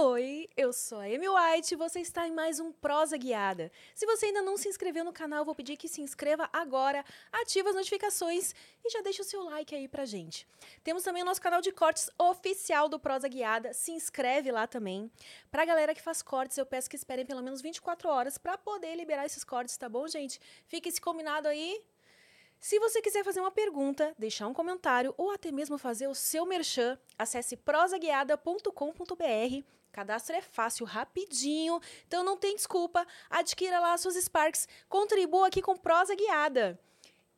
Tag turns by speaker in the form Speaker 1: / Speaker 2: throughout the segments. Speaker 1: Oi, eu sou a Amy White e você está em mais um Prosa Guiada. Se você ainda não se inscreveu no canal, vou pedir que se inscreva agora, ative as notificações e já deixa o seu like aí pra gente. Temos também o nosso canal de cortes oficial do Prosa Guiada, se inscreve lá também. Pra galera que faz cortes, eu peço que esperem pelo menos 24 horas pra poder liberar esses cortes, tá bom, gente? Fica esse combinado aí. Se você quiser fazer uma pergunta, deixar um comentário ou até mesmo fazer o seu merchan, acesse prosaguiada.com.br. Cadastro é fácil, rapidinho, então não tem desculpa. Adquira lá suas Sparks, contribua aqui com Prosa Guiada.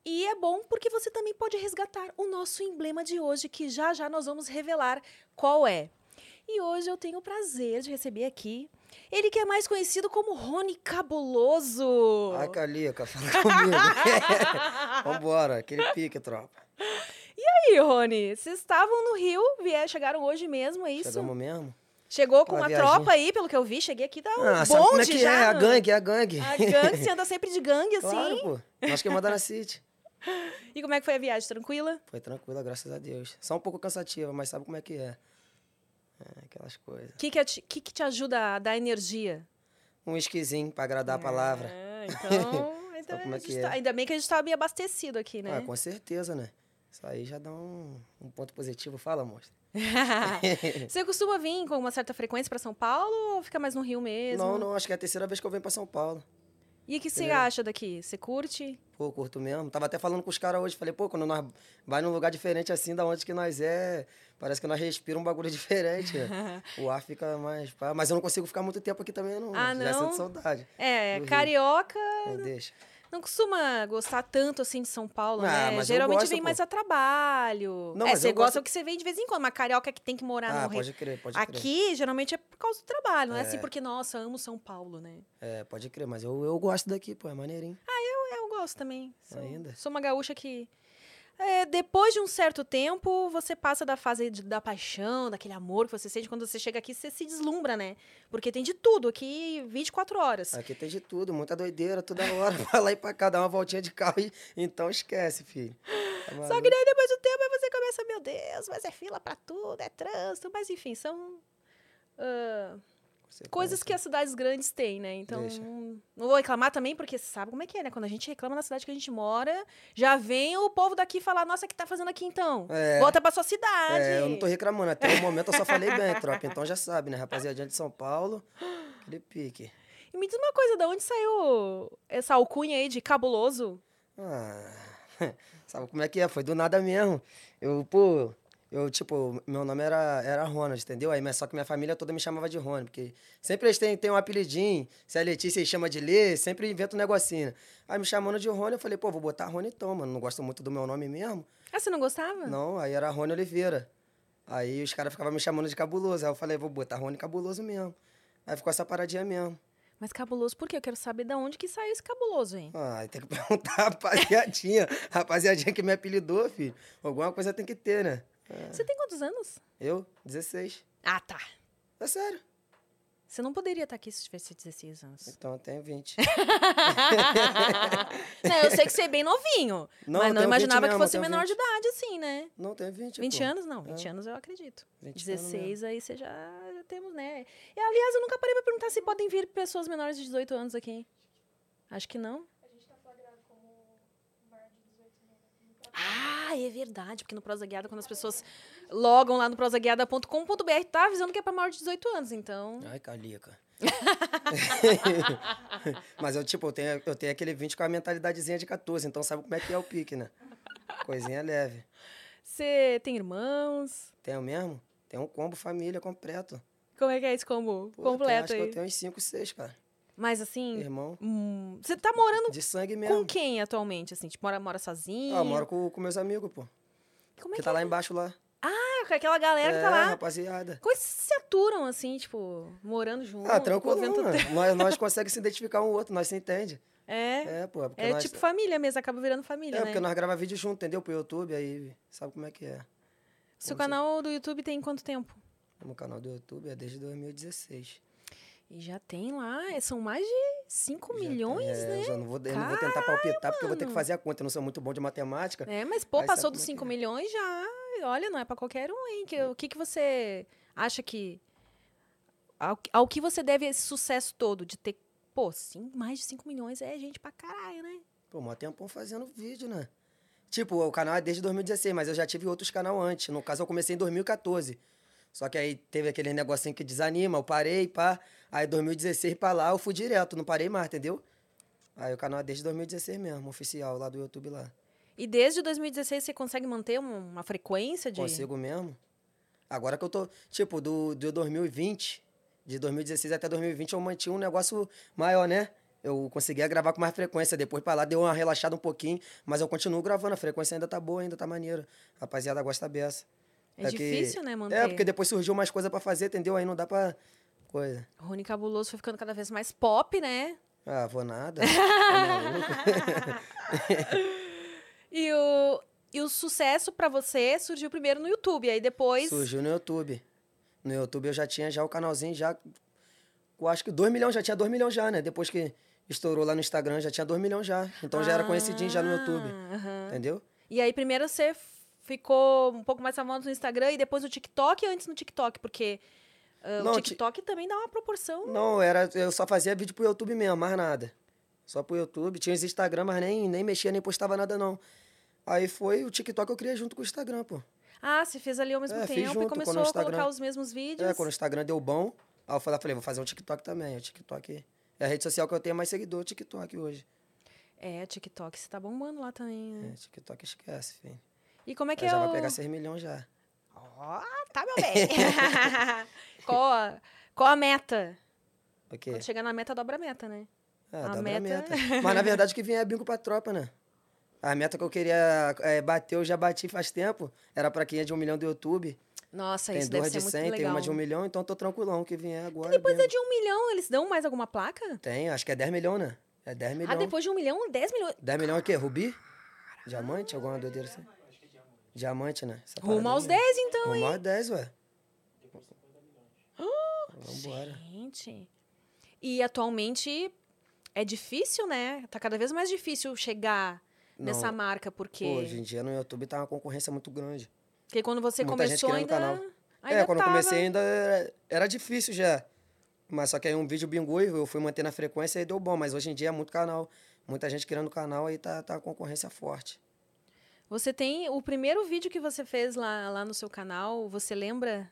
Speaker 1: E é bom porque você também pode resgatar o nosso emblema de hoje, que já já nós vamos revelar qual é. E hoje eu tenho o prazer de receber aqui ele que é mais conhecido como Rony Cabuloso.
Speaker 2: Ai, Calica, fala comigo. Vambora, aquele pique, tropa.
Speaker 1: E aí, Rony, vocês estavam no Rio, vier, chegaram hoje mesmo, é isso?
Speaker 2: Chegamos mesmo?
Speaker 1: Chegou com
Speaker 2: Uma
Speaker 1: uma
Speaker 2: viaginha.
Speaker 1: tropa aí, pelo que eu vi, cheguei aqui da um
Speaker 2: Ah,
Speaker 1: bonde
Speaker 2: sabe como é que
Speaker 1: já.
Speaker 2: é? A
Speaker 1: no-
Speaker 2: gangue, é a gangue.
Speaker 1: A gangue, você anda sempre de gangue, assim.
Speaker 2: Claro, pô. Nós que mandar na City.
Speaker 1: E como é que foi a viagem? Tranquila?
Speaker 2: Foi tranquila, graças a Deus. Só um pouco cansativa, mas sabe como é que é. É, aquelas coisas.
Speaker 1: O que que, te- que que te ajuda a dar energia?
Speaker 2: Um esquisinho pra agradar a palavra.
Speaker 1: Ah, então... então
Speaker 2: como é
Speaker 1: a gente
Speaker 2: que é?
Speaker 1: tá- Ainda bem que a gente tá bem abastecido aqui, né?
Speaker 2: Ah, com certeza, né? Isso aí já dá um, um ponto positivo. Fala, monstro.
Speaker 1: Você costuma vir com uma certa frequência pra São Paulo ou fica mais no Rio mesmo?
Speaker 2: Não, É. não, acho que é a terceira vez que eu venho pra São Paulo.
Speaker 1: E o que você
Speaker 2: Entendeu?
Speaker 1: acha daqui? Você curte?
Speaker 2: Pô, curto mesmo. Tava até falando com os caras hoje. Falei, pô, quando nós vai num lugar diferente assim, da onde que nós é, parece que nós respiramos um bagulho diferente. né? o ar fica mais. pá. Mas eu não consigo ficar muito tempo aqui também, não.
Speaker 1: Ah,
Speaker 2: Já
Speaker 1: não?
Speaker 2: sinto saudade.
Speaker 1: É,
Speaker 2: Do Rio.
Speaker 1: carioca
Speaker 2: Mas deixa.
Speaker 1: não costuma gostar tanto assim de São Paulo,
Speaker 2: Ah,
Speaker 1: né?
Speaker 2: mas eu
Speaker 1: Geralmente
Speaker 2: gosto,
Speaker 1: vem
Speaker 2: pô.
Speaker 1: mais a trabalho.
Speaker 2: Não,
Speaker 1: é,
Speaker 2: mas
Speaker 1: você
Speaker 2: eu
Speaker 1: gosta
Speaker 2: gosto-
Speaker 1: porque você vem de vez em quando, uma carioca que tem que morar
Speaker 2: Ah,
Speaker 1: Tá no Rio.
Speaker 2: pode crer, pode crer.
Speaker 1: Aqui, geralmente é por causa do trabalho, não é, assim porque, nossa, amo São Paulo, né?
Speaker 2: É, pode crer, mas eu, eu gosto daqui, pô, é maneirinho.
Speaker 1: É, eu gosto também. Sou,
Speaker 2: Ainda?
Speaker 1: sou uma gaúcha que. é, depois de um certo tempo, você passa da fase de- da paixão, daquele amor que você sente. Quando você chega aqui, você se deslumbra, né? Porque tem de tudo aqui 24 horas.
Speaker 2: Aqui tem de tudo, muita doideira toda hora. Vai lá e pra cá, dá uma voltinha de carro e. Então esquece, filho. Tá
Speaker 1: Só
Speaker 2: maluco?
Speaker 1: que daí depois do tempo aí você começa, meu Deus, mas é fila pra tudo, é trânsito, mas enfim, são ah,
Speaker 2: Você
Speaker 1: coisas
Speaker 2: conhece.
Speaker 1: que as cidades grandes têm, né? Então,
Speaker 2: Deixa.
Speaker 1: não não vou reclamar também, porque você sabe como é que é, né? Quando a gente reclama na cidade que a gente mora, já vem o povo daqui falar, nossa, o que tá fazendo aqui então?
Speaker 2: É.
Speaker 1: Volta pra sua cidade.
Speaker 2: É, eu não tô reclamando. Até o momento eu só falei bem, tropa. Então já sabe, né? Rapaziadinha de São Paulo, aquele pique.
Speaker 1: E me diz uma coisa, de onde saiu essa alcunha aí de cabuloso?
Speaker 2: Ah, sabe como é que é? Foi do nada mesmo. Eu, pô, eu, tipo, meu nome era, era Ronald, entendeu? Aí, mas só que minha família toda me chamava de Ronald, porque sempre eles têm, têm um apelidinho. Se a Letícia chama de Lê, sempre inventa um negocinho. Aí me chamando de Rony, eu falei, pô, vou botar Rony então, mano. Não gosto muito do meu nome mesmo.
Speaker 1: Ah, você não gostava?
Speaker 2: Não, aí era Rony Oliveira. Aí os caras ficavam me chamando de cabuloso. Aí eu falei, vou botar Rony cabuloso mesmo. Aí ficou essa paradinha mesmo.
Speaker 1: Mas cabuloso por quê? Eu quero saber de onde que saiu esse cabuloso, hein?
Speaker 2: Ah, aí tem que perguntar a rapaziadinha. rapaziadinha que me apelidou, filho. Alguma coisa tem que ter, né?
Speaker 1: Você tem quantos anos?
Speaker 2: Eu, 16.
Speaker 1: Ah, tá.
Speaker 2: É sério.
Speaker 1: Você não poderia estar aqui se tivesse 16 anos.
Speaker 2: Então eu tenho 20.
Speaker 1: não, eu sei que você é bem novinho. mas
Speaker 2: Não, eu
Speaker 1: não
Speaker 2: tenho 20
Speaker 1: imaginava que
Speaker 2: mesmo, eu
Speaker 1: fosse
Speaker 2: tenho
Speaker 1: menor de idade, assim, né?
Speaker 2: Não, tenho 20.
Speaker 1: 20
Speaker 2: pô.
Speaker 1: anos, não. 20 anos eu acredito.
Speaker 2: 20 Tipo, é. anos mesmo.
Speaker 1: 16, aí você já, já temos, né? E, aliás, eu nunca parei pra perguntar se podem vir pessoas menores de 18 anos aqui. Acho que não. Ah, é verdade, porque no Prosa Guiada, quando as pessoas logam lá no prosaguiada.com.br, tá avisando que é pra maior de 18 anos, então.
Speaker 2: Ai, calica. Mas eu, tipo, eu tenho, eu tenho aquele 20 com a mentalidadezinha de 14. Então sabe como é que é o pique, né? Coisinha leve.
Speaker 1: Você tem irmãos?
Speaker 2: Tenho mesmo? Tem um combo família completo.
Speaker 1: Como é que é esse combo
Speaker 2: Pô, eu tenho-
Speaker 1: completo
Speaker 2: acho que
Speaker 1: aí?
Speaker 2: eu tenho É. uns 5, 6, cara.
Speaker 1: Mas assim,
Speaker 2: Irmão.
Speaker 1: hum, você tá morando
Speaker 2: De sangue
Speaker 1: com
Speaker 2: mesmo.
Speaker 1: quem atualmente? Assim, tipo, mora, mora sozinho?
Speaker 2: Ah, eu moro com, com meus amigos, pô.
Speaker 1: Como é
Speaker 2: que
Speaker 1: que,
Speaker 2: tá
Speaker 1: é?
Speaker 2: lá embaixo lá.
Speaker 1: Ah, com aquela galera que tá
Speaker 2: É,
Speaker 1: lá.
Speaker 2: rapaziada.
Speaker 1: Como é que vocês se aturam, assim, tipo, morando junto?
Speaker 2: Ah, tranquilo.
Speaker 1: convivendo
Speaker 2: mano.
Speaker 1: tanto?
Speaker 2: Nós, nós conseguimos se identificar um outro, nós se entende.
Speaker 1: É,
Speaker 2: É, pô. Porque
Speaker 1: é
Speaker 2: nós,
Speaker 1: tipo família mesmo, acaba virando família,
Speaker 2: é,
Speaker 1: né?
Speaker 2: porque nós gravamos vídeo junto, entendeu? Pro YouTube, aí sabe como é que é.
Speaker 1: Seu canal do YouTube tem quanto tempo?
Speaker 2: No canal do YouTube é desde 2016.
Speaker 1: E já tem lá, é, são mais de 5 milhões,
Speaker 2: é,
Speaker 1: né?
Speaker 2: Eu, já não vou, eu não vou tentar palpitar, porque eu vou ter que fazer a conta. Eu não sou muito bom de matemática.
Speaker 1: É, mas pô,
Speaker 2: Aí
Speaker 1: passou
Speaker 2: sabe
Speaker 1: dos 5
Speaker 2: como é que é.
Speaker 1: milhões já. E Olha, não é pra qualquer um, hein? Que, o que, que você acha que. Ao, ao que você deve esse sucesso todo de ter. Pô, sim, mais de 5 milhões é gente pra caralho, né?
Speaker 2: Pô, mó tempão fazendo vídeo, né? Tipo, o canal é desde 2016, mas eu já tive outros canal antes. No caso, eu comecei em 2014. Só que aí teve aquele negocinho que desanima, eu parei, pá. Aí 2016 pra lá eu fui direto, não parei mais, entendeu? Aí o canal é desde 2016 mesmo, oficial, lá do YouTube lá.
Speaker 1: E desde 2016 você consegue manter um- uma frequência de.
Speaker 2: Consigo mesmo. Agora que eu tô, tipo, do, do 2020, de 2016 até 2020, eu mantinha um negócio maior, né? Eu conseguia gravar com mais frequência. Depois pra lá deu uma relaxada um pouquinho, mas eu continuo gravando. A frequência ainda tá boa, ainda tá maneira. Rapaziada, gosta dessa.
Speaker 1: É difícil, né, manter.
Speaker 2: É, porque depois surgiu mais coisa pra fazer, entendeu? Aí não dá pra. Coisa.
Speaker 1: Rony Cabuloso foi ficando cada vez mais pop, né?
Speaker 2: Ah, vou nada. Tá maluco?
Speaker 1: E o, e o sucesso pra você surgiu primeiro no YouTube, aí depois.
Speaker 2: Surgiu no YouTube. No YouTube eu já tinha já o canalzinho já. Eu acho que 2 milhões, já tinha 2 milhões já, né? Depois que estourou lá no Instagram, já tinha 2 milhões já. Então já era conhecidinho já no YouTube.
Speaker 1: Ah, aham.
Speaker 2: Entendeu?
Speaker 1: E aí primeiro você f- ficou um pouco mais famoso no Instagram e depois no TikTok e antes no TikTok, porque ah,
Speaker 2: Não,
Speaker 1: o
Speaker 2: ti-
Speaker 1: TikTok também dá uma proporção.
Speaker 2: Não, era, eu só fazia vídeo pro YouTube mesmo, mais nada. Só pro YouTube. Tinha os Instagram, mas nem, nem mexia, nem postava nada, não. Aí foi o TikTok eu criei junto com o Instagram, pô.
Speaker 1: Ah, você fez ali ao mesmo
Speaker 2: É, fiz
Speaker 1: tempo e
Speaker 2: junto, quando
Speaker 1: começou
Speaker 2: o
Speaker 1: a
Speaker 2: Instagram-
Speaker 1: colocar os mesmos vídeos.
Speaker 2: É, quando o Instagram deu bom, aí eu falei, falei, vou fazer um TikTok também. O TikTok é a rede social que eu tenho mais seguidor, o TikTok hoje.
Speaker 1: É, TikTok, você tá bombando lá também, né?
Speaker 2: É, TikTok esquece, filho.
Speaker 1: E como é que
Speaker 2: Aí já
Speaker 1: é
Speaker 2: vai pegar
Speaker 1: o...
Speaker 2: 6 milhões já.
Speaker 1: Ó, tá, meu bem. qual, a, qual a meta?
Speaker 2: Ok.
Speaker 1: Quando chegar na meta, dobra a meta, né?
Speaker 2: Ah,
Speaker 1: A
Speaker 2: dobra
Speaker 1: meta-
Speaker 2: a meta. Mas na verdade o que vinha é bingo pra tropa, né? A meta que eu queria é, bater, eu já bati faz tempo. Era pra quem é de um milhão do YouTube.
Speaker 1: Nossa,
Speaker 2: tem
Speaker 1: isso deve
Speaker 2: duas
Speaker 1: ser
Speaker 2: de
Speaker 1: muito
Speaker 2: 100, tem
Speaker 1: legal.
Speaker 2: uma de um milhão, então tô tranquilão. O que vier agora.
Speaker 1: Depois
Speaker 2: é
Speaker 1: é de um milhão, eles dão mais alguma placa?
Speaker 2: Tem, acho que é 10 milhões, né? É 10 milhões.
Speaker 1: Ah, depois Ah, de um milhão, dez milhões.
Speaker 2: 10 milhões é o quê? Rubi? Diamante? Alguma doideira assim? Diamante, né? Essa
Speaker 1: é Rumo
Speaker 2: parada
Speaker 1: aos
Speaker 2: aí, né?
Speaker 1: 10, então,
Speaker 2: Rumo aos 10, ué. Vambora.
Speaker 1: Gente. E atualmente é difícil, né? Tá cada vez mais difícil chegar
Speaker 2: Não.
Speaker 1: nessa marca, porque,
Speaker 2: Pô, hoje em dia no YouTube tá uma concorrência muito grande.
Speaker 1: porque quando você
Speaker 2: muita gente
Speaker 1: começou
Speaker 2: querendo
Speaker 1: ainda.
Speaker 2: o
Speaker 1: ainda
Speaker 2: é, quando eu
Speaker 1: tava-
Speaker 2: comecei ainda era, era difícil já. Mas só que aí um vídeo bingou e eu fui mantendo a frequência e deu bom. Mas hoje em dia é muito canal. Muita gente criando canal aí tá, tá a concorrência forte.
Speaker 1: Você tem o primeiro vídeo que você fez lá, lá no seu canal, você lembra?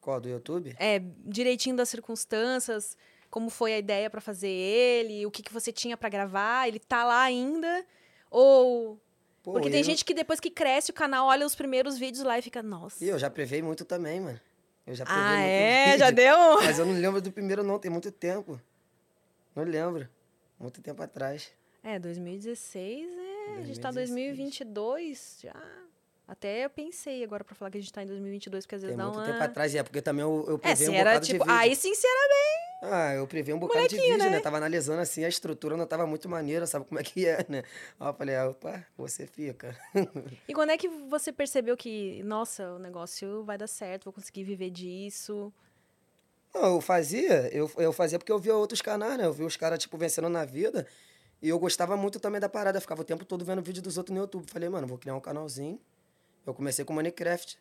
Speaker 2: Qual? Do YouTube?
Speaker 1: É, direitinho das circunstâncias, como foi a ideia pra fazer ele, o que, que você tinha pra gravar, ele tá lá ainda? Ou.
Speaker 2: Pô,
Speaker 1: Porque
Speaker 2: e
Speaker 1: tem
Speaker 2: eu-
Speaker 1: gente que depois que cresce o canal olha os primeiros vídeos lá e fica, nossa.
Speaker 2: E eu já prevei muito também, mano. Eu já prevei
Speaker 1: Ah,
Speaker 2: muito
Speaker 1: é?
Speaker 2: vídeo.
Speaker 1: Já deu? um-
Speaker 2: Mas eu não lembro do primeiro não, tem muito tempo. Não lembro. Muito tempo atrás.
Speaker 1: É, 2016 é. A gente tá em
Speaker 2: 2016.
Speaker 1: 2022 já. Até eu pensei agora pra falar que a gente tá em 2022, porque às vezes
Speaker 2: Tem
Speaker 1: dá
Speaker 2: muito
Speaker 1: uma.
Speaker 2: tempo atrás, é, porque também eu, eu
Speaker 1: É,
Speaker 2: prevei
Speaker 1: se
Speaker 2: um
Speaker 1: era
Speaker 2: bocado
Speaker 1: tipo.
Speaker 2: de vídeo.
Speaker 1: Aí, sinceramente.
Speaker 2: Ah, eu previ um bocado de
Speaker 1: Molequinho,
Speaker 2: vídeo, né?
Speaker 1: né?
Speaker 2: Tava analisando assim, a estrutura não tava muito maneira, sabe como é que é, né? Aí eu falei, ah, opa, você fica.
Speaker 1: E quando é que você percebeu que, nossa, o negócio vai dar certo, vou conseguir viver disso?
Speaker 2: Não, eu fazia, eu, eu fazia porque eu via outros canais, né? Eu via os caras, tipo, vencendo na vida. E eu gostava muito também da parada. Eu ficava o tempo todo vendo vídeo dos outros no YouTube. Falei, mano, vou criar um canalzinho. Eu comecei com Minecraft.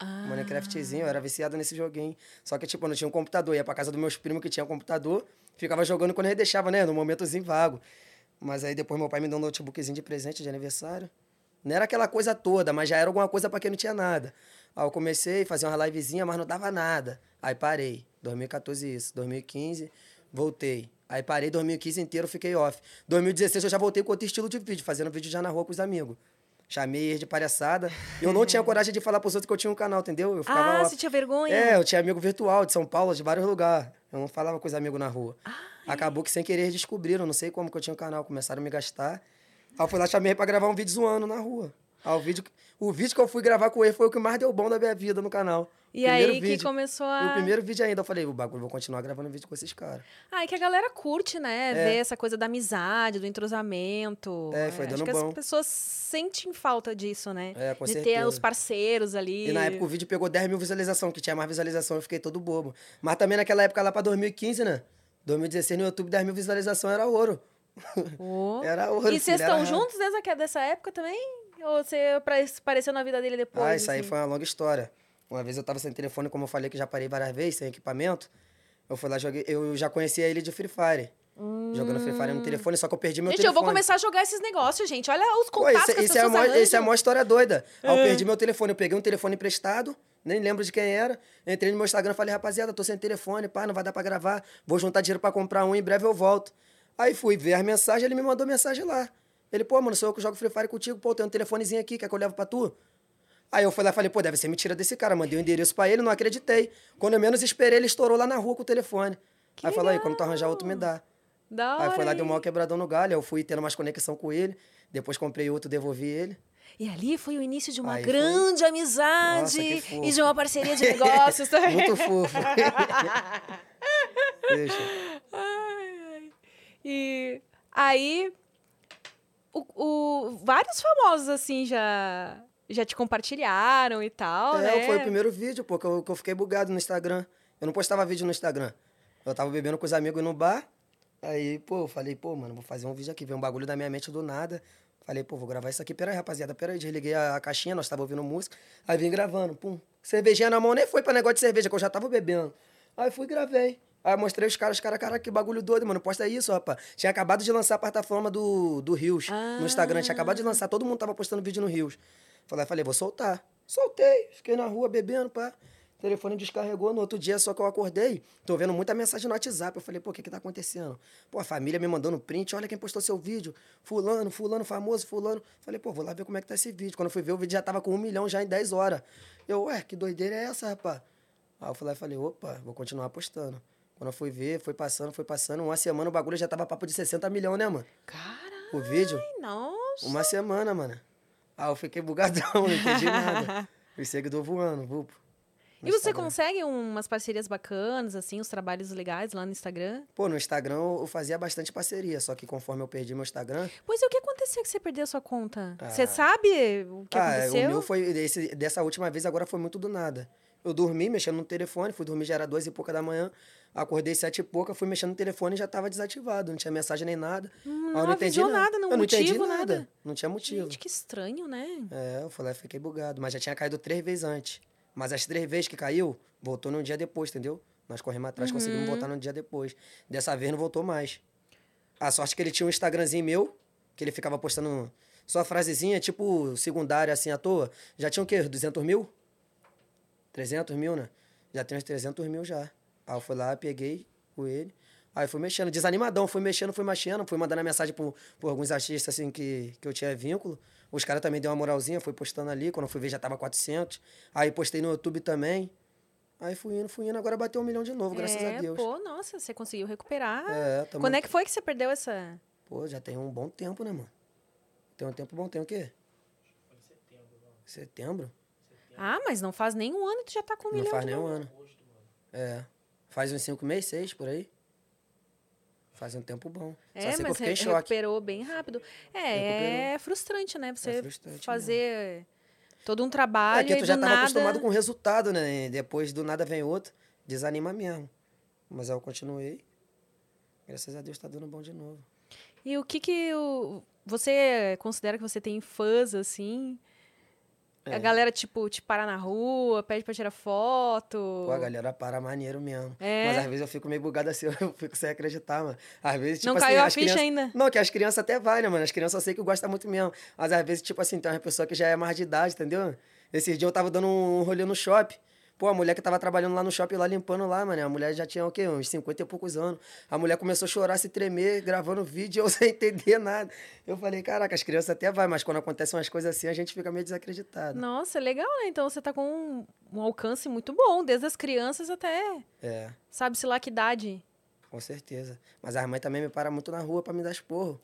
Speaker 1: Ah,
Speaker 2: Minecraftzinho, eu era viciado nesse joguinho. Só que, tipo, eu não tinha um computador. Ia pra casa dos meus primos que tinha computador, ficava jogando quando eles deixavam, né? No momentozinho vago. Mas aí depois meu pai me deu um notebookzinho de presente de aniversário. Não era aquela coisa toda, mas já era alguma coisa pra quem não tinha nada. Aí eu comecei a fazer uma livezinha, mas não dava nada. Aí parei. 2014 isso, 2015, voltei. Aí parei 2015 inteiro, fiquei off. 2016 eu já voltei com outro estilo de vídeo, fazendo vídeo já na rua com os amigos. Chamei eles de palhaçada. Eu não tinha coragem de falar pros outros que eu tinha um canal, entendeu? Eu
Speaker 1: ah
Speaker 2: off.
Speaker 1: você tinha vergonha?
Speaker 2: É, eu tinha amigo virtual de São Paulo, de vários lugares. Eu não falava com os amigos na rua. Acabou que sem querer eles descobriram, não sei como que eu tinha um canal, começaram a me gastar. Aí eu fui lá, chamei pra gravar um vídeo zoando na rua. Ah, o, vídeo, o vídeo que eu fui gravar com ele foi o que mais deu bom da minha vida no canal.
Speaker 1: E
Speaker 2: Primeiro
Speaker 1: aí que
Speaker 2: vídeo.
Speaker 1: começou
Speaker 2: E o
Speaker 1: a.
Speaker 2: primeiro vídeo ainda, eu falei, o bagulho, eu vou continuar gravando vídeo com esses caras.
Speaker 1: Ah, é que a galera curte, né? Ver essa coisa da amizade, do entrosamento.
Speaker 2: É, foi
Speaker 1: Acho
Speaker 2: dando
Speaker 1: que
Speaker 2: bom.
Speaker 1: as pessoas sentem falta disso, né?
Speaker 2: É, com
Speaker 1: de
Speaker 2: certeza.
Speaker 1: ter os parceiros ali.
Speaker 2: E na época o vídeo pegou 10 mil visualizações, que tinha mais visualização, eu fiquei todo bobo. Mas também naquela época lá pra 2015, né? 2016 no YouTube, 10 mil visualizações era ouro.
Speaker 1: Ô.
Speaker 2: Era ouro.
Speaker 1: E vocês
Speaker 2: filho, era
Speaker 1: estão
Speaker 2: raro.
Speaker 1: juntos desde aquela- dessa época também? Ou você apare- apareceu na vida dele depois?
Speaker 2: Ah, isso aí
Speaker 1: assim?
Speaker 2: foi uma longa história. Uma vez eu tava sem telefone, como eu falei, que já parei várias vezes, sem equipamento. Eu fui lá, joguei. Eu já conhecia ele de Free Fire. Jogando Free Fire no telefone, só que eu perdi meu
Speaker 1: Hum. Gente, eu
Speaker 2: telefone.
Speaker 1: vou começar a jogar esses negócios, gente. Olha os
Speaker 2: Pô,
Speaker 1: contatos
Speaker 2: esse,
Speaker 1: que as
Speaker 2: esse é a
Speaker 1: pessoas
Speaker 2: maior, esse é a
Speaker 1: arranjam. É.
Speaker 2: maior história doida. Aí eu perdi meu telefone. Eu peguei um telefone emprestado, nem lembro de quem era. Entrei no meu Instagram e falei, rapaziada, tô sem telefone, pá, não vai dar pra gravar. Vou juntar dinheiro pra comprar um, em breve eu volto. Aí fui ver as mensagens, ele me mandou mensagem lá. Ele, pô, mano, sou eu que jogo Free Fire contigo, pô, tem um telefonezinho aqui, quer que eu levo pra tu? Aí eu fui lá e falei, pô, deve ser mentira desse cara. Mandei o endereço pra ele, não acreditei. Quando eu menos esperei, ele estourou lá na rua com o telefone.
Speaker 1: Que
Speaker 2: aí falou, aí,
Speaker 1: legal.
Speaker 2: quando tu arranjar outro, me dá.
Speaker 1: Da
Speaker 2: Aí foi lá,
Speaker 1: hora,
Speaker 2: deu um
Speaker 1: hein?
Speaker 2: maior quebradão no galho. Eu fui tendo mais conexão com ele. Depois comprei outro, devolvi ele.
Speaker 1: E ali foi o início de uma
Speaker 2: Aí foi-
Speaker 1: grande amizade
Speaker 2: Nossa, que
Speaker 1: e de
Speaker 2: fofo.
Speaker 1: uma parceria de negócios também.
Speaker 2: Muito fofo. Deixa.
Speaker 1: Ai, ai. E aí, o, o- vários famosos, assim, já, já te compartilharam e tal,
Speaker 2: É,
Speaker 1: né?
Speaker 2: foi o primeiro vídeo, pô, que eu, que eu fiquei bugado no Instagram. Eu não postava vídeo no Instagram. Eu tava bebendo com os amigos no bar. Aí, pô, eu falei, pô, mano, vou fazer um vídeo aqui. Veio um bagulho da minha mente do nada. Falei, pô, vou gravar isso aqui. Peraí, rapaziada, peraí. Desliguei a, a caixinha, nós tava ouvindo música. Aí vim gravando, pum. Cervejinha na mão, nem foi pra negócio de cerveja, que eu já tava bebendo. Aí fui e gravei. Aí mostrei os caras, os caras, cara, que bagulho doido, mano. Posta isso, rapaz. Tinha acabado de lançar a plataforma do, do Rios no Instagram. Tinha acabado de lançar, todo mundo tava postando vídeo no Rios. Falei, falei, vou soltar. Soltei, fiquei na rua bebendo, pá. O telefone descarregou no outro dia, só que eu acordei. Tô vendo muita mensagem no WhatsApp. Eu falei, pô, o que que tá acontecendo? Pô, a família me mandando print, olha quem postou seu vídeo. Fulano, fulano famoso, fulano. Falei, pô, vou lá ver como é que tá esse vídeo. Quando eu fui ver, o vídeo já tava com um milhão já em 10 horas. Eu, ué, que doideira é essa, rapaz? Aí eu fui lá e falei, opa, vou continuar apostando. Quando eu fui ver, foi passando, foi passando. Uma semana o bagulho já tava papo de 60 milhões, né, mano?
Speaker 1: Caralho,
Speaker 2: O vídeo.
Speaker 1: nossa.
Speaker 2: Uma semana, mano. Ah, eu fiquei bugadão, não entendi nada. Os seguidores voando, vupo. No
Speaker 1: E você
Speaker 2: Instagram.
Speaker 1: consegue umas parcerias bacanas, assim, uns trabalhos legais lá no Instagram?
Speaker 2: Pô, no Instagram eu eu fazia bastante parceria, só que conforme eu perdi meu Instagram...
Speaker 1: Pois é, o que aconteceu que você perdeu a sua conta?
Speaker 2: Ah.
Speaker 1: Você sabe o que
Speaker 2: ah,
Speaker 1: aconteceu?
Speaker 2: o meu foi... esse- dessa última vez agora foi muito do nada. Eu dormi mexendo no telefone, fui dormir já era duas e pouca da manhã, acordei sete e pouca, fui mexendo no telefone e já tava desativado, não tinha mensagem nem nada. Aí eu
Speaker 1: Hum, não avisou nada, não
Speaker 2: eu não entendi
Speaker 1: motivo,
Speaker 2: nada.
Speaker 1: nada.
Speaker 2: Não tinha motivo.
Speaker 1: Gente, que estranho, né?
Speaker 2: É, eu falei, fiquei bugado. Mas já tinha caído três vezes antes. Mas as três vezes que caiu, voltou num dia depois, entendeu? Nós corremos atrás,
Speaker 1: Uhum.
Speaker 2: conseguimos voltar num dia depois. Dessa vez não voltou mais. A sorte é que ele tinha um Instagramzinho meu, que ele ficava postando só frasezinha, tipo secundária, assim, à toa. Já tinha o quê? 200 mil? 300 mil, né? Já tem uns 300 mil já. Aí eu fui lá, peguei com ele. Aí fui mexendo, desanimadão, fui mexendo, fui mexendo, fui mandando a mensagem por, por alguns artistas assim que, que eu tinha vínculo. Os caras também deu uma moralzinha, fui postando ali. Quando eu fui ver já tava 400. Aí postei no YouTube também. Aí fui indo, fui indo. Agora bateu um milhão de novo, graças
Speaker 1: é,
Speaker 2: a Deus.
Speaker 1: pô, nossa, você conseguiu recuperar.
Speaker 2: É, tamo-
Speaker 1: Quando é que foi que você perdeu essa...
Speaker 2: Pô, já tem um bom tempo, né, mano? Tem um tempo bom, tem o quê? Setembro. Setembro?
Speaker 1: Ah, mas não faz nem um ano e tu já tá com um
Speaker 2: Não
Speaker 1: milhão
Speaker 2: faz
Speaker 1: de
Speaker 2: nem um
Speaker 1: novo.
Speaker 2: ano. É. Faz uns cinco meses, seis, por aí. Faz um tempo bom. Só
Speaker 1: É,
Speaker 2: sei que eu
Speaker 1: mas
Speaker 2: fiquei
Speaker 1: re-
Speaker 2: em choque.
Speaker 1: recuperou bem rápido. É, é frustrante, né? Você
Speaker 2: frustrante
Speaker 1: fazer todo um
Speaker 2: É
Speaker 1: trabalho
Speaker 2: que tu
Speaker 1: e
Speaker 2: já
Speaker 1: do
Speaker 2: tava
Speaker 1: nada...
Speaker 2: acostumado com o resultado, né? E depois do nada vem outro, desanima mesmo. Mas aí eu continuei. Graças a Deus tá dando bom de novo.
Speaker 1: E o que que o... você considera que você tem fãs, assim?
Speaker 2: É.
Speaker 1: A galera, tipo, te para na rua, pede pra tirar foto.
Speaker 2: Pô, a galera para maneiro mesmo.
Speaker 1: É.
Speaker 2: Mas às vezes eu fico meio bugado assim, eu fico sem acreditar, mano. Às vezes, tipo
Speaker 1: Não
Speaker 2: assim,
Speaker 1: caiu a
Speaker 2: as
Speaker 1: ficha
Speaker 2: crianças-
Speaker 1: ainda?
Speaker 2: Não, que as crianças até vai, né, mano? As crianças eu sei que gostam muito mesmo. Mas às vezes, tipo assim, tem uma pessoa que já é mais de idade, entendeu? Esses dias eu tava dando um rolê no shopping. Pô, a mulher que tava trabalhando lá no shopping, lá limpando lá, mano. A mulher já tinha o quê? Uns 50 e poucos anos. A mulher começou a chorar, se tremer, gravando vídeo, eu sem entender nada. Eu falei, caraca, as crianças até vai, mas quando acontecem umas coisas assim, a gente fica meio desacreditado.
Speaker 1: Nossa, legal, né? Então você tá com um, um alcance muito bom, desde as crianças até
Speaker 2: É.
Speaker 1: sabe-se lá que idade.
Speaker 2: Com certeza. Mas a mãe também me para muito na rua pra me dar esporro.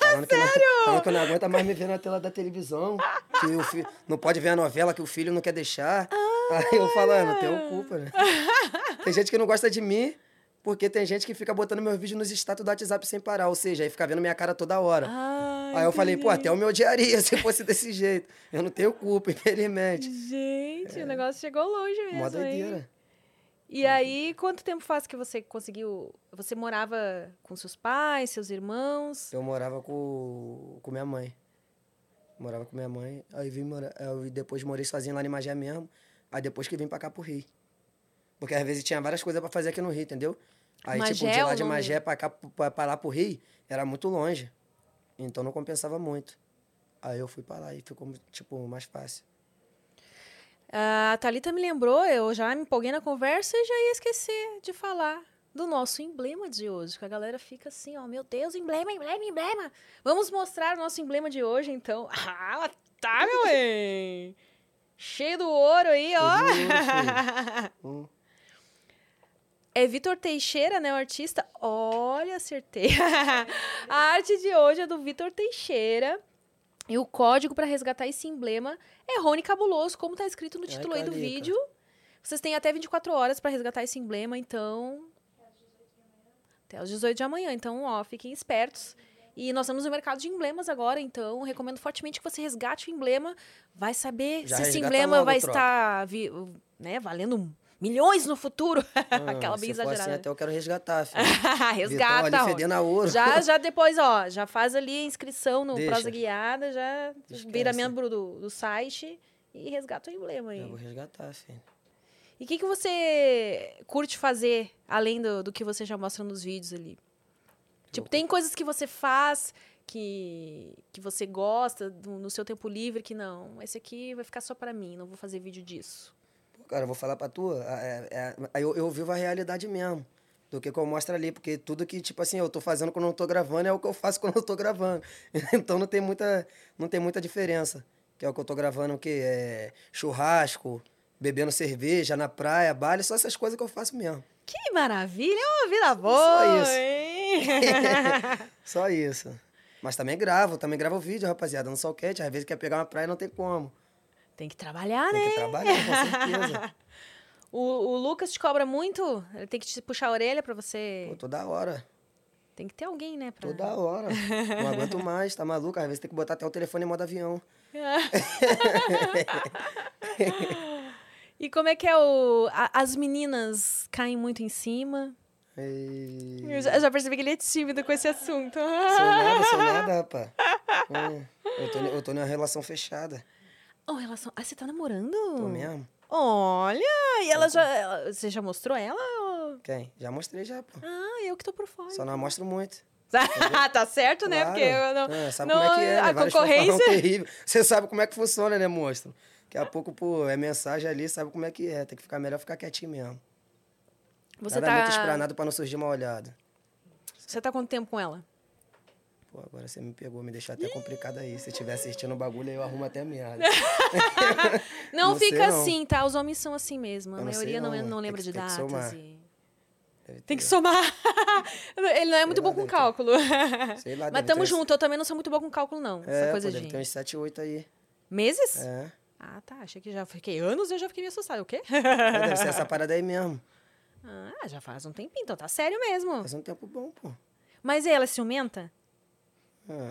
Speaker 2: Falando que, não, falando que eu não aguenta mais me ver na tela da televisão. Que o fi- não pode ver a novela que o filho não quer deixar. Aí eu falando, tenho culpa, né? Tem gente que não gosta de mim, porque tem gente que fica botando meus vídeos nos status do WhatsApp sem parar. Ou seja, aí fica vendo minha cara toda hora.
Speaker 1: Ah,
Speaker 2: aí eu falei, pô,
Speaker 1: entendi.
Speaker 2: até eu me odiaria se fosse desse jeito. Eu não tenho culpa, infelizmente.
Speaker 1: Gente, o negócio chegou longe mesmo.
Speaker 2: É. Mó
Speaker 1: hein?
Speaker 2: doideira.
Speaker 1: E aí, quanto tempo faz que você conseguiu? Você morava com seus pais, seus irmãos?
Speaker 2: Eu morava com, com minha mãe. Morava com minha mãe. Aí vim morar, eu depois morei sozinho lá em Magé mesmo. Aí depois que vim pra cá pro Rio. Porque às vezes tinha várias coisas pra fazer aqui no Rio, entendeu? Aí, tipo,
Speaker 1: Magé é
Speaker 2: de
Speaker 1: o
Speaker 2: lá de
Speaker 1: nome?
Speaker 2: Magé pra, cá, pra, pra lá pro Rio, era muito longe. Então não compensava muito. Aí eu fui pra lá e ficou, tipo, mais fácil.
Speaker 1: Ah, A Thalita me lembrou, eu já me empolguei na conversa e já ia esquecer de falar do nosso emblema de hoje, que a galera fica assim, ó, meu Deus, emblema, emblema, emblema. Vamos mostrar o nosso emblema de hoje, então. Ah, tá, meu bem. Cheio do ouro aí,
Speaker 2: Cheio de ouro,
Speaker 1: ó.
Speaker 2: Hum.
Speaker 1: É Vitor Teixeira, né, o artista? Olha, acertei. a arte de hoje é do Vitor Teixeira. E o código para resgatar esse emblema é Rony Cabuloso, como tá escrito no
Speaker 2: Ai,
Speaker 1: título aí do
Speaker 2: calica.
Speaker 1: vídeo. Vocês têm até 24 horas para resgatar esse emblema, então. Até às 18 de amanhã. Então, ó, fiquem espertos. E nós estamos no mercado de emblemas agora, então recomendo fortemente que você resgate o emblema. Vai saber
Speaker 2: Já
Speaker 1: se esse
Speaker 2: resgata
Speaker 1: emblema
Speaker 2: logo,
Speaker 1: vai
Speaker 2: tropa.
Speaker 1: estar vi- né, valendo milhões no futuro. Aquela
Speaker 2: Ah,
Speaker 1: bem
Speaker 2: se for
Speaker 1: exagerada.
Speaker 2: Assim,
Speaker 1: né?
Speaker 2: até eu quero resgatar, filho. Vitão
Speaker 1: Resgata,
Speaker 2: ali
Speaker 1: Rony.
Speaker 2: fedendo a ouro.
Speaker 1: Já, já depois, ó, já faz ali a inscrição no
Speaker 2: Deixa.
Speaker 1: Prosa Guiada, já vira
Speaker 2: Esquece.
Speaker 1: membro do, do site e resgata o emblema aí.
Speaker 2: Eu vou resgatar, filho.
Speaker 1: E o que, que você curte fazer, além do, do que você já mostra nos vídeos ali? Tipo, tem coisas que você faz que, que você gosta do- no seu tempo livre que não, esse aqui vai ficar só pra mim, não vou fazer vídeo disso.
Speaker 2: Pô, Cara, eu vou falar pra tu, é- é- é- eu, eu vivo a realidade mesmo do que, que eu mostro ali, porque tudo que, tipo assim, eu tô fazendo quando eu não tô gravando é o que eu faço quando eu tô gravando. Então não tem muita, não tem muita diferença. Que é o que eu tô gravando, o quê? É churrasco, bebendo cerveja, na praia, baile, só essas coisas que eu faço mesmo.
Speaker 1: Que maravilha, é uma vida boa,
Speaker 2: isso.
Speaker 1: hein?
Speaker 2: Só isso. Mas também gravo, também gravo vídeo, rapaziada, no solquete, às vezes quer pegar uma praia não tem como.
Speaker 1: Tem que trabalhar, né?
Speaker 2: Tem que trabalhar, com certeza.
Speaker 1: O, o Lucas te cobra muito? Ele tem que te puxar a orelha pra você.
Speaker 2: Pô, toda hora.
Speaker 1: Tem que ter alguém, né? Pra...
Speaker 2: Toda hora. Não aguento mais, tá maluco? Às vezes tem que botar até o telefone em modo avião.
Speaker 1: e como é que é o. a- as meninas caem muito em cima.
Speaker 2: E...
Speaker 1: Eu já, eu já percebi que ele é tímido com esse assunto.
Speaker 2: Sou nada, sou nada, rapaz. É, eu, tô, eu tô numa relação fechada.
Speaker 1: Oh, relação. Ah, você tá namorando?
Speaker 2: Tô mesmo?
Speaker 1: Olha! E ela já. ela- Você já mostrou ela? ou-
Speaker 2: Quem? Já mostrei já, pô.
Speaker 1: Ah, eu que tô por fora.
Speaker 2: Só não mostro muito.
Speaker 1: tá certo, né? Porque eu
Speaker 2: Claro.
Speaker 1: não.
Speaker 2: É, sabe
Speaker 1: não
Speaker 2: como é que é, né?
Speaker 1: a
Speaker 2: Vários fanfarrão
Speaker 1: concorrência.
Speaker 2: terrível. Você sabe como é que funciona, né, monstro? Daqui a pouco, pô, é mensagem ali, sabe como é que é. Tem que ficar melhor ficar quietinho mesmo.
Speaker 1: Você
Speaker 2: Nada muito
Speaker 1: tá.
Speaker 2: esplanado pra não surgir uma olhada.
Speaker 1: Você tá quanto tempo com ela?
Speaker 2: Pô, agora você me pegou, me deixou até complicado aí. Se tiver assistindo o bagulho, aí eu arrumo até merda.
Speaker 1: Não,
Speaker 2: Não sei,
Speaker 1: fica
Speaker 2: não.
Speaker 1: assim, tá? Os homens são assim mesmo. A
Speaker 2: Eu não sei,
Speaker 1: maioria não,
Speaker 2: não.
Speaker 1: não,
Speaker 2: Tem
Speaker 1: lembra
Speaker 2: que-
Speaker 1: de
Speaker 2: tem que
Speaker 1: datas.
Speaker 2: somar.
Speaker 1: e-
Speaker 2: Deve
Speaker 1: Tem que
Speaker 2: ter.
Speaker 1: somar. Ele não é muito
Speaker 2: Sei lá,
Speaker 1: bom com
Speaker 2: deve ter- um
Speaker 1: cálculo.
Speaker 2: Sei lá,
Speaker 1: Mas
Speaker 2: deve
Speaker 1: tamo
Speaker 2: ter-
Speaker 1: junto, eu também não sou muito bom com cálculo, não.
Speaker 2: É,
Speaker 1: essa
Speaker 2: pô,
Speaker 1: coisa
Speaker 2: deve
Speaker 1: de.
Speaker 2: ter uns 7, 8 aí.
Speaker 1: Meses?
Speaker 2: É.
Speaker 1: Ah, tá. Achei que já fiquei anos eu já fiquei meio assustada. O quê?
Speaker 2: É, Deve ser essa parada aí mesmo.
Speaker 1: ah, já faz um tempinho, então tá sério mesmo.
Speaker 2: Faz um tempo bom, pô.
Speaker 1: Mas e ela é ciumenta?
Speaker 2: É.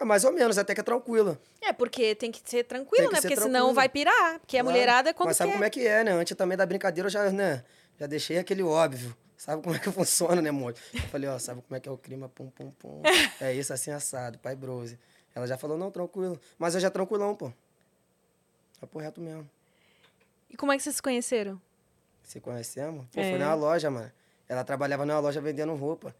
Speaker 2: É mais ou menos, até que é tranquila.
Speaker 1: É, porque tem que ser tranquilo,
Speaker 2: Tem que
Speaker 1: né?
Speaker 2: ser
Speaker 1: Porque senão
Speaker 2: tranquilo.
Speaker 1: vai pirar. Porque a
Speaker 2: Claro.
Speaker 1: mulherada é quando
Speaker 2: Mas sabe
Speaker 1: quer.
Speaker 2: como é que é, né? Antes também da brincadeira, eu já, né? Já deixei aquele óbvio. Sabe como é que funciona, né, amor? Eu falei, ó, sabe como é que é o clima? Pum, pum, pum. É isso, assim, assado. Pai Brose. Ela já falou, não, tranquilo. Mas eu já tranquilão, pô. É por reto mesmo.
Speaker 1: E como é que vocês se conheceram?
Speaker 2: Se conhecemos? Pô,
Speaker 1: É.
Speaker 2: foi numa loja, mano. Ela trabalhava numa loja vendendo roupa.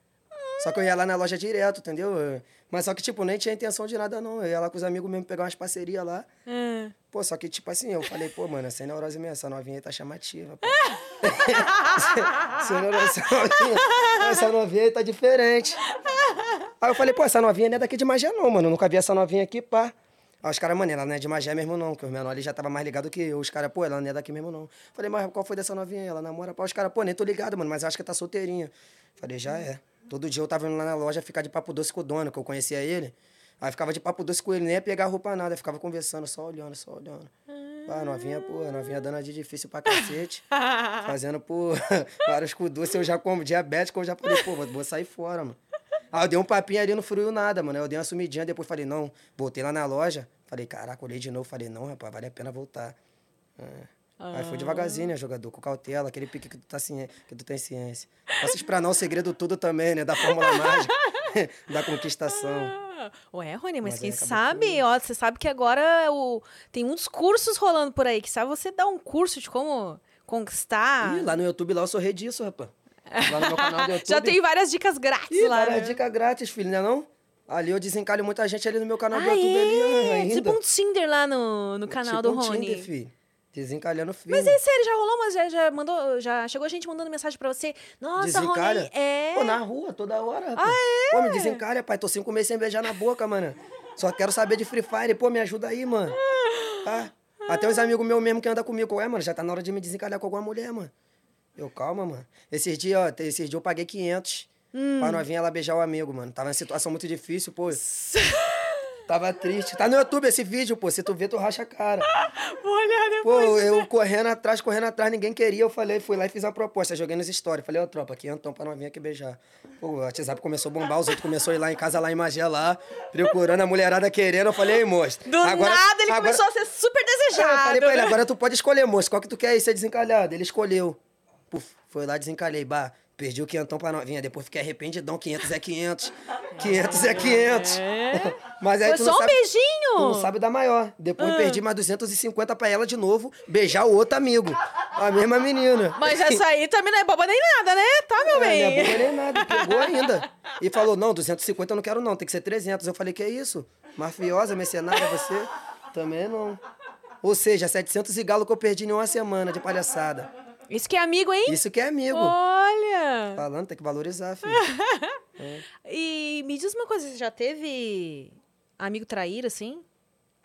Speaker 2: Só que eu ia lá na loja direto, entendeu? Eu- Mas só que, tipo, nem tinha intenção de nada, não. Eu ia lá com os amigos mesmo pegar umas parcerias lá.
Speaker 1: Ah.
Speaker 2: Pô, só que, tipo assim, eu falei, pô, mano, sem neurose mesmo, essa novinha aí tá chamativa, pô. sem neurose, essa novinha, essa novinha aí tá diferente. Aí eu falei, pô, essa novinha não é daqui de Magé não, mano, eu nunca vi essa novinha aqui, pá. Aí os caras, mano, ela não é de Magé mesmo não, que os menores ali já tava mais ligado que eu. Os caras, pô, ela não é daqui mesmo não. Falei, mas qual foi dessa novinha aí? Ela namora, pá. Os caras, pô, nem tô ligado, mano, mas eu acho que tá solteirinha. Falei, já é. Todo dia eu tava indo lá na loja ficar de papo doce com o dono, que eu conhecia ele. Aí ficava de papo doce com ele, nem ia pegar roupa nada, ficava conversando, só olhando, só olhando. Ah, novinha, pô, novinha dando de difícil pra cacete. fazendo, pô, vários cu doce, eu já como diabético, eu já falei, pô, vou, vou sair fora, mano. Aí eu dei um papinho ali, não fruiu nada, mano. Aí Eu dei uma sumidinha, depois falei, não, voltei lá na loja. Falei, caraca, olhei de novo, falei, não, rapaz, vale a pena voltar. É. Aí
Speaker 1: Ah.
Speaker 2: foi devagarzinho, né, jogador? Com cautela, aquele pique que tu, tá ciên- que tu tem ciência. Pra se explanar o segredo todo também, né? Da fórmula mágica, da conquistação.
Speaker 1: Ah, Ué, Rony, mas,
Speaker 2: Mas
Speaker 1: quem
Speaker 2: aí acabou
Speaker 1: sabe, ó, você sabe que agora é o... tem uns cursos rolando por aí, que sabe você dar um curso de como conquistar.
Speaker 2: Ih, lá no YouTube, lá eu sou rei disso, rapaz. Lá no meu canal do YouTube.
Speaker 1: Ah. Já tem várias dicas grátis
Speaker 2: Ih,
Speaker 1: lá.
Speaker 2: cara, é
Speaker 1: né?
Speaker 2: dica grátis, filho, né não? Ali eu desencalho muita gente ali no meu canal do
Speaker 1: Ah,
Speaker 2: YouTube ali,
Speaker 1: é?
Speaker 2: né, ainda.
Speaker 1: Tipo um Tinder lá no, no canal
Speaker 2: Tipo
Speaker 1: do
Speaker 2: um
Speaker 1: Rony.
Speaker 2: Tinder, filho. Desencalhando filho.
Speaker 1: Mas é sério, já rolou, mas já, já mandou, já chegou gente mandando mensagem pra você. Nossa,
Speaker 2: desencalha.
Speaker 1: Rony, é.
Speaker 2: Pô, na rua, toda hora. Ah, é? Pô, me desencalha, pai. Tô cinco meses sem beijar na boca, mano. Só quero saber de Free Fire. Pô, me ajuda aí, mano. Tá? Até os amigos meus mesmo que andam comigo. Ué, mano, já tá na hora de me desencalhar com alguma mulher, mano. Eu, calma, mano. Esses dias, ó, te- esses dias eu paguei 500
Speaker 1: Hum.
Speaker 2: pra novinha lá beijar o amigo, mano. Tava em situação muito difícil, pô. Tava triste. Tá no YouTube esse vídeo, pô. Se tu vê, tu racha a cara.
Speaker 1: Vou olhar
Speaker 2: Pô,
Speaker 1: depois.
Speaker 2: eu correndo atrás, correndo atrás, ninguém queria. Eu falei, fui lá e fiz uma proposta, joguei nos stories. Falei, ó, tropa, aqui então pra novinha aqui beijar. Pô, o WhatsApp começou a bombar, os outros começaram a ir lá em casa, lá em Magé, lá, procurando a mulherada querendo. Eu falei, ei, moço.
Speaker 1: Do nada ele começou a ser super desejado.
Speaker 2: É, eu falei pra ele,
Speaker 1: né?
Speaker 2: agora tu pode escolher, moço, qual que tu quer aí ser desencalhado? Ele escolheu. Puf, foi lá, desencalhei, bah. Perdi o quinhentão pra novinha, depois fiquei arrependidão, 500 é 500, 500 é 500. Mas aí
Speaker 1: Foi
Speaker 2: tu não
Speaker 1: só um
Speaker 2: sabe-
Speaker 1: beijinho.
Speaker 2: Tu não sabe da maior. Depois
Speaker 1: Ah.
Speaker 2: perdi mais 250 pra ela de novo, beijar o outro amigo. A mesma menina.
Speaker 1: Mas essa aí também não é boba nem nada, né? Tá, meu
Speaker 2: Não
Speaker 1: bem?
Speaker 2: é boba nem nada, pegou ainda. E falou, não, 250 eu não quero não, tem que ser 300. Eu falei, que é isso? Mafiosa, mercenária, você? Também não. Ou seja, 700 e galo que eu perdi em uma semana de palhaçada.
Speaker 1: Isso que é amigo, hein?
Speaker 2: Isso que é amigo.
Speaker 1: Olha!
Speaker 2: Falando, tem que valorizar, filho.
Speaker 1: E me diz uma coisa, você já teve amigo traíra, assim?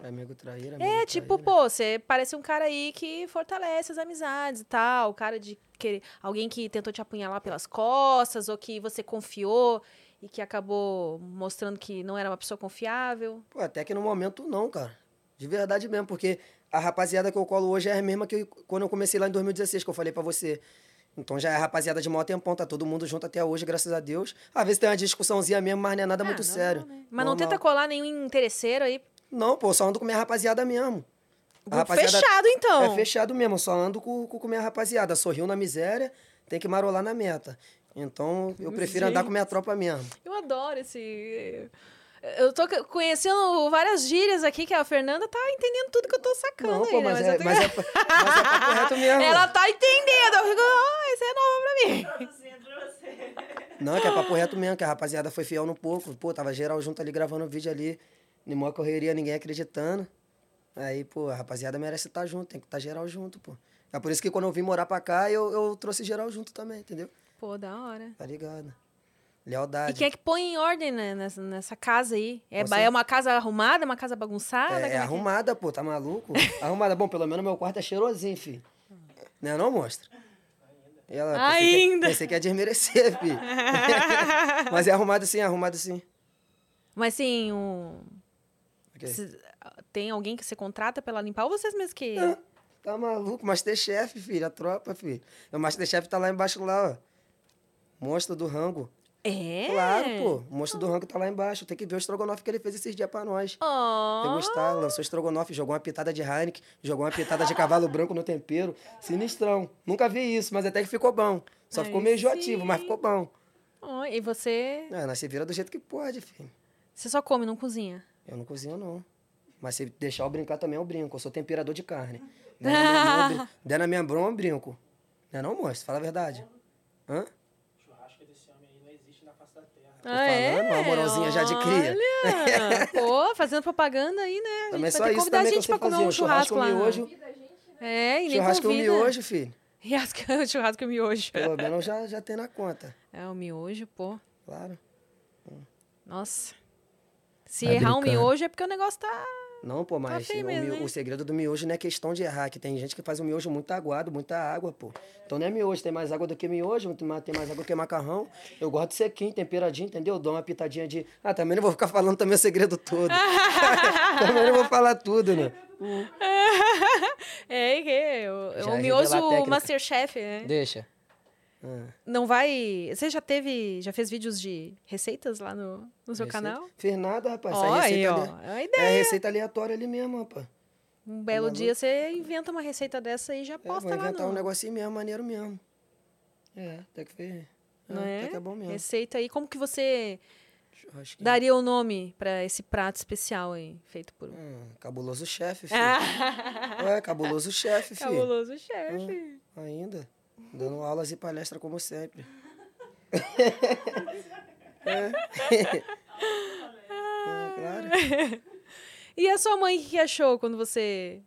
Speaker 2: Amigo traíra, amigo
Speaker 1: É, tipo,
Speaker 2: traíra.
Speaker 1: pô, você parece um cara aí que fortalece as amizades e tal. O cara de querer. Alguém que tentou te apunhalar pelas costas, ou que você confiou e que acabou mostrando que não era uma pessoa confiável.
Speaker 2: Pô, até que no momento não, cara. De verdade mesmo, porque a rapaziada que eu colo hoje é a mesma que eu- quando eu comecei lá em 2016, que eu falei pra você. Então já é a rapaziada de maior tempão, tá todo mundo junto até hoje, graças a Deus. Às vezes tem uma discussãozinha mesmo, mas não é nada
Speaker 1: Ah,
Speaker 2: muito
Speaker 1: normal,
Speaker 2: sério.
Speaker 1: né? Mas não
Speaker 2: Normal.
Speaker 1: tenta colar nenhum interesseiro aí.
Speaker 2: Não, pô, só ando com minha rapaziada mesmo. A
Speaker 1: Grupo fechado, então.
Speaker 2: É fechado mesmo, só ando com, com, com minha rapaziada. Sorriu na miséria, tem que marolar na meta. Então
Speaker 1: Hum,
Speaker 2: eu prefiro andar com minha tropa mesmo.
Speaker 1: Eu adoro esse. eh, Eu tô c- conhecendo várias gírias aqui, que a Fernanda tá entendendo tudo que eu tô sacando
Speaker 2: Não,
Speaker 1: aí,
Speaker 2: pô,
Speaker 1: né?
Speaker 2: mas,
Speaker 1: eu
Speaker 2: é,
Speaker 1: tô-
Speaker 2: mas, é, pa- mas é papo reto mesmo.
Speaker 1: Ela tá entendendo. Eu fico, ah, isso é novo pra mim.
Speaker 2: Não, que é papo reto mesmo, que a rapaziada foi fiel no pouco. Pô, tava geral junto ali gravando vídeo ali. Numa correria, ninguém acreditando. Aí, pô, a rapaziada merece estar junto, tem que estar geral junto, pô. É por isso que quando eu vim morar pra cá, eu, eu trouxe geral junto também, entendeu?
Speaker 1: Pô, da hora.
Speaker 2: Tá ligado?
Speaker 1: E
Speaker 2: Lealdade.
Speaker 1: quem é que põe em ordem né, nessa, nessa casa aí? É,
Speaker 2: Com
Speaker 1: ba- é uma casa arrumada, uma casa bagunçada? Como
Speaker 2: É,
Speaker 1: é
Speaker 2: é
Speaker 1: que é?
Speaker 2: arrumada, pô, tá maluco? Arrumada. Bom, pelo menos meu quarto é cheirosinho, filho. Não é não, monstro? E ela, pensei que- é
Speaker 1: Ainda.
Speaker 2: Pensei que ia desmerecer, filho. Mas é arrumado sim, é arrumado sim.
Speaker 1: Mas assim, um...
Speaker 2: Ok.
Speaker 1: se- tem alguém que você contrata pra ela limpar ou vocês mesmos que.
Speaker 2: Não, Tá maluco? Masterchef, filho. A tropa, filho. O Masterchef tá lá embaixo, lá, ó. Monstro do rango.
Speaker 1: É?
Speaker 2: Claro, pô. O monstro do rango tá lá embaixo. Tem que ver o estrogonofe que ele fez esses dias pra nós.
Speaker 1: Ó.
Speaker 2: Degustar, lançou estrogonofe, jogou uma pitada de Heineken, jogou uma pitada de cavalo branco no tempero. Sinistrão. Nunca vi isso, mas até que ficou bom. Só ficou
Speaker 1: Aí
Speaker 2: meio enjoativo,
Speaker 1: sim.
Speaker 2: mas ficou bom.
Speaker 1: Ó, e você.
Speaker 2: É, nós se vira do jeito que pode, filho.
Speaker 1: Você só come, não cozinha?
Speaker 2: Eu não cozinho, não. Mas se deixar eu brincar também, eu brinco. Eu sou temperador de carne. Der na minha mão, eu brin- der na minha mão, eu brinco. Não é não, moço? Fala a verdade. Hã? Tô
Speaker 1: Ah,
Speaker 2: falando, uma moralzinha já de cria.
Speaker 1: Olha! Pô, fazendo propaganda aí, né? A
Speaker 2: Também
Speaker 1: gente
Speaker 2: só
Speaker 1: vai ter que
Speaker 2: isso
Speaker 1: convidar a
Speaker 2: também que eu
Speaker 1: gente
Speaker 2: sei
Speaker 1: pra comer
Speaker 2: fazer.
Speaker 1: um
Speaker 2: Um churrasco,
Speaker 1: churrasco
Speaker 2: um
Speaker 1: lá.
Speaker 2: miojo.
Speaker 1: É, e nem
Speaker 2: Churrasco e um
Speaker 1: convida.
Speaker 2: miojo, filho.
Speaker 1: Churrasco, churrasco e miojo.
Speaker 2: Pelo menos eu já, já tem na conta.
Speaker 1: É, o miojo, pô.
Speaker 2: Claro.
Speaker 1: Nossa. Se
Speaker 3: Vai
Speaker 1: errar um
Speaker 3: brincando.
Speaker 1: miojo é porque o negócio tá
Speaker 2: Não, pô, mas
Speaker 1: feio
Speaker 2: o,
Speaker 1: mesmo,
Speaker 2: mio-
Speaker 1: hein?
Speaker 2: o segredo do miojo não é questão de errar, que tem gente que faz um miojo muito aguado, muita água, pô. Então não é miojo, tem mais água do que miojo, tem mais- tem mais água do que macarrão. Eu gosto de sequinho, temperadinho, entendeu? Dou uma pitadinha de. Ah, também não vou ficar falando também o segredo todo. também não vou falar tudo, né?
Speaker 1: é, que é o- é
Speaker 2: Já
Speaker 1: o
Speaker 2: revelar
Speaker 1: mioso
Speaker 2: a técnica.
Speaker 1: Masterchef, né?
Speaker 2: Deixa. Ah,
Speaker 1: Não vai. Você já teve. Já fez vídeos de receitas lá no, no seu
Speaker 2: receita-
Speaker 1: canal?
Speaker 2: Fiz nada, rapaz. Essa
Speaker 1: Ó, aí,
Speaker 2: receita
Speaker 1: ó.
Speaker 2: ali-
Speaker 1: É uma
Speaker 2: É
Speaker 1: ideia.
Speaker 2: receita aleatória ali mesmo, rapaz.
Speaker 1: Um belo
Speaker 2: Tá maluco.
Speaker 1: dia você inventa uma receita dessa e já
Speaker 2: É,
Speaker 1: posta
Speaker 2: vou
Speaker 1: tá lá
Speaker 2: inventar
Speaker 1: no.
Speaker 2: um negocinho mesmo, maneiro mesmo. É, até que fez.
Speaker 1: Não
Speaker 2: é,
Speaker 1: é?
Speaker 2: Até que é bom mesmo.
Speaker 1: Receita aí. Como que você
Speaker 2: Churrasquinho.
Speaker 1: daria o nome pra esse prato especial aí, feito por. um
Speaker 2: Hum, cabuloso chefe, filho.
Speaker 1: Ah,
Speaker 2: Ué, cabuloso chefe, filho.
Speaker 1: Cabuloso
Speaker 2: É.
Speaker 1: chefe.
Speaker 2: Ainda. Dando aulas e palestra como sempre. é.
Speaker 1: Ah.
Speaker 2: É, claro.
Speaker 1: E a sua mãe o que achou quando você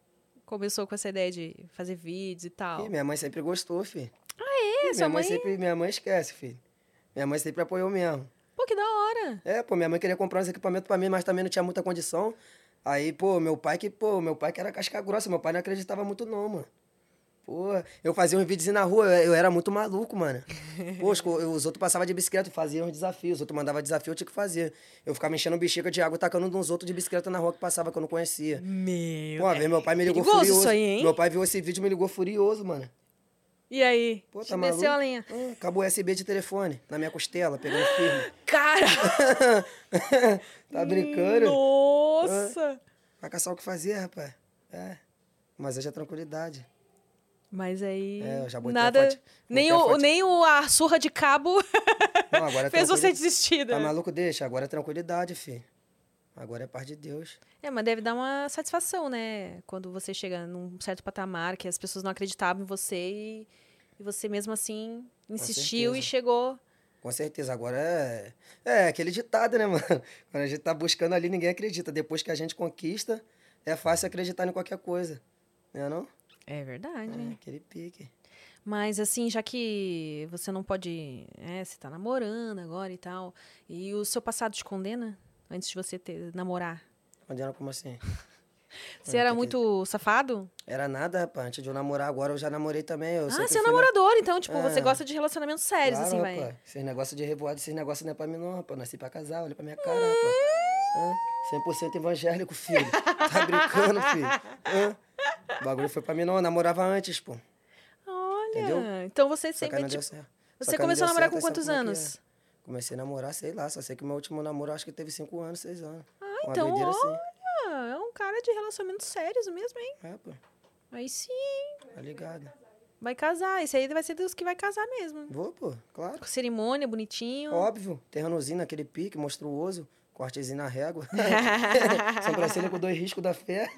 Speaker 1: começou com essa ideia de fazer vídeos e tal?
Speaker 2: Ih, minha mãe sempre gostou, filho.
Speaker 1: É,
Speaker 2: É, minha
Speaker 1: sua
Speaker 2: mãe
Speaker 1: mãe.
Speaker 2: sempre, minha mãe esquece, filho. Minha mãe sempre apoiou mesmo.
Speaker 1: Pô, que da hora.
Speaker 2: É, pô, minha mãe queria comprar uns equipamentos pra mim, mas também não tinha muita condição. Aí, pô, meu pai que, pô, meu pai que era casca grossa, meu pai não acreditava muito não, mano. Pô, eu fazia uns vídeos na rua, eu, eu era muito maluco, mano. Pô, os, co- os outros passavam de bicicleta, faziam uns desafios, os outros mandavam desafio, eu tinha que fazer. Eu ficava enchendo bexiga de água, tacando uns outros de bicicleta na rua que passava, que eu não conhecia.
Speaker 1: Meu.
Speaker 2: Pô, uma vez meu pai me ligou
Speaker 1: perigoso
Speaker 2: furioso.
Speaker 1: isso aí, hein?
Speaker 2: Meu pai viu esse vídeo e me ligou furioso, mano.
Speaker 1: E aí?
Speaker 2: Pô, tá
Speaker 1: Te
Speaker 2: maluco?
Speaker 1: desceu a lenha.
Speaker 2: Ah, acabou o USB de telefone, na minha costela, pegando firme.
Speaker 1: Cara!
Speaker 2: tá brincando?
Speaker 1: Nossa!
Speaker 2: Vai caçar o que fazer, rapaz. É. Mas hoje é tranquilidade.
Speaker 1: Mas aí.
Speaker 2: É, eu já botei a
Speaker 1: nada.
Speaker 2: foto-
Speaker 1: nem,
Speaker 2: botei a
Speaker 1: o,
Speaker 2: foto.
Speaker 1: nem o, a surra de cabo
Speaker 2: Não, agora é
Speaker 1: fez você
Speaker 2: tranquilidade.
Speaker 1: desistir. né?
Speaker 2: Tá maluco? Deixa. Agora é tranquilidade, filho. Agora é paz de Deus.
Speaker 1: É, mas deve dar uma satisfação, né? Quando você chega num certo patamar que as pessoas não acreditavam em você e, e você mesmo assim insistiu e
Speaker 2: certeza.
Speaker 1: chegou.
Speaker 2: Com certeza. Agora é. É aquele ditado, né, mano? Quando a gente tá buscando ali, ninguém acredita. Depois que a gente conquista, é fácil acreditar em qualquer coisa. Não é não?
Speaker 1: É verdade.
Speaker 2: É, aquele pique.
Speaker 1: Mas assim, já que você não pode. É, você tá namorando agora e tal. E o seu passado te condena antes de você ter, namorar?
Speaker 2: Onde era como assim?
Speaker 1: Você
Speaker 2: Ah,
Speaker 1: era
Speaker 2: que-
Speaker 1: muito safado?
Speaker 2: Era nada, rapaz. Antes de eu namorar, agora eu já namorei também. Eu
Speaker 1: ah,
Speaker 2: sempre
Speaker 1: você é
Speaker 2: fui na-
Speaker 1: namorador, então, tipo, você
Speaker 2: É.
Speaker 1: gosta de relacionamentos sérios, assim, vai.
Speaker 2: rapaz. Esses negócios de revoada, esses negócios não é pra mim, não, rapaz. Nasci pra casar, olha pra minha cara, rapaz. Hã? 100% evangélico, filho. Tá brincando, filho. Hã? O bagulho foi pra mim, não. Eu namorava antes, pô.
Speaker 1: Olha.
Speaker 2: Entendeu?
Speaker 1: Então você
Speaker 2: Só que
Speaker 1: sempre.
Speaker 2: não deu
Speaker 1: tipo,
Speaker 2: certo. Só
Speaker 1: você
Speaker 2: que não
Speaker 1: começou a
Speaker 2: deu
Speaker 1: namorar
Speaker 2: certo,
Speaker 1: com
Speaker 2: aí sabe
Speaker 1: quantos
Speaker 2: como é que
Speaker 1: anos?
Speaker 2: é. Comecei a namorar, sei lá. Só sei que meu último namoro, acho que teve 5 anos, 6 anos. Ah,
Speaker 1: então,
Speaker 2: doideira assim.
Speaker 1: Ah, é um cara de relacionamentos sérios mesmo, hein?
Speaker 2: É, pô.
Speaker 1: Aí sim,
Speaker 2: Tá ligado.
Speaker 1: vai casar. Esse aí vai ser dos que vai casar mesmo.
Speaker 2: Vou, pô. Claro.
Speaker 1: Com cerimônia, bonitinho.
Speaker 2: Óbvio. Terranozinho naquele pique, monstruoso. Cortezinho na régua. Sobrancelha com dois riscos da fé.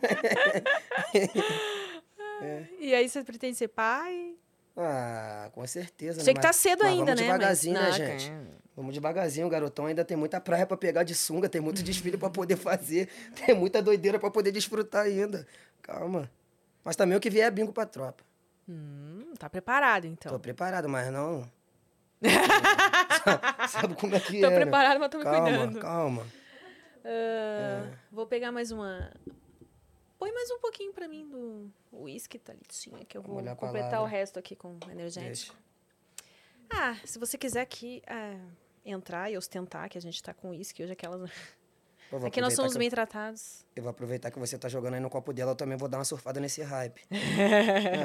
Speaker 1: E aí você pretende ser pai?
Speaker 2: Ah, com certeza.
Speaker 1: Sei
Speaker 2: né?
Speaker 1: que tá
Speaker 2: Mas-
Speaker 1: cedo
Speaker 2: mas
Speaker 1: ainda,
Speaker 2: vamos
Speaker 1: né?
Speaker 2: Devagarzinho,
Speaker 1: Mas-
Speaker 2: né,
Speaker 1: Não,
Speaker 2: gente?
Speaker 1: cara.
Speaker 2: Vamos devagarzinho, o garotão ainda tem muita praia pra pegar de sunga, tem muito desfile pra poder fazer, tem muita doideira pra poder desfrutar ainda. Calma. Mas também o que vier é bingo pra tropa.
Speaker 1: Hum, tá preparado, então.
Speaker 2: Tô preparado, mas não. Sabe como é que
Speaker 1: Tô
Speaker 2: é? né?
Speaker 1: preparado, mas tô me
Speaker 2: calma, É.
Speaker 1: cuidando.
Speaker 2: Calma.
Speaker 1: Ah, Vou pegar mais uma. Põe mais um pouquinho pra mim do uísque, Thalitinha, que eu vou
Speaker 2: Vamos olhar a
Speaker 1: completar
Speaker 2: palavra.
Speaker 1: o resto aqui com energético.
Speaker 2: Deixa.
Speaker 1: Ah, se você quiser aqui ah, entrar e ostentar, que a gente tá com uísque hoje, aquelas.
Speaker 2: Eu vou
Speaker 1: Aqui nós
Speaker 2: aproveitar
Speaker 1: somos
Speaker 2: que-
Speaker 1: bem tratados.
Speaker 2: Eu vou aproveitar que você tá jogando aí no copo dela, eu também vou dar uma surfada nesse hype.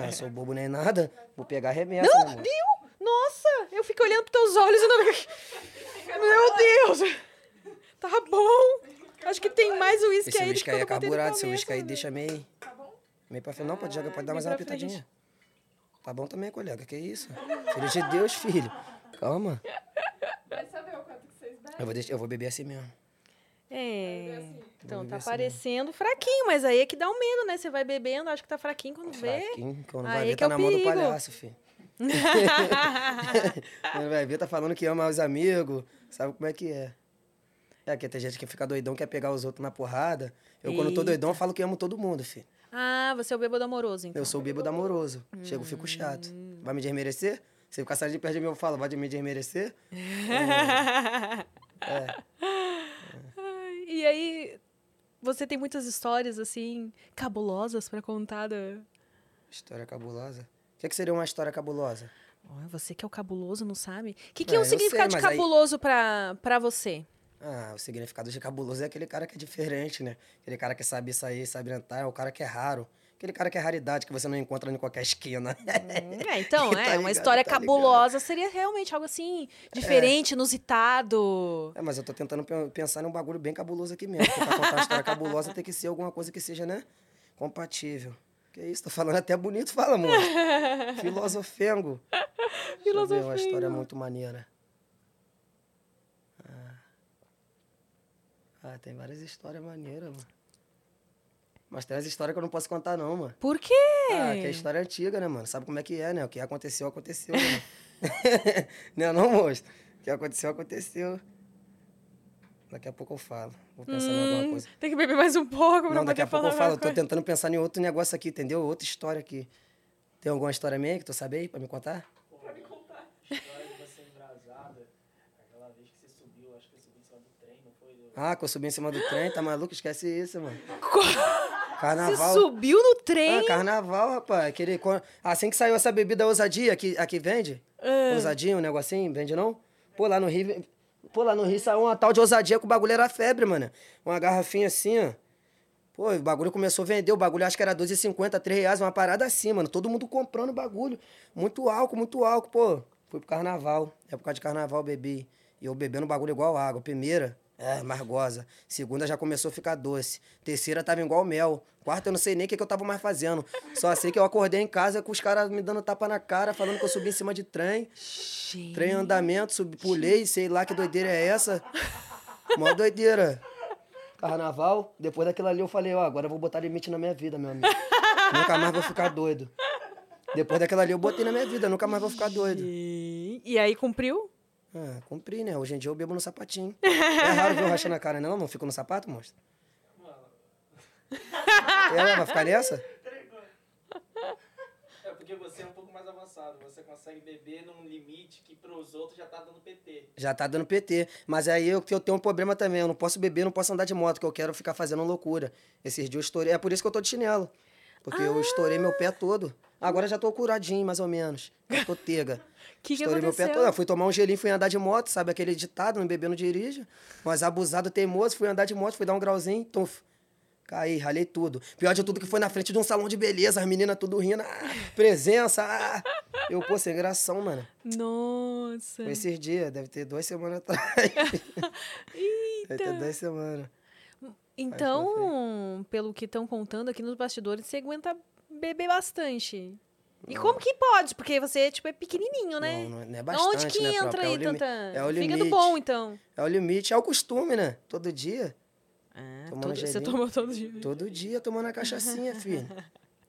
Speaker 2: ah, sou bobo nem nada, vou pegar remessa. né, amor?
Speaker 1: Viu? Nossa, eu fico olhando pros teus olhos e não... Meu Deus! Tá bom. Acho que tem mais uísque
Speaker 2: Esse
Speaker 1: aí do que
Speaker 2: uísque aí é
Speaker 1: eu botei no
Speaker 2: carburado, esse
Speaker 1: começo,
Speaker 2: uísque aí
Speaker 1: né?
Speaker 2: deixa meio. Tá bom? Meio pra frente. Não, pode jogar, pode dar
Speaker 1: Ai,
Speaker 2: mais
Speaker 1: Ah, meio
Speaker 2: uma
Speaker 1: pra frente.
Speaker 2: pitadinha. Tá bom também, colega, que isso? Filho de Deus, filho. Calma. Eu vou, deixar, eu vou beber assim mesmo.
Speaker 1: É. Então,
Speaker 2: Vamos
Speaker 1: tá
Speaker 2: ver assim. né? se
Speaker 1: parecendo fraquinho, mas aí é que dá um medo, né? Você vai bebendo, acho que tá fraquinho quando vê.
Speaker 2: Fraquinho, quando
Speaker 1: Aí
Speaker 2: vai ver,
Speaker 1: que é
Speaker 2: tá
Speaker 1: o
Speaker 2: na mão do
Speaker 1: perigo.
Speaker 2: palhaço, filho. quando vai ver, tá falando que ama os amigos. Sabe como é que é? É, que tem gente que fica doidão, quer pegar os outros na porrada. Eu, quando tô
Speaker 1: Eita.
Speaker 2: doidão, eu falo que amo todo mundo, filho.
Speaker 1: Ah, você é o bêbado amoroso, então.
Speaker 2: Eu sou bêbado amoroso. Chego, fico chato. Vai me desmerecer? Se ficar saindo de perto de mim, eu falo, vai me desmerecer?
Speaker 1: Ai, E É. aí, Você tem muitas histórias, assim, cabulosas pra contar da...
Speaker 2: História cabulosa. O que, que seria uma história cabulosa?
Speaker 1: Olha, você que é o cabuloso, não sabe? O que, que é,
Speaker 2: É,
Speaker 1: o
Speaker 2: eu sei,
Speaker 1: significado de
Speaker 2: mas aí-
Speaker 1: cabuloso pra, pra você?
Speaker 2: Ah, o significado de cabuloso é aquele cara que é diferente, né? Aquele cara que sabe sair, sabe entrar, é o cara que é raro. Aquele cara que é raridade, que você não encontra em qualquer esquina.
Speaker 1: Hum, é, então,
Speaker 2: Tá
Speaker 1: é. uma
Speaker 2: ligado, É.
Speaker 1: história
Speaker 2: tá
Speaker 1: cabulosa seria realmente algo assim, diferente, inusitado.
Speaker 2: É, mas eu tô tentando pe- pensar num bagulho bem cabuloso aqui mesmo. Porque pra contar uma história cabulosa tem que ser alguma coisa que seja, né? Compatível. Que isso, tô falando até bonito, fala, amor. Filosofengo. Deixa eu ver uma história muito maneira. Ah. ah, tem várias histórias maneiras, mano. Mas tem umas histórias que eu não posso contar, não, mano.
Speaker 1: Por quê?
Speaker 2: Ah, que é história antiga, né, mano? Sabe como é que é, né? O que aconteceu, aconteceu, né? mano? né, não, moço? O que aconteceu, aconteceu. Daqui a pouco eu falo. Vou pensar em alguma
Speaker 1: Hum,
Speaker 2: coisa.
Speaker 1: Tem que beber mais um pouco pra
Speaker 2: Não,
Speaker 1: poder
Speaker 2: daqui a pouco
Speaker 1: falar
Speaker 2: eu falo. Eu
Speaker 1: alguma
Speaker 2: tô
Speaker 1: coisa.
Speaker 2: tentando pensar em outro negócio aqui, entendeu? Outra história aqui. Tem alguma história minha que tu sabe aí pra me contar?
Speaker 3: História de você embrasada, aquela vez que você subiu, acho que você subiu em cima do trem, não foi? Eu-
Speaker 2: Ah, que eu subi em cima do trem, tá maluco? Esquece isso, mano.
Speaker 1: Você
Speaker 2: Carnaval.
Speaker 1: subiu no
Speaker 2: Ah,
Speaker 1: trem?
Speaker 2: carnaval, rapaz. Aquele... co- Assim que saiu essa bebida ousadia, que aqui vende? Ousadia, um negocinho, vende não? Pô, lá no Rio. Pô, lá no Rio saiu uma tal de ousadia que o bagulho era febre, mano. Uma garrafinha assim, ó. Pô, o bagulho começou a vender, o bagulho acho que era R$12,50, R$3,00, reais, uma parada assim, mano. Todo mundo comprando o bagulho. Muito álcool, muito álcool, pô. Fui pro carnaval. Época de carnaval, eu bebi. E eu bebendo o bagulho igual água. Primeira, é, margosa. Segunda já começou a ficar doce. Terceira tava igual mel. Quarta eu não sei nem o que, que eu tava mais fazendo. Só sei que eu acordei em casa com os caras me dando tapa na cara, falando que eu subi em cima de trem.
Speaker 1: Gente.
Speaker 2: Trem em andamento, subi, pulei, sei lá que doideira é essa. Mó doideira. Carnaval, depois daquilo ali eu falei, ó, agora eu vou botar limite na minha vida, meu amigo. nunca mais vou ficar doido. Depois daquilo ali eu botei na minha vida, nunca mais vou ficar doido.
Speaker 1: E, e aí cumpriu?
Speaker 2: Ah, cumpri, né? Hoje em dia eu bebo no sapatinho. É raro ver eu rachando a cara, não? Não fico no sapato, monstro? Ela vai ficar nessa?
Speaker 3: É porque você é um pouco mais avançado, você consegue beber num limite que pros outros já tá dando PT.
Speaker 2: Já tá dando PT. Mas aí eu, eu tenho um problema também. Eu não posso beber, não posso andar de moto, que eu quero ficar fazendo loucura. Esses dias eu estourei. É por isso que eu tô de chinelo. Porque eu estourei meu pé todo. Agora já tô curadinho, mais ou menos. Eu tô tega.
Speaker 1: Que que
Speaker 2: estourei meu pé
Speaker 1: aconteceu?
Speaker 2: todo. Eu fui tomar um gelinho, fui andar de moto, sabe aquele ditado, não beber não dirige. Mas abusado, teimoso, fui andar de moto, fui dar um grauzinho, tumf. Caí, ralei tudo. Pior de tudo que foi na frente de um salão de beleza, as meninas tudo rindo. ah, presença. ah. Eu, pô, sem gração, mano.
Speaker 1: Nossa.
Speaker 2: Foi esses dias, deve ter duas semanas atrás. Deve ter
Speaker 1: Eita.
Speaker 2: duas semanas.
Speaker 1: Então, pelo que estão contando aqui nos bastidores, você aguenta beber bastante. E como que pode? Porque você, tipo, é pequenininho, né?
Speaker 2: Não, não é- não é bastante,
Speaker 1: Onde que
Speaker 2: né,
Speaker 1: entra
Speaker 2: tropa? É o
Speaker 1: aí
Speaker 2: limi-
Speaker 1: tanta...
Speaker 2: é o
Speaker 1: Fígado
Speaker 2: limite.
Speaker 1: bom, então.
Speaker 2: É o limite, é o costume, né? Todo dia.
Speaker 1: Ah,
Speaker 2: Tomando
Speaker 1: todo- você
Speaker 2: gelinho.
Speaker 1: tomou todo dia.
Speaker 2: Todo dia tomando a cachaçinha, filho.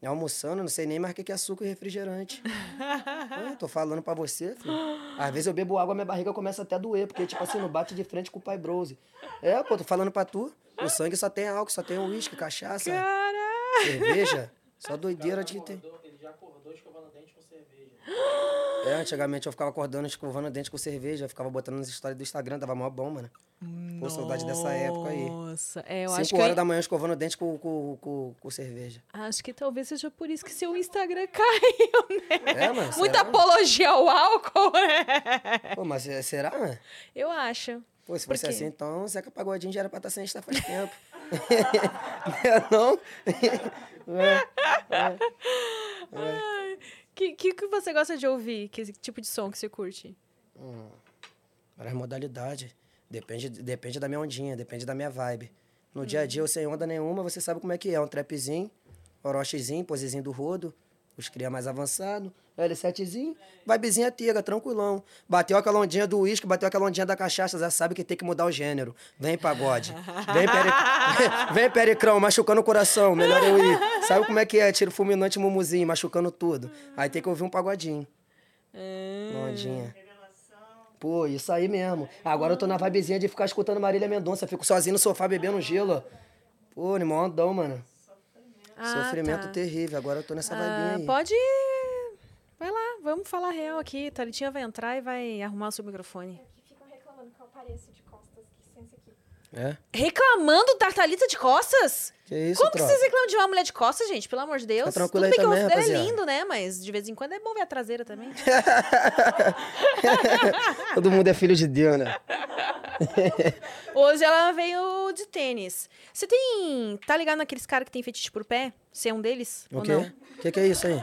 Speaker 2: E Almoçando, não sei nem mais o que que é suco e refrigerante. Ah, tô falando pra você, filho. Às vezes eu bebo água, minha barriga começa até a doer, porque, tipo assim, não bate de frente com o pai Brose. É, pô, tô falando pra tu. O sangue só tem álcool, só tem uísque, cachaça,
Speaker 1: Caraca.
Speaker 2: cerveja. Só
Speaker 3: O cara
Speaker 2: doideira de
Speaker 3: acordou-
Speaker 2: ter.
Speaker 3: Ele já acordou escovando dente com cerveja.
Speaker 2: É, antigamente eu ficava acordando, escovando o dente com cerveja, eu ficava botando nas histórias do Instagram, tava mó bom, mano. Pô, saudade dessa época aí.
Speaker 1: Nossa, é, eu
Speaker 2: Cinco
Speaker 1: acho que...
Speaker 2: horas
Speaker 1: eu-
Speaker 2: da manhã escovando o dente com, com, com, com cerveja.
Speaker 1: Acho que talvez seja por isso que seu Instagram caiu, né?
Speaker 2: É, mano.
Speaker 1: Muita
Speaker 2: será?
Speaker 1: apologia ao álcool, né?
Speaker 2: Pô, mas é- será, né?
Speaker 1: Eu acho.
Speaker 2: Pô, se
Speaker 1: Por
Speaker 2: fosse
Speaker 1: quê?
Speaker 2: assim, então Zeca Pagodinho já era pra estar sem estar faz tempo. Não é, não?
Speaker 1: Ai, que, que que você gosta de ouvir? Que tipo de som que você curte?
Speaker 2: Várias modalidades. Depende, depende da minha ondinha, depende da minha vibe. No dia a dia eu sem onda nenhuma, você sabe como é que é. Um trapzinho, orochizinho, posezinho do rodo, os cria mais avançado, L7zinho, vibezinha tega, tranquilão. Bateu aquela ondinha do uísque, bateu aquela ondinha da cachaça, já sabe que tem que mudar o gênero. Vem pagode. Vem, peri... Vem pericrão, machucando o coração, melhor eu ir. Sabe como é que é? Tiro fulminante mumuzinho, machucando tudo. Aí tem que ouvir um pagodinho. Uma ondinha. Pô, isso aí mesmo. Agora eu tô na vibezinha de ficar escutando Marília Mendonça. Fico sozinho no sofá bebendo gelo. Pô, animal andão, mano.
Speaker 1: Ah,
Speaker 2: Sofrimento
Speaker 1: tá.
Speaker 2: terrível. Agora eu tô nessa
Speaker 1: Ah,
Speaker 2: vibinha aí.
Speaker 1: pode. Vai lá, vamos falar real aqui. Taritinha vai entrar e vai arrumar o seu microfone.
Speaker 4: que ficam reclamando que eu apareço de costas, que licença aqui.
Speaker 2: É?
Speaker 1: Reclamando Tartalita de costas?
Speaker 2: Que isso,
Speaker 1: Como que
Speaker 2: tropa?
Speaker 1: vocês reclamam de uma mulher de costas, gente? Pelo amor de Deus.
Speaker 2: Fica
Speaker 1: Tudo
Speaker 2: tranquila aí
Speaker 1: bem que
Speaker 2: também,
Speaker 1: o rosto dela é
Speaker 2: rapaziada.
Speaker 1: lindo, né? Mas de vez em quando é bom ver a traseira também.
Speaker 2: Todo mundo é filho de Deus, né?
Speaker 1: Hoje ela veio de tênis. Você tem. Tá ligado naqueles caras que tem fetiche por pé? Você é um deles?
Speaker 2: O
Speaker 1: ou
Speaker 2: quê?
Speaker 1: não?
Speaker 2: O que, que é isso aí?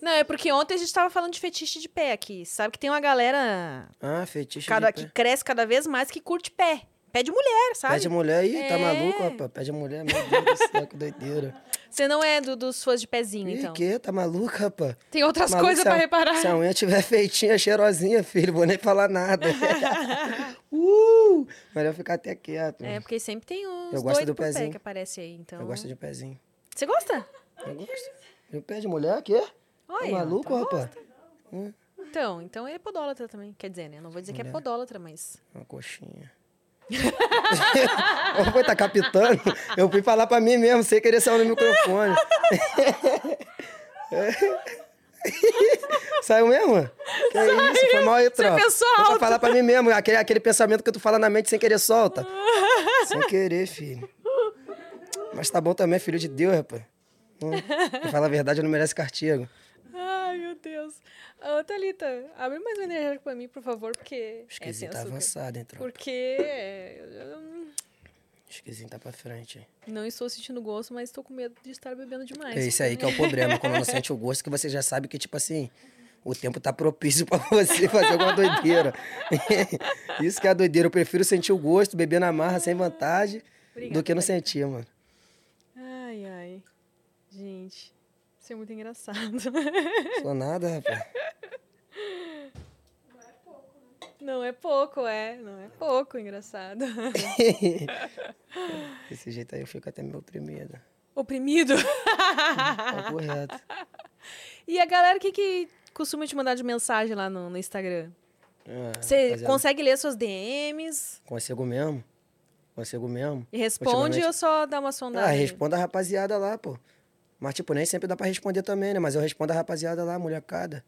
Speaker 1: Não, é porque ontem a gente tava falando de fetiche de pé aqui. Sabe que tem uma galera
Speaker 2: Ah, feitiço
Speaker 1: cada,
Speaker 2: de
Speaker 1: que
Speaker 2: pé.
Speaker 1: cresce cada vez mais que curte pé. Pé de mulher, sabe?
Speaker 2: Pé de mulher aí, tá
Speaker 1: É.
Speaker 2: maluco, rapaz? Pé de mulher, meu Deus do céu, que doideira.
Speaker 1: Você não é do- dos fãs de pezinho,
Speaker 2: Ih,
Speaker 1: então.
Speaker 2: que? Tá maluco, rapaz?
Speaker 1: Tem outras
Speaker 2: Maluco,
Speaker 1: coisas
Speaker 2: se a-
Speaker 1: pra reparar.
Speaker 2: Se a unha tiver feitinha, cheirosinha, filho, vou nem falar nada. uh! Melhor ficar até quieto.
Speaker 1: É, porque sempre tem uns
Speaker 2: Eu gosto
Speaker 1: doido
Speaker 2: do
Speaker 1: por pé
Speaker 2: pezinho.
Speaker 1: que aparece aí, então.
Speaker 2: Eu gosto de Tá pezinho.
Speaker 1: Você gosta?
Speaker 2: Eu gosto. E o pé de mulher, quê?
Speaker 1: Olha,
Speaker 2: tá maluco,
Speaker 1: então
Speaker 2: rapaz?
Speaker 1: Então, então é podólatra também. Quer dizer, né? Não vou dizer que é podólatra, mas.
Speaker 2: Uma coxinha. eu fui tá capitando. Eu fui falar pra mim mesmo, sem querer sair no microfone. Saiu mesmo? Que isso? Foi mal aí,
Speaker 1: Você
Speaker 2: tropa.
Speaker 1: pensou
Speaker 2: Foi pra
Speaker 1: alto.
Speaker 2: falar pra mim mesmo, aquele, aquele pensamento que tu fala na mente sem querer solta. sem querer, filho. Mas tá bom também, filho de Deus, rapaz. Hum, Quem fala a verdade não merece
Speaker 1: É,
Speaker 2: castigo.
Speaker 1: Ai, meu Deus. Ô, Thalita, abre mais um energético pra mim, por favor, porque.
Speaker 2: Esquisito tá
Speaker 1: é sem açúcar.
Speaker 2: avançado, hein, tropa?
Speaker 1: Porque. é, eu- eu não-
Speaker 2: Esquisito tá pra frente, hein?
Speaker 1: Não estou sentindo gosto, mas estou com medo de estar bebendo demais.
Speaker 2: É esse aí que é o problema, quando não sente o gosto, que você já sabe que, tipo assim, o tempo tá propício pra você fazer alguma doideira. Isso que é a doideira. Eu prefiro sentir o gosto, beber na marra sem vantagem,
Speaker 1: Obrigada,
Speaker 2: do que não sentir, mano.
Speaker 1: Ai, ai. Gente, isso é muito engraçado.
Speaker 2: Sou nada, rapaz.
Speaker 1: Não é pouco, é. Não é pouco, engraçado.
Speaker 2: Desse jeito aí eu fico até meio oprimido.
Speaker 1: Oprimido.
Speaker 2: Tá correto.
Speaker 1: E a galera, o que, que costuma te mandar de mensagem lá no, no Instagram?
Speaker 2: Ah,
Speaker 1: Você
Speaker 2: rapaziada,
Speaker 1: consegue ler suas DMs
Speaker 2: Consigo mesmo? Consigo mesmo?
Speaker 1: e responde
Speaker 2: Ultimamente-
Speaker 1: ou só dá uma sondagem?
Speaker 2: Ah, responda a rapaziada lá, pô. Mas, tipo, nem sempre dá pra responder também, né? Mas eu respondo a rapaziada lá, molecada.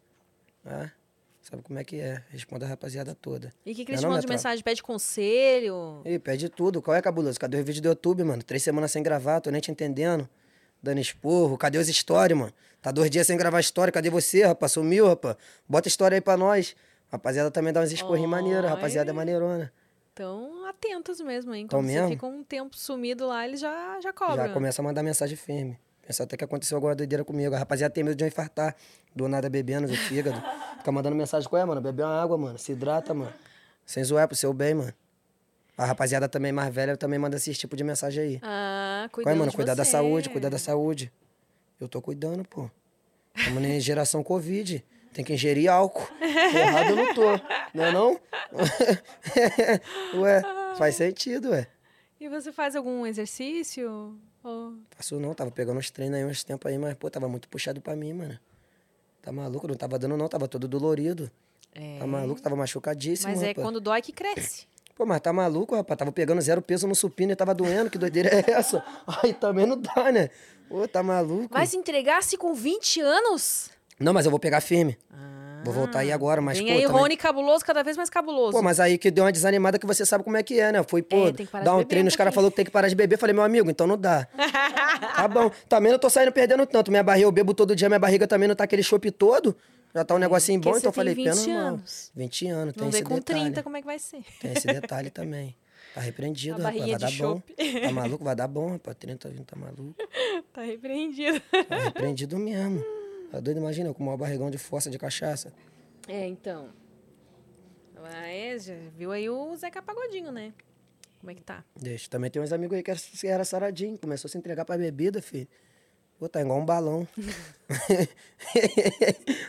Speaker 2: Ah, sabe como é que é? Respondo a rapaziada toda.
Speaker 1: E o que, que
Speaker 2: Meu
Speaker 1: eles te
Speaker 2: nome
Speaker 1: mandam
Speaker 2: é
Speaker 1: de
Speaker 2: Tropa.
Speaker 1: mensagem? Pede conselho?
Speaker 2: Ih, pede tudo. Qual é, cabuloso? Cadê o vídeo do YouTube, mano? Três semanas sem gravar, tô nem te entendendo. Dando esporro. Cadê os stories, mano? Tá dois dias sem gravar história. Cadê você, rapaz? Sumiu, rapaz. Bota história aí pra nós. Rapaziada também dá uns esporrinhos maneiros. Rapaziada é
Speaker 1: Olha.
Speaker 2: maneirona.
Speaker 1: Então, atentos mesmo, hein?
Speaker 2: Tão
Speaker 1: Quando você
Speaker 2: mesmo?
Speaker 1: fica um tempo sumido lá, eles já, já
Speaker 2: Já
Speaker 1: cobram.
Speaker 2: começa a mandar mensagem firme. Pensar até que aconteceu alguma doideira comigo. A rapaziada tem medo de eu infartar. Do nada bebendo, do fígado. Fica mandando mensagem. Qual é, mano? Bebe uma água, mano. Se hidrata, mano. Sem zoar, é pro seu bem, mano. A rapaziada também mais velha também manda esse tipo de mensagem aí.
Speaker 1: Ah,
Speaker 2: Qual é,
Speaker 1: cuidado
Speaker 2: mano?
Speaker 1: de
Speaker 2: Cuidar da
Speaker 1: você.
Speaker 2: saúde, cuidar da saúde. Eu tô cuidando, pô. Estamos em geração Covid. Tem que ingerir álcool. Errado eu não tô. Não é não? ué, faz sentido, ué.
Speaker 1: E você faz algum exercício? Ou-
Speaker 2: Faço não, tava pegando uns treinos aí uns tempos aí, mas, pô, tava muito puxado pra mim, mano. Tá maluco? Não tava dando não, tava todo dolorido.
Speaker 1: É.
Speaker 2: Tá maluco? Tava machucadíssimo,
Speaker 1: Mas é
Speaker 2: rapaz.
Speaker 1: quando dói que cresce.
Speaker 2: Pô, mas tá maluco, rapaz? Tava pegando zero peso no supino e tava doendo. Que doideira é essa? Aí também não dá, né? Pô, tá maluco.
Speaker 1: Vai se entregar-se com 20 anos?
Speaker 2: Não, mas eu vou pegar firme. Vou voltar aí agora, mas,
Speaker 1: Ah, Vem
Speaker 2: pô,
Speaker 1: aí,
Speaker 2: também-
Speaker 1: Rony cabuloso, cada vez mais cabuloso.
Speaker 2: Pô, mas aí que deu uma desanimada que você sabe como é que é, né? Foi, pô,
Speaker 1: É, tem que parar
Speaker 2: dar
Speaker 1: de
Speaker 2: um
Speaker 1: beber
Speaker 2: treino,
Speaker 1: um
Speaker 2: os caras
Speaker 1: pouquinho.
Speaker 2: falaram que tem que parar de beber. Falei, meu amigo, então não dá. tá bom. Também não tô saindo perdendo tanto. Minha barriga, eu bebo todo dia, minha barriga também não tá aquele chope todo. Já tá um negocinho
Speaker 1: É, porque
Speaker 2: bom,
Speaker 1: você
Speaker 2: então eu
Speaker 1: tem
Speaker 2: falei,
Speaker 1: 20
Speaker 2: pena mal.
Speaker 1: anos.
Speaker 2: 20 anos, tem
Speaker 1: Vamos ver
Speaker 2: esse
Speaker 1: com
Speaker 2: detalhe.
Speaker 1: 30 como é que vai ser.
Speaker 2: Tem esse detalhe também. Tá
Speaker 1: A
Speaker 2: repreendido, rapaz. Vai
Speaker 1: barrinha
Speaker 2: dar
Speaker 1: de
Speaker 2: bom.
Speaker 1: chope.
Speaker 2: Tá maluco? Vai dar bom, rapaz. 30, 20, tá maluco.
Speaker 1: Tá repreendido.
Speaker 2: Tá repreendido mesmo. Tá doido? Imagina, eu com o maior barrigão de força de cachaça.
Speaker 1: É, então. Mas, já viu aí o Zeca Pagodinho, né? Como é que tá?
Speaker 2: Deixa. Também tem uns amigos aí que era- que era saradinho, começou a se entregar pra bebida, filho. Pô, tá igual um balão.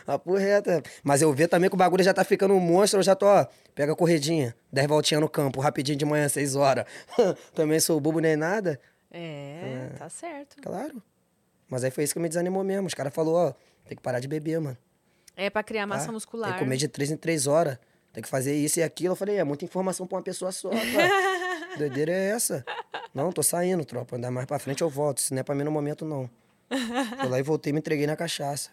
Speaker 2: Papo reto. Mas eu vejo também que o bagulho já tá ficando um monstro, eu já tô, ó, pega a corredinha, 10 voltinhas no campo, rapidinho de manhã, 6 horas. também sou bobo nem nada,
Speaker 1: É, tá certo.
Speaker 2: claro. Mas aí foi isso que me desanimou mesmo. Os caras falaram, ó, tem que parar de beber, mano.
Speaker 1: É pra criar
Speaker 2: tá?
Speaker 1: massa muscular.
Speaker 2: Tem que comer de 3 em 3 horas. Tem que fazer isso e aquilo. Eu falei, é muita informação pra uma pessoa só, cara. Doideira é essa? Não, tô saindo, tropa. Andar mais pra frente eu volto. Se não é pra mim no momento, não. Fui lá e voltei, me entreguei na cachaça.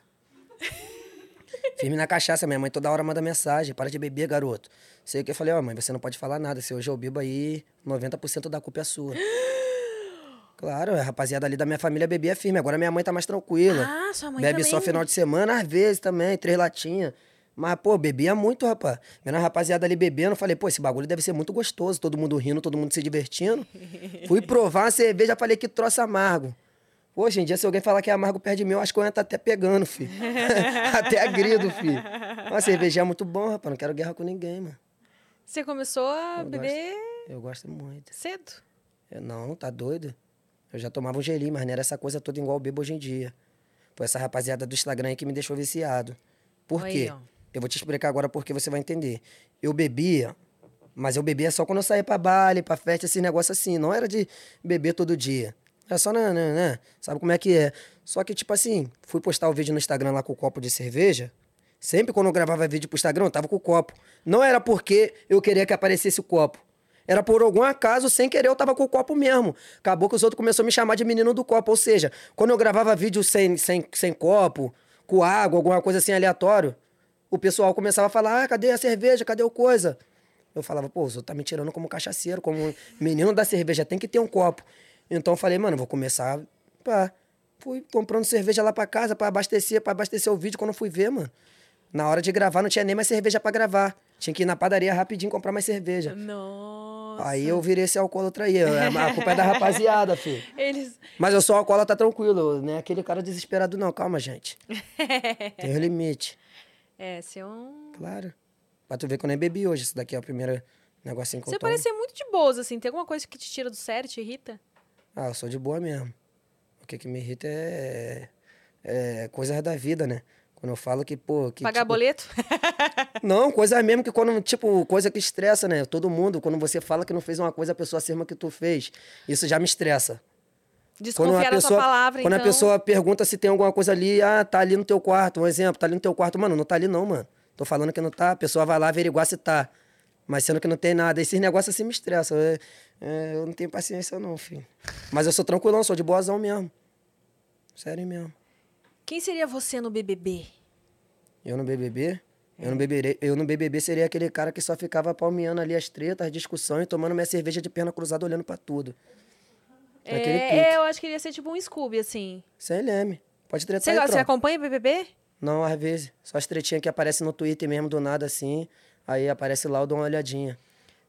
Speaker 2: Firme na cachaça, minha mãe toda hora manda mensagem, para de beber, garoto. Sei o que eu falei, ó, mãe, você não pode falar nada. Se hoje eu bebo aí, 90% da culpa é sua. Claro, a rapaziada ali da minha família bebia firme. Agora minha mãe tá mais tranquila.
Speaker 1: Ah, sua mãe
Speaker 2: Bebe
Speaker 1: também.
Speaker 2: só final de semana, às vezes também, três latinhas. Mas, pô, bebia muito, rapaz. Vendo a rapaziada ali bebendo, eu falei, pô, esse bagulho deve ser muito gostoso. Todo mundo rindo, todo mundo se divertindo. Fui provar a cerveja, falei que troço amargo. Hoje em dia, se alguém falar que é amargo perto de mim, eu acho que eu ia tá até pegando, filho. até agrido, filho. Uma cerveja é muito bom, rapaz. Não quero guerra com ninguém, mano.
Speaker 1: Você começou a
Speaker 2: Eu
Speaker 1: beber
Speaker 2: gosto- Eu gosto muito.
Speaker 1: cedo?
Speaker 2: Eu, não, tá doido? Eu já tomava um gelinho, mas não era essa coisa toda igual eu bebo hoje em dia. Foi essa rapaziada do Instagram aí que me deixou viciado. Por
Speaker 1: Aí,
Speaker 2: quê?
Speaker 1: ó.
Speaker 2: Eu vou te explicar agora porque você vai entender. Eu bebia, mas eu bebia só quando eu saía pra baile, pra festa, esses negócios assim. Não era de beber todo dia. Era só, né, né, né? Sabe como é que é? Só que, tipo assim, fui postar o vídeo no Instagram lá com o copo de cerveja. Sempre quando eu gravava vídeo pro Instagram, eu tava com o copo. Não era porque eu queria que aparecesse o copo. Era por algum acaso, sem querer, eu tava com o copo mesmo. Acabou que os outros começaram a me chamar de menino do copo. Ou seja, quando eu gravava vídeo sem, sem, sem copo, com água, alguma coisa assim aleatório, o pessoal começava a falar: ah, cadê a cerveja? Cadê o coisa? Eu falava, pô, o senhor tá me tirando como cachaceiro, como menino da cerveja, tem que ter um copo. Então eu falei, mano, eu vou começar. Pá. Fui comprando cerveja lá pra casa pra abastecer, pra abastecer o vídeo quando eu fui ver, mano. Na hora de gravar, não tinha nem mais cerveja pra gravar. Tinha que ir na padaria rapidinho comprar mais cerveja.
Speaker 1: Nossa.
Speaker 2: Aí eu virei esse alcoólatra aí. é, A culpa é da rapaziada, filho.
Speaker 1: Eles.
Speaker 2: Mas eu sou alcoólatra tranquilo, né? Aquele cara desesperado, não. Calma, gente. Tem um limite.
Speaker 1: é, você é um.
Speaker 2: Claro. Pra tu ver que eu nem bebi hoje. Isso daqui é o primeiro negocinho que
Speaker 1: Você
Speaker 2: eu tomo.
Speaker 1: parece ser muito de boas, assim. Tem alguma coisa que te tira do sério, te irrita?
Speaker 2: Ah, eu sou de boa mesmo. O que, que me irrita é... é coisas da vida, né? Quando eu falo que, pô... Que,
Speaker 1: Pagar
Speaker 2: tipo,
Speaker 1: boleto?
Speaker 2: Não, coisa mesmo que quando, tipo, coisa que estressa, né? Todo mundo, quando você fala que não fez uma coisa, a pessoa afirma que tu fez. Isso já me estressa.
Speaker 1: Desconfiar da sua palavra,
Speaker 2: quando a
Speaker 1: então.
Speaker 2: pessoa pergunta se tem alguma coisa ali, ah, tá ali no teu quarto, um exemplo, tá ali no teu quarto, mano, não tá ali não, mano. Tô falando que não tá, a pessoa vai lá averiguar se tá. Mas sendo que não tem nada. Esses negócios assim me estressam. é- é, eu não tenho paciência, não, filho. Mas eu sou tranquilão, sou de boazão mesmo. Sério mesmo.
Speaker 1: Quem seria você no BBB?
Speaker 2: Eu no BBB? Eu
Speaker 1: É.
Speaker 2: no, beberei, eu no BBB seria aquele cara que só ficava palmeando ali as tretas, as discussões, tomando minha cerveja de perna cruzada, olhando pra tudo. Naquele pique.
Speaker 1: É, eu acho que ele ia ser tipo um Scooby, assim.
Speaker 2: Sem leme. Pode tretar
Speaker 1: Você,
Speaker 2: aí,
Speaker 1: gosta, você
Speaker 2: tropa.
Speaker 1: acompanha o BBB?
Speaker 2: Não, às vezes. Só as tretinhas que aparecem no Twitter mesmo, do nada assim. Aí aparece lá, eu dou uma olhadinha.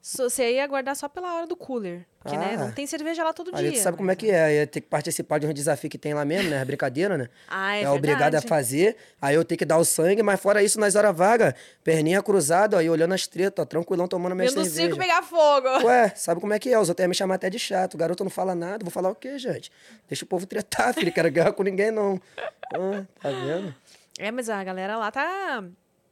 Speaker 1: So- Você ia guardar só pela hora do cooler. Porque, né,
Speaker 2: Ah.
Speaker 1: não tem cerveja lá todo
Speaker 2: Aí
Speaker 1: dia.
Speaker 2: tu sabe como é que é. Aí eu tenho que participar de um desafio que tem lá mesmo, né? Brincadeira, né?
Speaker 1: Ah, é
Speaker 2: obrigado a
Speaker 1: verdade.
Speaker 2: fazer. Aí eu tenho que dar o sangue, mas fora isso, nas horas vagas, perninha cruzada, aí olhando as tretas, ó, tranquilão, tomando minha
Speaker 1: Vendo o
Speaker 2: cerveja.
Speaker 1: circo pegar fogo.
Speaker 2: Ué, sabe como é que é? Os outros iam me chamar até de chato. Garoto não fala nada. Vou falar o quê, gente? Deixa o povo tretar, filho. Quero guerra com ninguém, não. Ah, tá vendo?
Speaker 1: É, mas a galera lá tá.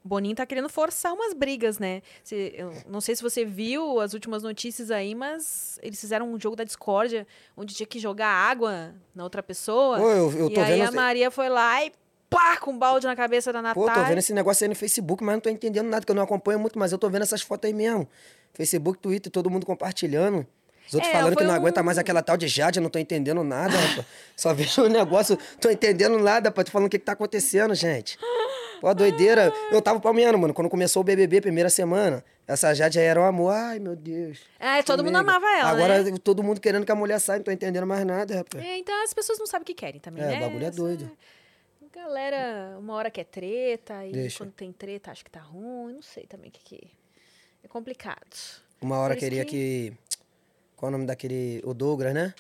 Speaker 1: Boninho tá querendo forçar umas brigas, né? Você- eu não sei se você viu as últimas notícias aí, mas eles fizeram um jogo da discórdia onde tinha que jogar água na outra pessoa.
Speaker 2: Pô, eu- eu
Speaker 1: e
Speaker 2: tô
Speaker 1: aí
Speaker 2: vendo-
Speaker 1: a Maria foi lá e pá, com um balde na cabeça da
Speaker 2: Pô,
Speaker 1: Natália.
Speaker 2: tô vendo esse negócio aí no Facebook, mas não tô entendendo nada, que eu não acompanho muito, mas eu tô vendo essas fotos aí mesmo. Facebook, Twitter, todo mundo compartilhando. Os outros
Speaker 1: É,
Speaker 2: falando que
Speaker 1: foi
Speaker 2: não
Speaker 1: um-
Speaker 2: aguenta mais aquela tal de Jade, eu não tô entendendo nada, rapaz. Só vejo o negócio, tô entendendo nada, rapaz. Tô falando o que, que tá acontecendo, gente. Pô, doideira. Eu tava palmeando, mano, quando começou o BBB, primeira semana. Essa Jade aí era um amor. Ai, meu Deus.
Speaker 1: É, todo mundo
Speaker 2: Comigo.
Speaker 1: amava ela,
Speaker 2: Agora
Speaker 1: né?
Speaker 2: todo mundo querendo que a mulher saia, não tô entendendo mais nada, rapaz.
Speaker 1: É, então as pessoas não sabem o que querem também,
Speaker 2: É,
Speaker 1: né?
Speaker 2: o bagulho é
Speaker 1: Essa-
Speaker 2: doido.
Speaker 1: Galera, uma hora quer treta, e
Speaker 2: Deixa.
Speaker 1: quando tem treta acho que tá ruim, não sei também o que que... É complicado.
Speaker 2: Uma hora
Speaker 1: Por isso
Speaker 2: queria que... Qual é o nome daquele... O Douglas, né?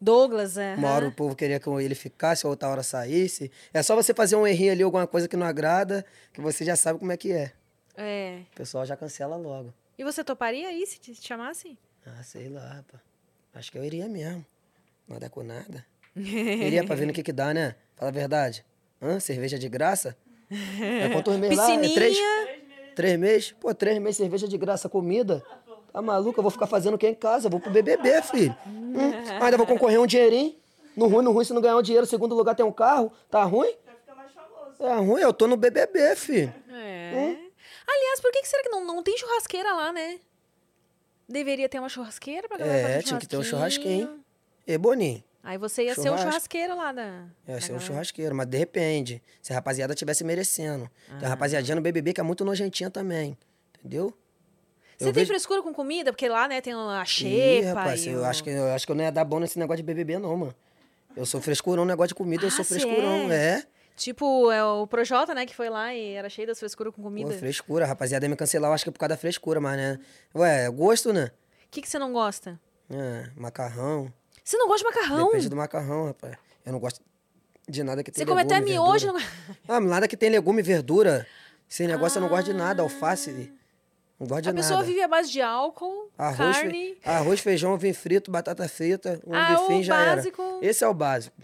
Speaker 1: Douglas, é.
Speaker 2: Uma hora o povo queria que ele ficasse, outra hora saísse. É só você fazer um errinho ali, alguma coisa que não agrada, que você já sabe como é que é.
Speaker 1: É.
Speaker 2: O pessoal já cancela logo.
Speaker 1: E você toparia aí se te chamassem?
Speaker 2: Ah, sei lá, rapaz. Acho que eu iria mesmo. Nada com nada. Iria pra ver no que que dá, né? Fala a verdade. Hã? Cerveja de graça? É quantos meses lá? É três, três meses? Pô, três meses, cerveja de graça, comida. Tá maluco? Eu vou ficar fazendo o que em casa? Eu vou pro BBB, filho. Hum, ainda vou concorrer um dinheirinho. No ruim, no ruim, se não ganhar um dinheiro, segundo lugar tem um carro. Tá ruim? Tá ruim, eu tô no BBB, filho.
Speaker 1: É. Aliás, por que que será que não, não tem churrasqueira lá, né? Deveria ter uma churrasqueira pra galera
Speaker 2: É,
Speaker 1: fazer
Speaker 2: tinha que ter um
Speaker 1: churrasquinho.
Speaker 2: churrasquinho. E Boninho,
Speaker 1: Aí você ia ser o
Speaker 2: Churrasco.
Speaker 1: churrasqueiro lá na.
Speaker 2: Eu ia
Speaker 1: na
Speaker 2: ser um
Speaker 1: galera.
Speaker 2: churrasqueiro, mas de repente, se a rapaziada tivesse merecendo. Tem
Speaker 1: Ah.
Speaker 2: a rapaziadinha no BBB que é muito nojentinha também, entendeu?
Speaker 1: Você tem frescura com comida? Porque lá, né, tem a
Speaker 2: Ih,
Speaker 1: xepa.
Speaker 2: rapaz,
Speaker 1: e
Speaker 2: eu
Speaker 1: o-
Speaker 2: acho, que, é- eu acho que eu não ia dar bom nesse negócio de BBB não, mano. Eu sou frescurão, negócio de comida, eu
Speaker 1: Ah,
Speaker 2: sou
Speaker 1: cê
Speaker 2: frescurão,
Speaker 1: é?
Speaker 2: é.
Speaker 1: Tipo, é o Projota, né, que foi lá e era cheio das frescuras com
Speaker 2: Pô,
Speaker 1: comida. O
Speaker 2: frescura, a rapaziada ia me cancelar, eu acho que é por causa da frescura, mas né. Ué, é gosto, né?
Speaker 1: que, que você não gosta?
Speaker 2: É, macarrão.
Speaker 1: Você não gosta de macarrão?
Speaker 2: Depende do macarrão, rapaz. Eu não gosto de nada que tem
Speaker 1: Você come até
Speaker 2: legume,
Speaker 1: miojo.
Speaker 2: verdura.
Speaker 1: Não...
Speaker 2: Ah, nada que tem legume e verdura. Esse negócio eu não gosto de nada, alface. Não gosto de
Speaker 1: Ah. A
Speaker 2: nada.
Speaker 1: pessoa vive à base de álcool,
Speaker 2: Arroz, fe-
Speaker 1: carne.
Speaker 2: arroz, feijão, vinho frito, batata frita, um
Speaker 1: Ah,
Speaker 2: bifim
Speaker 1: o
Speaker 2: já era.
Speaker 1: básico.
Speaker 2: Esse é o básico,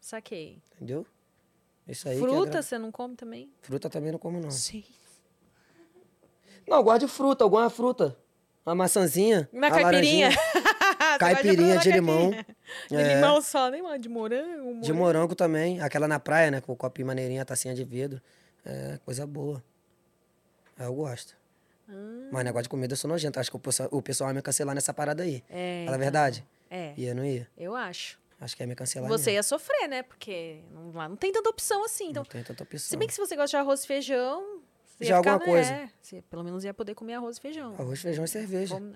Speaker 1: Saquei.
Speaker 2: entendeu? Isso aí que é gra-
Speaker 1: Fruta, você não come também?
Speaker 2: Fruta também não como, não.
Speaker 1: Sim.
Speaker 2: Não, eu gosto de fruta, alguma fruta. Uma maçãzinha.
Speaker 1: Na
Speaker 2: a
Speaker 1: caipirinha.
Speaker 2: Ah, laranjinha,
Speaker 1: Você gosta
Speaker 2: Caipirinha
Speaker 1: fruta
Speaker 2: de
Speaker 1: na
Speaker 2: limão.
Speaker 1: caipirinha. De
Speaker 2: É.
Speaker 1: limão só, nem mal, de morango.
Speaker 2: De morango também. Aquela na praia, né? Com o copinho maneirinho, a tacinha de vidro. É, coisa boa. Aí eu gosto.
Speaker 1: Ah.
Speaker 2: Mas negócio de comida eu sou nojento. Acho que o pessoal, o pessoal ia me cancelar nessa parada aí.
Speaker 1: É,
Speaker 2: Fala a verdade?
Speaker 1: É,
Speaker 2: Ia, não ia?
Speaker 1: eu acho.
Speaker 2: Acho que ia me cancelar
Speaker 1: Você
Speaker 2: mesmo.
Speaker 1: ia sofrer, né? Porque não- lá não tem tanta opção assim. Então,
Speaker 2: Não tem tanta opção.
Speaker 1: se bem que se você gosta de arroz e feijão... Você
Speaker 2: Já
Speaker 1: ia ficar,
Speaker 2: alguma coisa.
Speaker 1: É, você pelo menos ia poder comer arroz e feijão. Então,
Speaker 2: Arroz, feijão e cerveja.
Speaker 1: Como-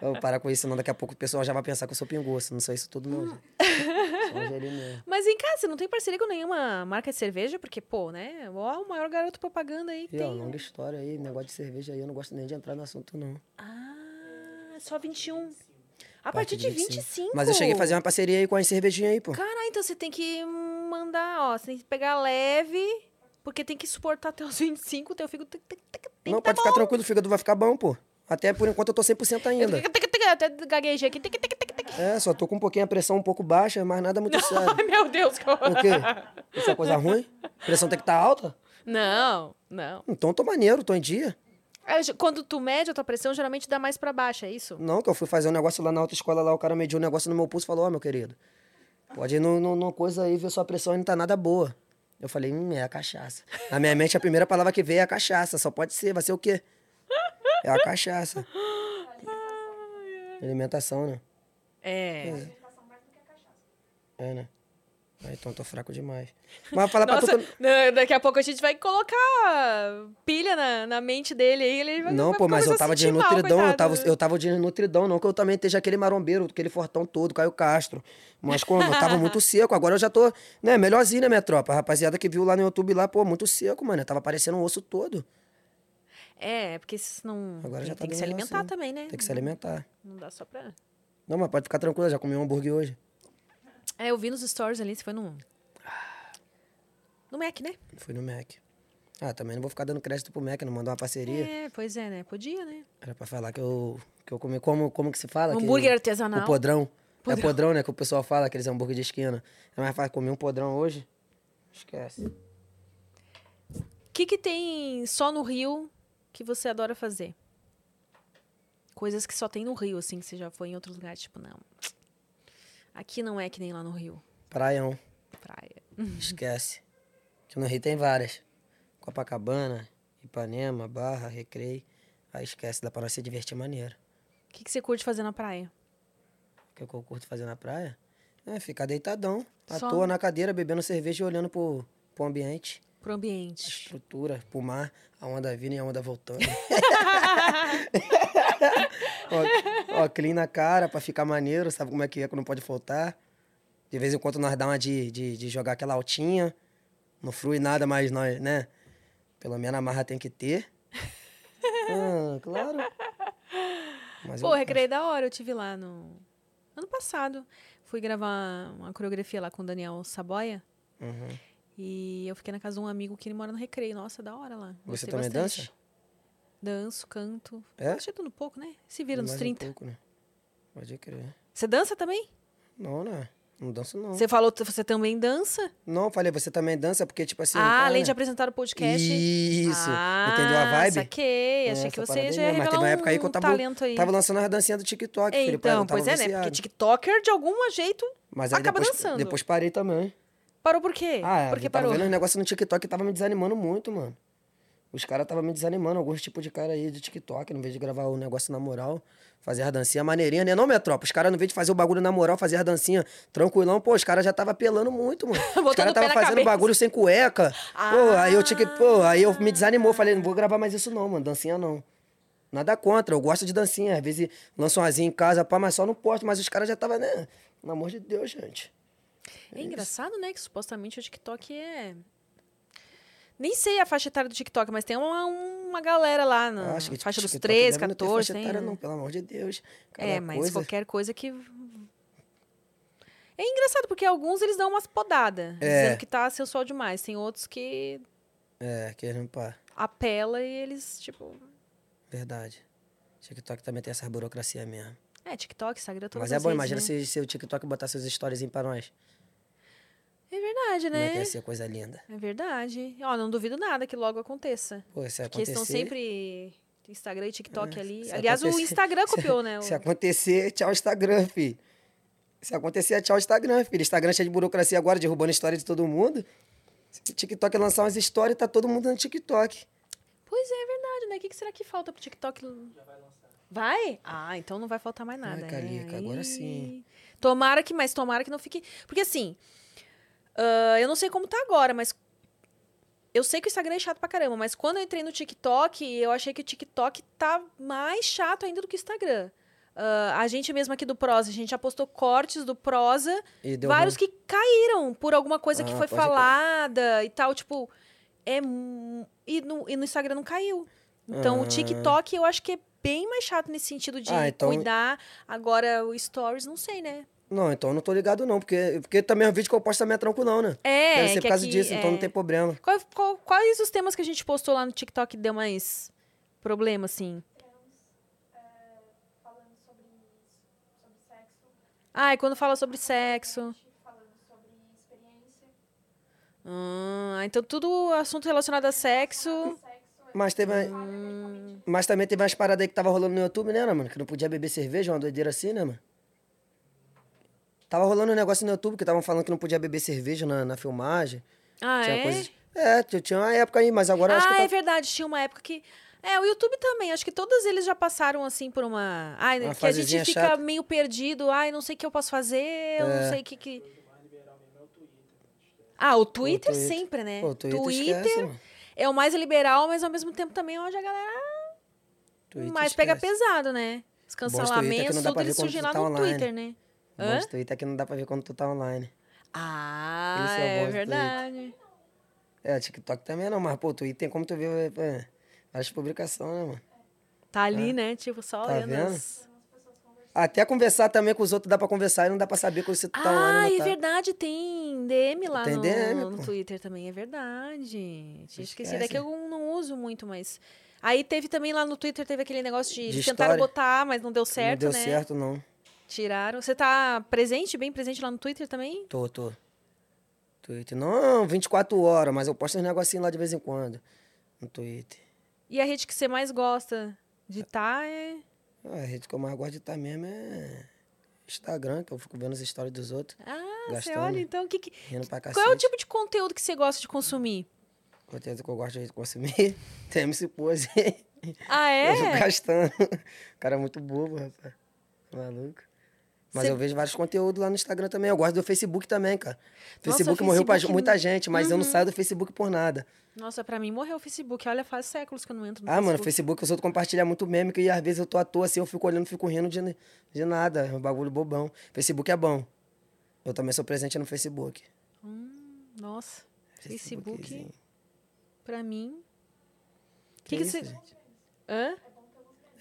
Speaker 2: Eu vou parar com isso, senão daqui a pouco o pessoal já vai pensar que eu sou pingoço. Não sou isso tudo, não. gente.
Speaker 1: Hum.
Speaker 2: Sou angelino um mesmo.
Speaker 1: Mas vem cá, você não tem parceria com nenhuma marca de cerveja? Porque, pô, né? Ó, o maior garoto propaganda aí que
Speaker 2: E, ó,
Speaker 1: tem. né?
Speaker 2: longa história aí, negócio de cerveja aí, eu não gosto nem de entrar no assunto, não.
Speaker 1: Então. Ah, só 21. A partir de 25.
Speaker 2: Mas eu cheguei a fazer uma parceria aí com as cervejinhas aí, pô.
Speaker 1: Caralho, então você tem que mandar, ó. Você tem que pegar leve, porque tem que suportar até os 25. Teu fígado tem, tem, tem, tem
Speaker 2: não,
Speaker 1: que tá
Speaker 2: pode ficar tranquilo, o fígado vai ficar bom, pô. Até por enquanto eu tô 100% ainda.
Speaker 1: Tem que- tem que- Até gaguejei aqui. Tem que- tem que- tem que- tem que-
Speaker 2: É, só tô com um pouquinho a pressão um pouco baixa, mas nada muito sério.
Speaker 1: Ai, meu Deus. que horror.
Speaker 2: Por quê? Isso é coisa ruim? Pressão tem que estar alta?
Speaker 1: Não, não.
Speaker 2: Então eu tô maneiro, tô em dia.
Speaker 1: É, ge- Quando tu mede a tua pressão, geralmente dá mais pra baixo, é isso?
Speaker 2: Não, que eu fui fazer um negócio lá na autoescola, lá o cara mediu um negócio no meu pulso e falou, ó, meu querido, pode ir no- no- numa coisa aí, ver sua pressão e não tá nada boa. Eu falei, hum, é a cachaça. Na minha mente, a primeira palavra que veio é a cachaça. Só pode ser, vai ser o quê? É a cachaça. Alimentação, né?
Speaker 1: É.
Speaker 2: É, né? Ah, então eu tô fraco demais. Mas falar pra tu
Speaker 1: Nossa,
Speaker 2: que... eu-
Speaker 1: na- daqui a pouco a gente vai colocar pilha na, na mente dele aí, ele vai
Speaker 2: Não,
Speaker 1: vai
Speaker 2: pô,
Speaker 1: começar
Speaker 2: mas eu
Speaker 1: a
Speaker 2: tava
Speaker 1: sentir mal,
Speaker 2: desnutridão, eu
Speaker 1: coitado.
Speaker 2: tava, eu tava desnutridão, não que eu também esteja aquele marombeiro, aquele fortão todo, Caio Castro. Mas como? Eu tava muito seco, agora eu já tô, né, melhorzinho, né, minha tropa? A rapaziada que viu lá no YouTube lá, pô, muito seco, mano, eu tava parecendo um osso todo.
Speaker 1: É, porque isso não.
Speaker 2: Agora
Speaker 1: tem,
Speaker 2: já tá
Speaker 1: tem que se
Speaker 2: bem
Speaker 1: alimentar
Speaker 2: melhorzinho.
Speaker 1: também, né?
Speaker 2: Tem que se alimentar.
Speaker 1: Não dá só pra.
Speaker 2: Não, mas pode ficar tranquila, já comi um hambúrguer hoje.
Speaker 1: É, eu vi nos stories ali, você foi no. No Mac, né?
Speaker 2: Fui no Mac. Ah, também não vou ficar dando crédito pro Mac, não mandou uma parceria.
Speaker 1: É, pois é, né? Podia, né? Um
Speaker 2: Era pra falar que eu, que eu comi, como, como que se fala? Que-
Speaker 1: Hambúrguer artesanal.
Speaker 2: O podrão. É podrão, né, que o pessoal fala, aqueles hambúrguer de esquina. É mais fácil comer um podrão hoje. Esquece.
Speaker 1: O que, que tem só no Rio que você adora fazer? Coisas que só tem no Rio, assim, que você já foi em outros lugares, tipo, não. Aqui não é que nem lá no Rio.
Speaker 2: Praião.
Speaker 1: Praia.
Speaker 2: Esquece. Que no Rio tem várias. Copacabana, Ipanema, Barra, Recreio. Aí esquece, dá pra nós se divertir maneiro.
Speaker 1: O que, que você curte fazer na praia?
Speaker 2: O que eu curto fazer na praia é ficar deitadão, à
Speaker 1: Só?
Speaker 2: toa na cadeira, bebendo cerveja e olhando pro, pro ambiente,
Speaker 1: Pro ambiente.
Speaker 2: estrutura, pro mar, a onda vindo e a onda voltando. ó, ó, clean na cara pra ficar maneiro, sabe como é que é que não pode faltar. De vez em quando nós dá uma de, de, de jogar aquela altinha. Não flui nada, mas nós, né? Pelo menos a marra tem que ter. Ah, claro. Mas
Speaker 1: Pô,
Speaker 2: eu-
Speaker 1: recreio da hora, eu tive lá no ano passado. Fui gravar uma coreografia lá com o Daniel Saboia.
Speaker 2: Uhum.
Speaker 1: E eu fiquei na casa de um amigo que ele mora no recreio. Nossa, da hora lá.
Speaker 2: Você
Speaker 1: Gostei
Speaker 2: também
Speaker 1: bastante.
Speaker 2: dança?
Speaker 1: Danço, canto.
Speaker 2: É?
Speaker 1: Acho tudo pouco, né? Se vira nos
Speaker 2: Mais um
Speaker 1: 30.
Speaker 2: pouco, né? Pode crer.
Speaker 1: Você dança também?
Speaker 2: Não, né? Não danço, não.
Speaker 1: Você falou que você também dança?
Speaker 2: Não, falei, você também dança, porque, tipo assim.
Speaker 1: ah,
Speaker 2: tá,
Speaker 1: além
Speaker 2: né?
Speaker 1: de apresentar o podcast.
Speaker 2: Isso.
Speaker 1: Ah,
Speaker 2: Entendeu a vibe?
Speaker 1: Saquei.
Speaker 2: É,
Speaker 1: Achei que
Speaker 2: essa
Speaker 1: você
Speaker 2: parada
Speaker 1: já
Speaker 2: aí
Speaker 1: ia
Speaker 2: mesmo. Mas teve uma
Speaker 1: revelar
Speaker 2: época aí que
Speaker 1: um
Speaker 2: eu tava,
Speaker 1: talento aí.
Speaker 2: tava lançando as dancinhas do TikTok,
Speaker 1: É,
Speaker 2: filho. pai, eu
Speaker 1: então,
Speaker 2: tava
Speaker 1: pois é, né? Porque
Speaker 2: viciado.
Speaker 1: TikToker, de algum jeito,
Speaker 2: Mas aí
Speaker 1: acaba
Speaker 2: depois,
Speaker 1: dançando.
Speaker 2: depois parei também.
Speaker 1: parou por quê?
Speaker 2: Ah,
Speaker 1: Por que
Speaker 2: eu tava um
Speaker 1: parou?
Speaker 2: vendo os negócios no TikTok que tava me desanimando muito, mano. Os caras estavam me desanimando, alguns tipos de cara aí de TikTok, não vez de gravar o negócio na moral, fazer as dancinhas maneirinha, né? Não, minha tropa. Os caras, não vez de fazer o bagulho na moral, fazer as dancinhas tranquilão, pô, os caras já tava apelando muito, mano.
Speaker 1: Botando
Speaker 2: os caras
Speaker 1: o pé
Speaker 2: tava
Speaker 1: na
Speaker 2: fazendo
Speaker 1: cabeça. Ah.
Speaker 2: bagulho sem cueca. Pô, aí eu tinha que. Pô, aí eu me desanimou, falei, não vou gravar mais isso não, mano, dancinha não. Nada contra, eu gosto de dancinha. Às vezes lanço umazinha em casa, pá, mas só não posto. Mas os caras já tava, né? Pelo amor de Deus, gente.
Speaker 1: É engraçado, né? Que supostamente o TikTok é. Nem sei a faixa etária do TikTok, mas tem uma, uma galera lá na
Speaker 2: Acho
Speaker 1: Ah,
Speaker 2: que tipo,
Speaker 1: faixa dos
Speaker 2: TikTok
Speaker 1: 13,
Speaker 2: deve não ter
Speaker 1: 14,
Speaker 2: faixa
Speaker 1: tem.
Speaker 2: etária,
Speaker 1: né?
Speaker 2: não, pelo amor de Deus. Cada
Speaker 1: É, mas
Speaker 2: coisa.
Speaker 1: qualquer coisa que. É engraçado, porque alguns eles dão umas podadas,
Speaker 2: É.
Speaker 1: dizendo que tá sensual demais. Tem outros que
Speaker 2: É, querendo pá.
Speaker 1: apela e eles, tipo.
Speaker 2: Verdade. TikTok também tem essa burocracia mesmo.
Speaker 1: É, TikTok, Instagram, todas
Speaker 2: Mas é
Speaker 1: as
Speaker 2: bom,
Speaker 1: redes,
Speaker 2: imagina
Speaker 1: né?
Speaker 2: se, se o TikTok botar seus stories pra nós.
Speaker 1: É verdade,
Speaker 2: Como é que
Speaker 1: né?
Speaker 2: ia ser coisa linda.
Speaker 1: É verdade. Ó, não duvido nada que logo aconteça.
Speaker 2: Pô, se
Speaker 1: Porque eles
Speaker 2: acontecer... É,
Speaker 1: estão sempre. Instagram e TikTok ali.
Speaker 2: se
Speaker 1: Aliás, o
Speaker 2: acontecer-
Speaker 1: Instagram copiou, né? O-
Speaker 2: Se acontecer, tchau Instagram, filho. Se acontecer, é tchau Instagram, filho. Instagram cheio de burocracia agora, derrubando história de todo mundo. Se o TikTok lançar umas histórias, tá todo mundo no TikTok.
Speaker 1: Pois é, é verdade, né? O que que será que falta pro TikTok? Vai? Ah, então não vai faltar mais nada.
Speaker 2: Ai,
Speaker 1: é.
Speaker 2: Calica, agora
Speaker 1: Aí-
Speaker 2: sim.
Speaker 1: Tomara que, mas tomara que não fique. Porque assim, ah, eu não sei como tá agora, mas. Eu sei que o Instagram é chato pra caramba, mas quando eu entrei no TikTok, eu achei que o TikTok tá mais chato ainda do que o Instagram. Ah, a gente mesmo aqui do Prosa, a gente já postou cortes do Prosa
Speaker 2: E deu
Speaker 1: vários que caíram por alguma coisa que
Speaker 2: Ah,
Speaker 1: foi
Speaker 2: pode crer.
Speaker 1: falada e tal, tipo, é mu- e no, e no Instagram não caiu. Então o
Speaker 2: Ah.
Speaker 1: TikTok eu acho que é bem mais chato nesse sentido de
Speaker 2: Ah, então-
Speaker 1: cuidar. Agora o Stories, não sei, né?
Speaker 2: Não, então eu não tô ligado não, porque, porque também o vídeo que eu posto também é tranquilão, né?
Speaker 1: É,
Speaker 2: Deve ser
Speaker 1: que
Speaker 2: por causa
Speaker 1: aqui,
Speaker 2: disso, então
Speaker 1: é.
Speaker 2: não tem problema.
Speaker 1: Qual- qual- quais os temas que a gente postou lá no TikTok que deu mais problema, assim?
Speaker 4: falando sobre, sobre sexo,
Speaker 1: Ah, é quando fala sobre sexo.
Speaker 4: falando sobre experiência,
Speaker 1: Ah, então tudo assunto relacionado a sexo.
Speaker 4: sexo,
Speaker 2: Mas teve...
Speaker 1: Hum.
Speaker 2: Mas também teve umas paradas aí que tava rolando no YouTube, né, né, mano? Que não podia beber cerveja, uma doideira assim, né, mano? Tava rolando um negócio no YouTube que estavam falando que não podia beber cerveja na, na filmagem.
Speaker 1: Ah,
Speaker 2: tinha
Speaker 1: é?
Speaker 2: coisas- É, tinha- tinha uma época aí, mas agora eu acho
Speaker 1: ah,
Speaker 2: que tá
Speaker 1: é verdade, tinha uma época que. É, o YouTube também, acho que todos eles já passaram assim por uma. Ai,
Speaker 2: Uma
Speaker 1: que a gente
Speaker 2: fasezinha
Speaker 1: fica
Speaker 2: chata. É.
Speaker 1: meio perdido, ai, não sei o que eu posso fazer, eu não sei o que. que... Ah, o Twitter,
Speaker 2: Twitter.
Speaker 1: sempre, né?
Speaker 2: Pô, o Twitter, esquece, mano.
Speaker 1: é o mais liberal, mas ao mesmo tempo também é onde a galera
Speaker 2: Twitter
Speaker 1: mais pega
Speaker 2: esquece.
Speaker 1: pesado, né? Os
Speaker 2: Twitter é que
Speaker 1: cancelamentos,
Speaker 2: não dá
Speaker 1: tudo
Speaker 2: pra
Speaker 1: eles
Speaker 2: ver quando
Speaker 1: surgem
Speaker 2: tu
Speaker 1: lá
Speaker 2: tá
Speaker 1: no
Speaker 2: online.
Speaker 1: Twitter, né?
Speaker 2: Bom
Speaker 1: Hã?
Speaker 2: de Twitter é que não dá pra ver quando tu tá online.
Speaker 1: Ah,
Speaker 2: Esse é o
Speaker 1: é,
Speaker 2: bom do Twitter.
Speaker 1: verdade.
Speaker 2: É, TikTok também não, mas pô, o Twitter tem como tu ver é, as publicações, né, mano?
Speaker 1: Tá ali, né? Tipo, só
Speaker 2: Tá
Speaker 1: olhando.
Speaker 2: vendo?
Speaker 1: as-
Speaker 2: Até conversar também com os outros dá pra conversar e não dá pra saber quando você tá
Speaker 1: ah,
Speaker 2: online ou
Speaker 1: é
Speaker 2: não tá.
Speaker 1: verdade, tem DM lá
Speaker 2: Tem
Speaker 1: no,
Speaker 2: DM,
Speaker 1: no
Speaker 2: pô.
Speaker 1: Twitter também, é verdade. Tinha esquecido, é
Speaker 2: Esquece.
Speaker 1: que eu não uso muito, mas... Aí teve também lá no Twitter, teve aquele negócio de,
Speaker 2: De
Speaker 1: tentaram
Speaker 2: história.
Speaker 1: botar, mas não deu certo,
Speaker 2: não deu
Speaker 1: né?
Speaker 2: certo, não.
Speaker 1: Tiraram. Você tá presente, bem presente lá no Twitter também?
Speaker 2: Tô, tô. Twitter. Não, 24 horas, mas eu posto uns negocinhos lá de vez em quando. No Twitter.
Speaker 1: E a rede que você mais gosta de estar é...
Speaker 2: Ah, A rede que eu mais gosto de estar mesmo é Instagram, que eu fico vendo as histórias dos outros,
Speaker 1: Ah, você
Speaker 2: Gastando.
Speaker 1: olha, então, o que que-
Speaker 2: rindo pra cacete.
Speaker 1: qual é o tipo de conteúdo que você gosta de consumir?
Speaker 2: Conteúdo que eu gosto de consumir. Tem MC Pose.
Speaker 1: Ah,
Speaker 2: Eu fico
Speaker 1: é?
Speaker 2: gastando. O cara é muito bobo, rapaz. Tá Maluco. Mas
Speaker 1: Cê-
Speaker 2: eu vejo vários conteúdos lá no Instagram também. Eu gosto do Facebook também, cara. O
Speaker 1: Nossa, o
Speaker 2: Facebook morreu pra
Speaker 1: Facebook- Uhum.
Speaker 2: muita gente, mas eu não saio do Facebook por nada.
Speaker 1: Nossa, pra mim morreu o Facebook. Olha, faz séculos que eu não entro no
Speaker 2: Ah, mano, o
Speaker 1: Facebook.
Speaker 2: Facebook os outros compartilham muito meme, que às vezes eu tô à toa assim, eu fico olhando, fico rindo de, de nada. É um bagulho bobão. Facebook é bom. Eu também sou presente no Facebook.
Speaker 1: Nossa, Facebook...
Speaker 2: Facebookzinho.
Speaker 1: Pra mim. O
Speaker 2: Que
Speaker 1: que, que
Speaker 2: isso,
Speaker 1: você.
Speaker 2: gente?
Speaker 1: Hã?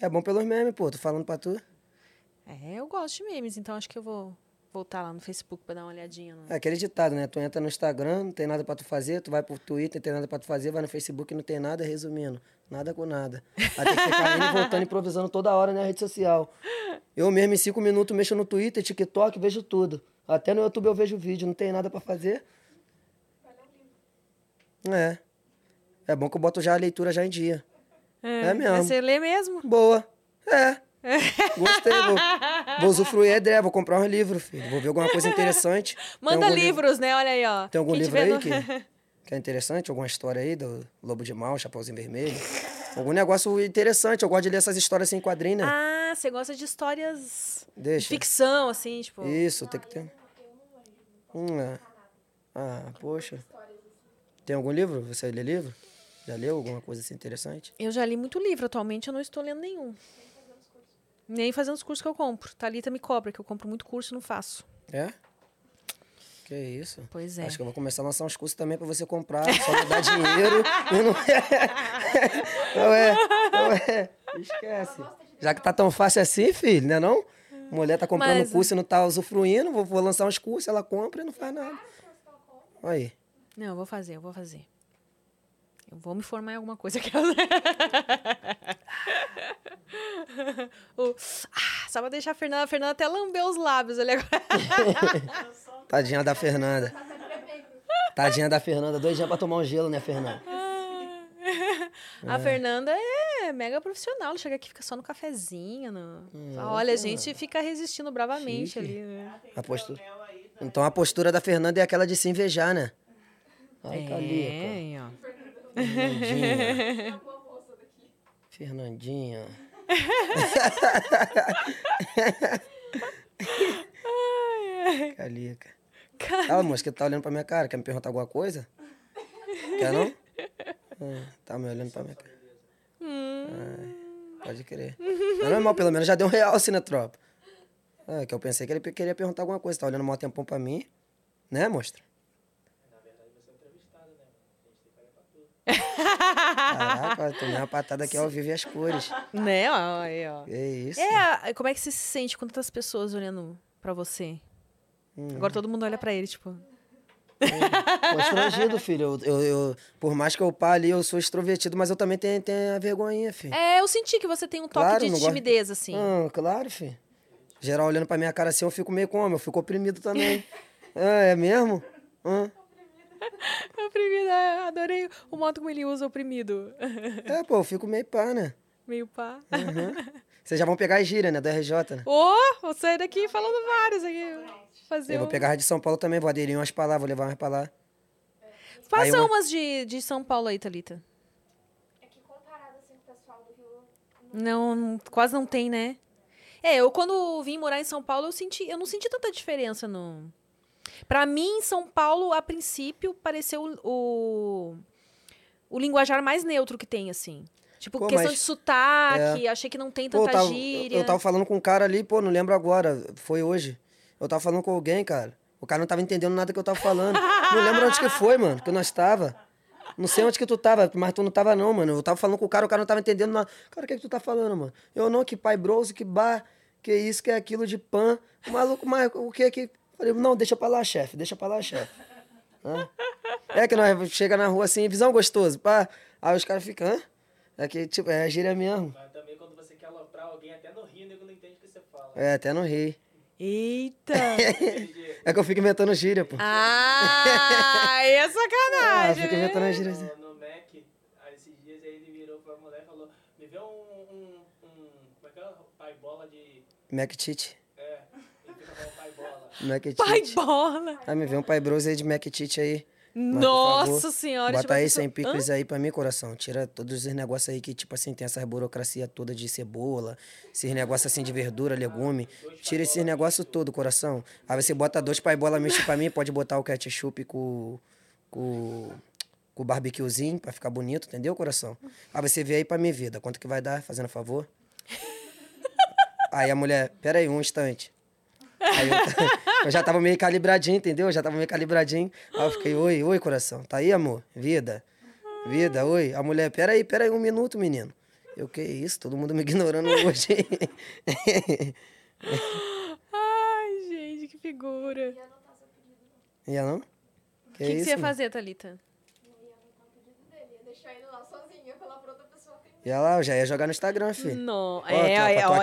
Speaker 2: É bom pelos memes, pô. Tô falando pra tu.
Speaker 1: É, eu gosto de memes, então acho que eu vou voltar lá no Facebook pra dar uma olhadinha. no-
Speaker 2: É aquele ditado, né? Tu entra no Instagram, não tem nada pra tu fazer, tu vai pro Twitter, não tem nada pra tu fazer, vai no Facebook, não tem nada, resumindo. Nada com nada. Aí tem que ficar indo e voltando, improvisando toda hora né, na rede social. Eu mesmo, em cinco minutos, mexo no Twitter, TikTok, vejo tudo. Até no YouTube eu vejo vídeo, não tem nada pra fazer. É. É bom que eu boto já a leitura já em dia. É mesmo.
Speaker 1: mas Você lê mesmo?
Speaker 2: Boa. É. Gostei, vou, vou usufruir a ideia, vou comprar um livro, filho. Vou ver alguma coisa interessante. Tem
Speaker 1: Manda
Speaker 2: algum livro-
Speaker 1: livros, né? Olha aí, ó.
Speaker 2: tem algum
Speaker 1: Quem
Speaker 2: livro
Speaker 1: tiver
Speaker 2: aí
Speaker 1: no-
Speaker 2: que, que é interessante, alguma história aí do Lobo de Mal, Chapeuzinho Vermelho. Algum negócio interessante, eu gosto de ler essas histórias assim em quadrinho, né?
Speaker 1: Ah, você gosta de histórias de
Speaker 2: Deixa.
Speaker 1: ficção, assim, tipo.
Speaker 2: Isso, tem que ter. Hum, é. Ah, poxa. Tem algum livro? Você lê livro? Já leu alguma coisa assim interessante?
Speaker 1: Eu já li muito livro, atualmente eu não estou lendo nenhum. Nem fazendo os cursos que eu compro. Thalita me cobra, que eu compro muito curso e não faço.
Speaker 2: É? Que isso?
Speaker 1: Pois é.
Speaker 2: Acho que eu vou começar a lançar uns cursos também pra você comprar, só me dar dinheiro. Eu não... não é, não é. Esquece. Já que tá tão fácil assim, filho, né não? Mulher tá comprando
Speaker 1: Mas- é.
Speaker 2: curso e não tá usufruindo, vou, vou lançar uns cursos, ela compra e não faz nada. Aí.
Speaker 1: Não, eu vou fazer, eu vou fazer. Eu vou me formar em alguma coisa que O- ah, só pra deixar a Fernanda. A Fernanda até lambeu os lábios ali agora.
Speaker 2: Tadinha da Fernanda. Tadinha da Fernanda, dois dias pra tomar um gelo, né, Fernanda?
Speaker 1: A Fernanda é mega profissional. Ela chega aqui e fica só no cafezinho. no- Olha, a gente fica resistindo bravamente
Speaker 2: É, Chique.
Speaker 1: ali. né?
Speaker 2: A postura. Então a postura da Fernanda é aquela de se invejar, né? Ai, tá Calica.
Speaker 1: É, ó.
Speaker 2: Fernandinha. Fernandinha. Calica.
Speaker 1: Cara,
Speaker 2: Ah, moça, que tá olhando pra minha cara? Quer me perguntar alguma coisa? Quer não? Hum, tá me olhando pra minha cara. Ai, pode crer. Não é normal, pelo menos já deu um real assim na tropa. Ah, que eu pensei que ele pe- queria perguntar alguma coisa. Tá olhando mal tempão pra mim. Né, mostra? Caraca, tomei uma patada aqui ao vivo e as cores.
Speaker 1: né? Ó, aí, ó.
Speaker 2: Que isso.
Speaker 1: É, a- como é que você se sente quando tá as pessoas olhando pra você?
Speaker 2: Hum.
Speaker 1: Agora todo mundo olha pra ele, tipo.
Speaker 2: Constrangido, filho. Eu, eu- eu- por mais que eu pá ali, eu sou extrovertido, mas eu também tenho, tenho a vergonhinha, filho.
Speaker 1: É, eu senti que você tem um toque
Speaker 2: Claro,
Speaker 1: de
Speaker 2: não gosto-
Speaker 1: timidez, assim.
Speaker 2: Ah, claro, filho. Geral olhando pra minha cara assim, eu fico meio como? Eu fico oprimido também. ah, é mesmo? Hum. Hã?
Speaker 1: Oprimido, é, adorei o modo como ele usa oprimido.
Speaker 2: É, pô, eu fico meio pá, né?
Speaker 1: Meio pá.
Speaker 2: Hum. Vocês já vão pegar a gíria, né? Do RJ, né?
Speaker 1: Ô, vou sair daqui falando vários aqui. Fazer
Speaker 2: Eu vou
Speaker 1: um-
Speaker 2: pegar a de São Paulo também, vou aderir umas palavras, vou levar umas pra lá. aí
Speaker 1: Passa
Speaker 2: eu-
Speaker 1: umas de, de São Paulo aí, Thalita.
Speaker 4: É que comparado assim com o pessoal do Rio,
Speaker 1: Não, quase não tem, né? É, eu quando vim morar em São Paulo, eu senti, eu não senti tanta diferença no. Pra mim, São Paulo, a princípio, pareceu o, o, o linguajar mais neutro que tem, assim. Tipo,
Speaker 2: Pô,
Speaker 1: questão
Speaker 2: mas- é.
Speaker 1: de sotaque, achei que não tem tanta
Speaker 2: eu, tava,
Speaker 1: gíria.
Speaker 2: eu- eu tava falando com um cara ali, pô, não lembro agora, foi hoje. Eu tava falando com alguém, cara. O cara não tava entendendo nada que eu tava falando. não lembro onde que foi, mano, que nós tava. Não sei onde que tu tava, mas tu não tava não, mano. Eu tava falando com o cara, o cara não tava entendendo nada. Cara, o que que tu tá falando, mano? Eu não, que pai bros, que bar, que isso, que é aquilo de pan. O maluco, mas o que que... Falei, não, deixa pra lá, chefe, deixa pra lá, chefe. Hã? É que nós chega na rua assim, visão gostoso, pá. Aí os caras ficam, hã? É que, tipo, é gíria mesmo.
Speaker 3: Mas também quando você quer aloprar alguém até no rio, o nego não entende o que você fala.
Speaker 2: É, até não ri.
Speaker 1: Eita!
Speaker 2: É que eu fico inventando gíria, pô.
Speaker 1: ah, aí é
Speaker 2: Ah, eu
Speaker 1: sacanagem!
Speaker 2: fico
Speaker 1: né?
Speaker 2: inventando gíria. assim.
Speaker 3: No, no Mac, aí esses dias aí ele virou pra mulher e falou, me vê um, um, um como é que é? Pai bola de...
Speaker 2: Mac Cheat.
Speaker 3: É, ele fica falando pai bola.
Speaker 2: Mac
Speaker 1: Pai
Speaker 2: Cheat.
Speaker 1: bola!
Speaker 2: Ah, me vê um pai bros aí de Mac Cheat aí. Mas, por
Speaker 1: Nossa
Speaker 2: favor,
Speaker 1: senhora! tipo,
Speaker 2: Bota
Speaker 1: a
Speaker 2: aí
Speaker 1: pessoa-
Speaker 2: sem
Speaker 1: Hã?
Speaker 2: picles aí pra mim, coração. Tira todos os negócios aí que, tipo assim, tem essa burocracia toda de cebola, esses negócios assim de verdura, legume. Tira esses negócios todo, coração. Aí você bota dois pai bola mista pra mim, pode botar o ketchup com. com. com o barbecuezinho pra ficar bonito, entendeu, coração? Aí você vê aí pra minha vida. Quanto que vai dar, fazendo favor? Aí a mulher, pera aí, um instante. Aí eu, eu já tava meio calibradinho, entendeu? Eu já tava meio calibradinho. Aí eu fiquei, oi, oi, coração. Tá aí, amor? Vida. Vida, oi. A mulher, peraí, peraí, um minuto, menino. Eu, que isso? Todo mundo me ignorando hoje.
Speaker 1: Ai, gente, que figura!
Speaker 2: e ela não?
Speaker 1: O que, que você ia
Speaker 2: mano?
Speaker 1: fazer, Thalita?
Speaker 4: ele ia deixar ele lá sozinho, ia falar pra outra pessoa atender.
Speaker 2: E ela, "Ah, eu já ia jogar no Instagram, filho.
Speaker 1: Não,
Speaker 2: Ó, tropa, tô aqui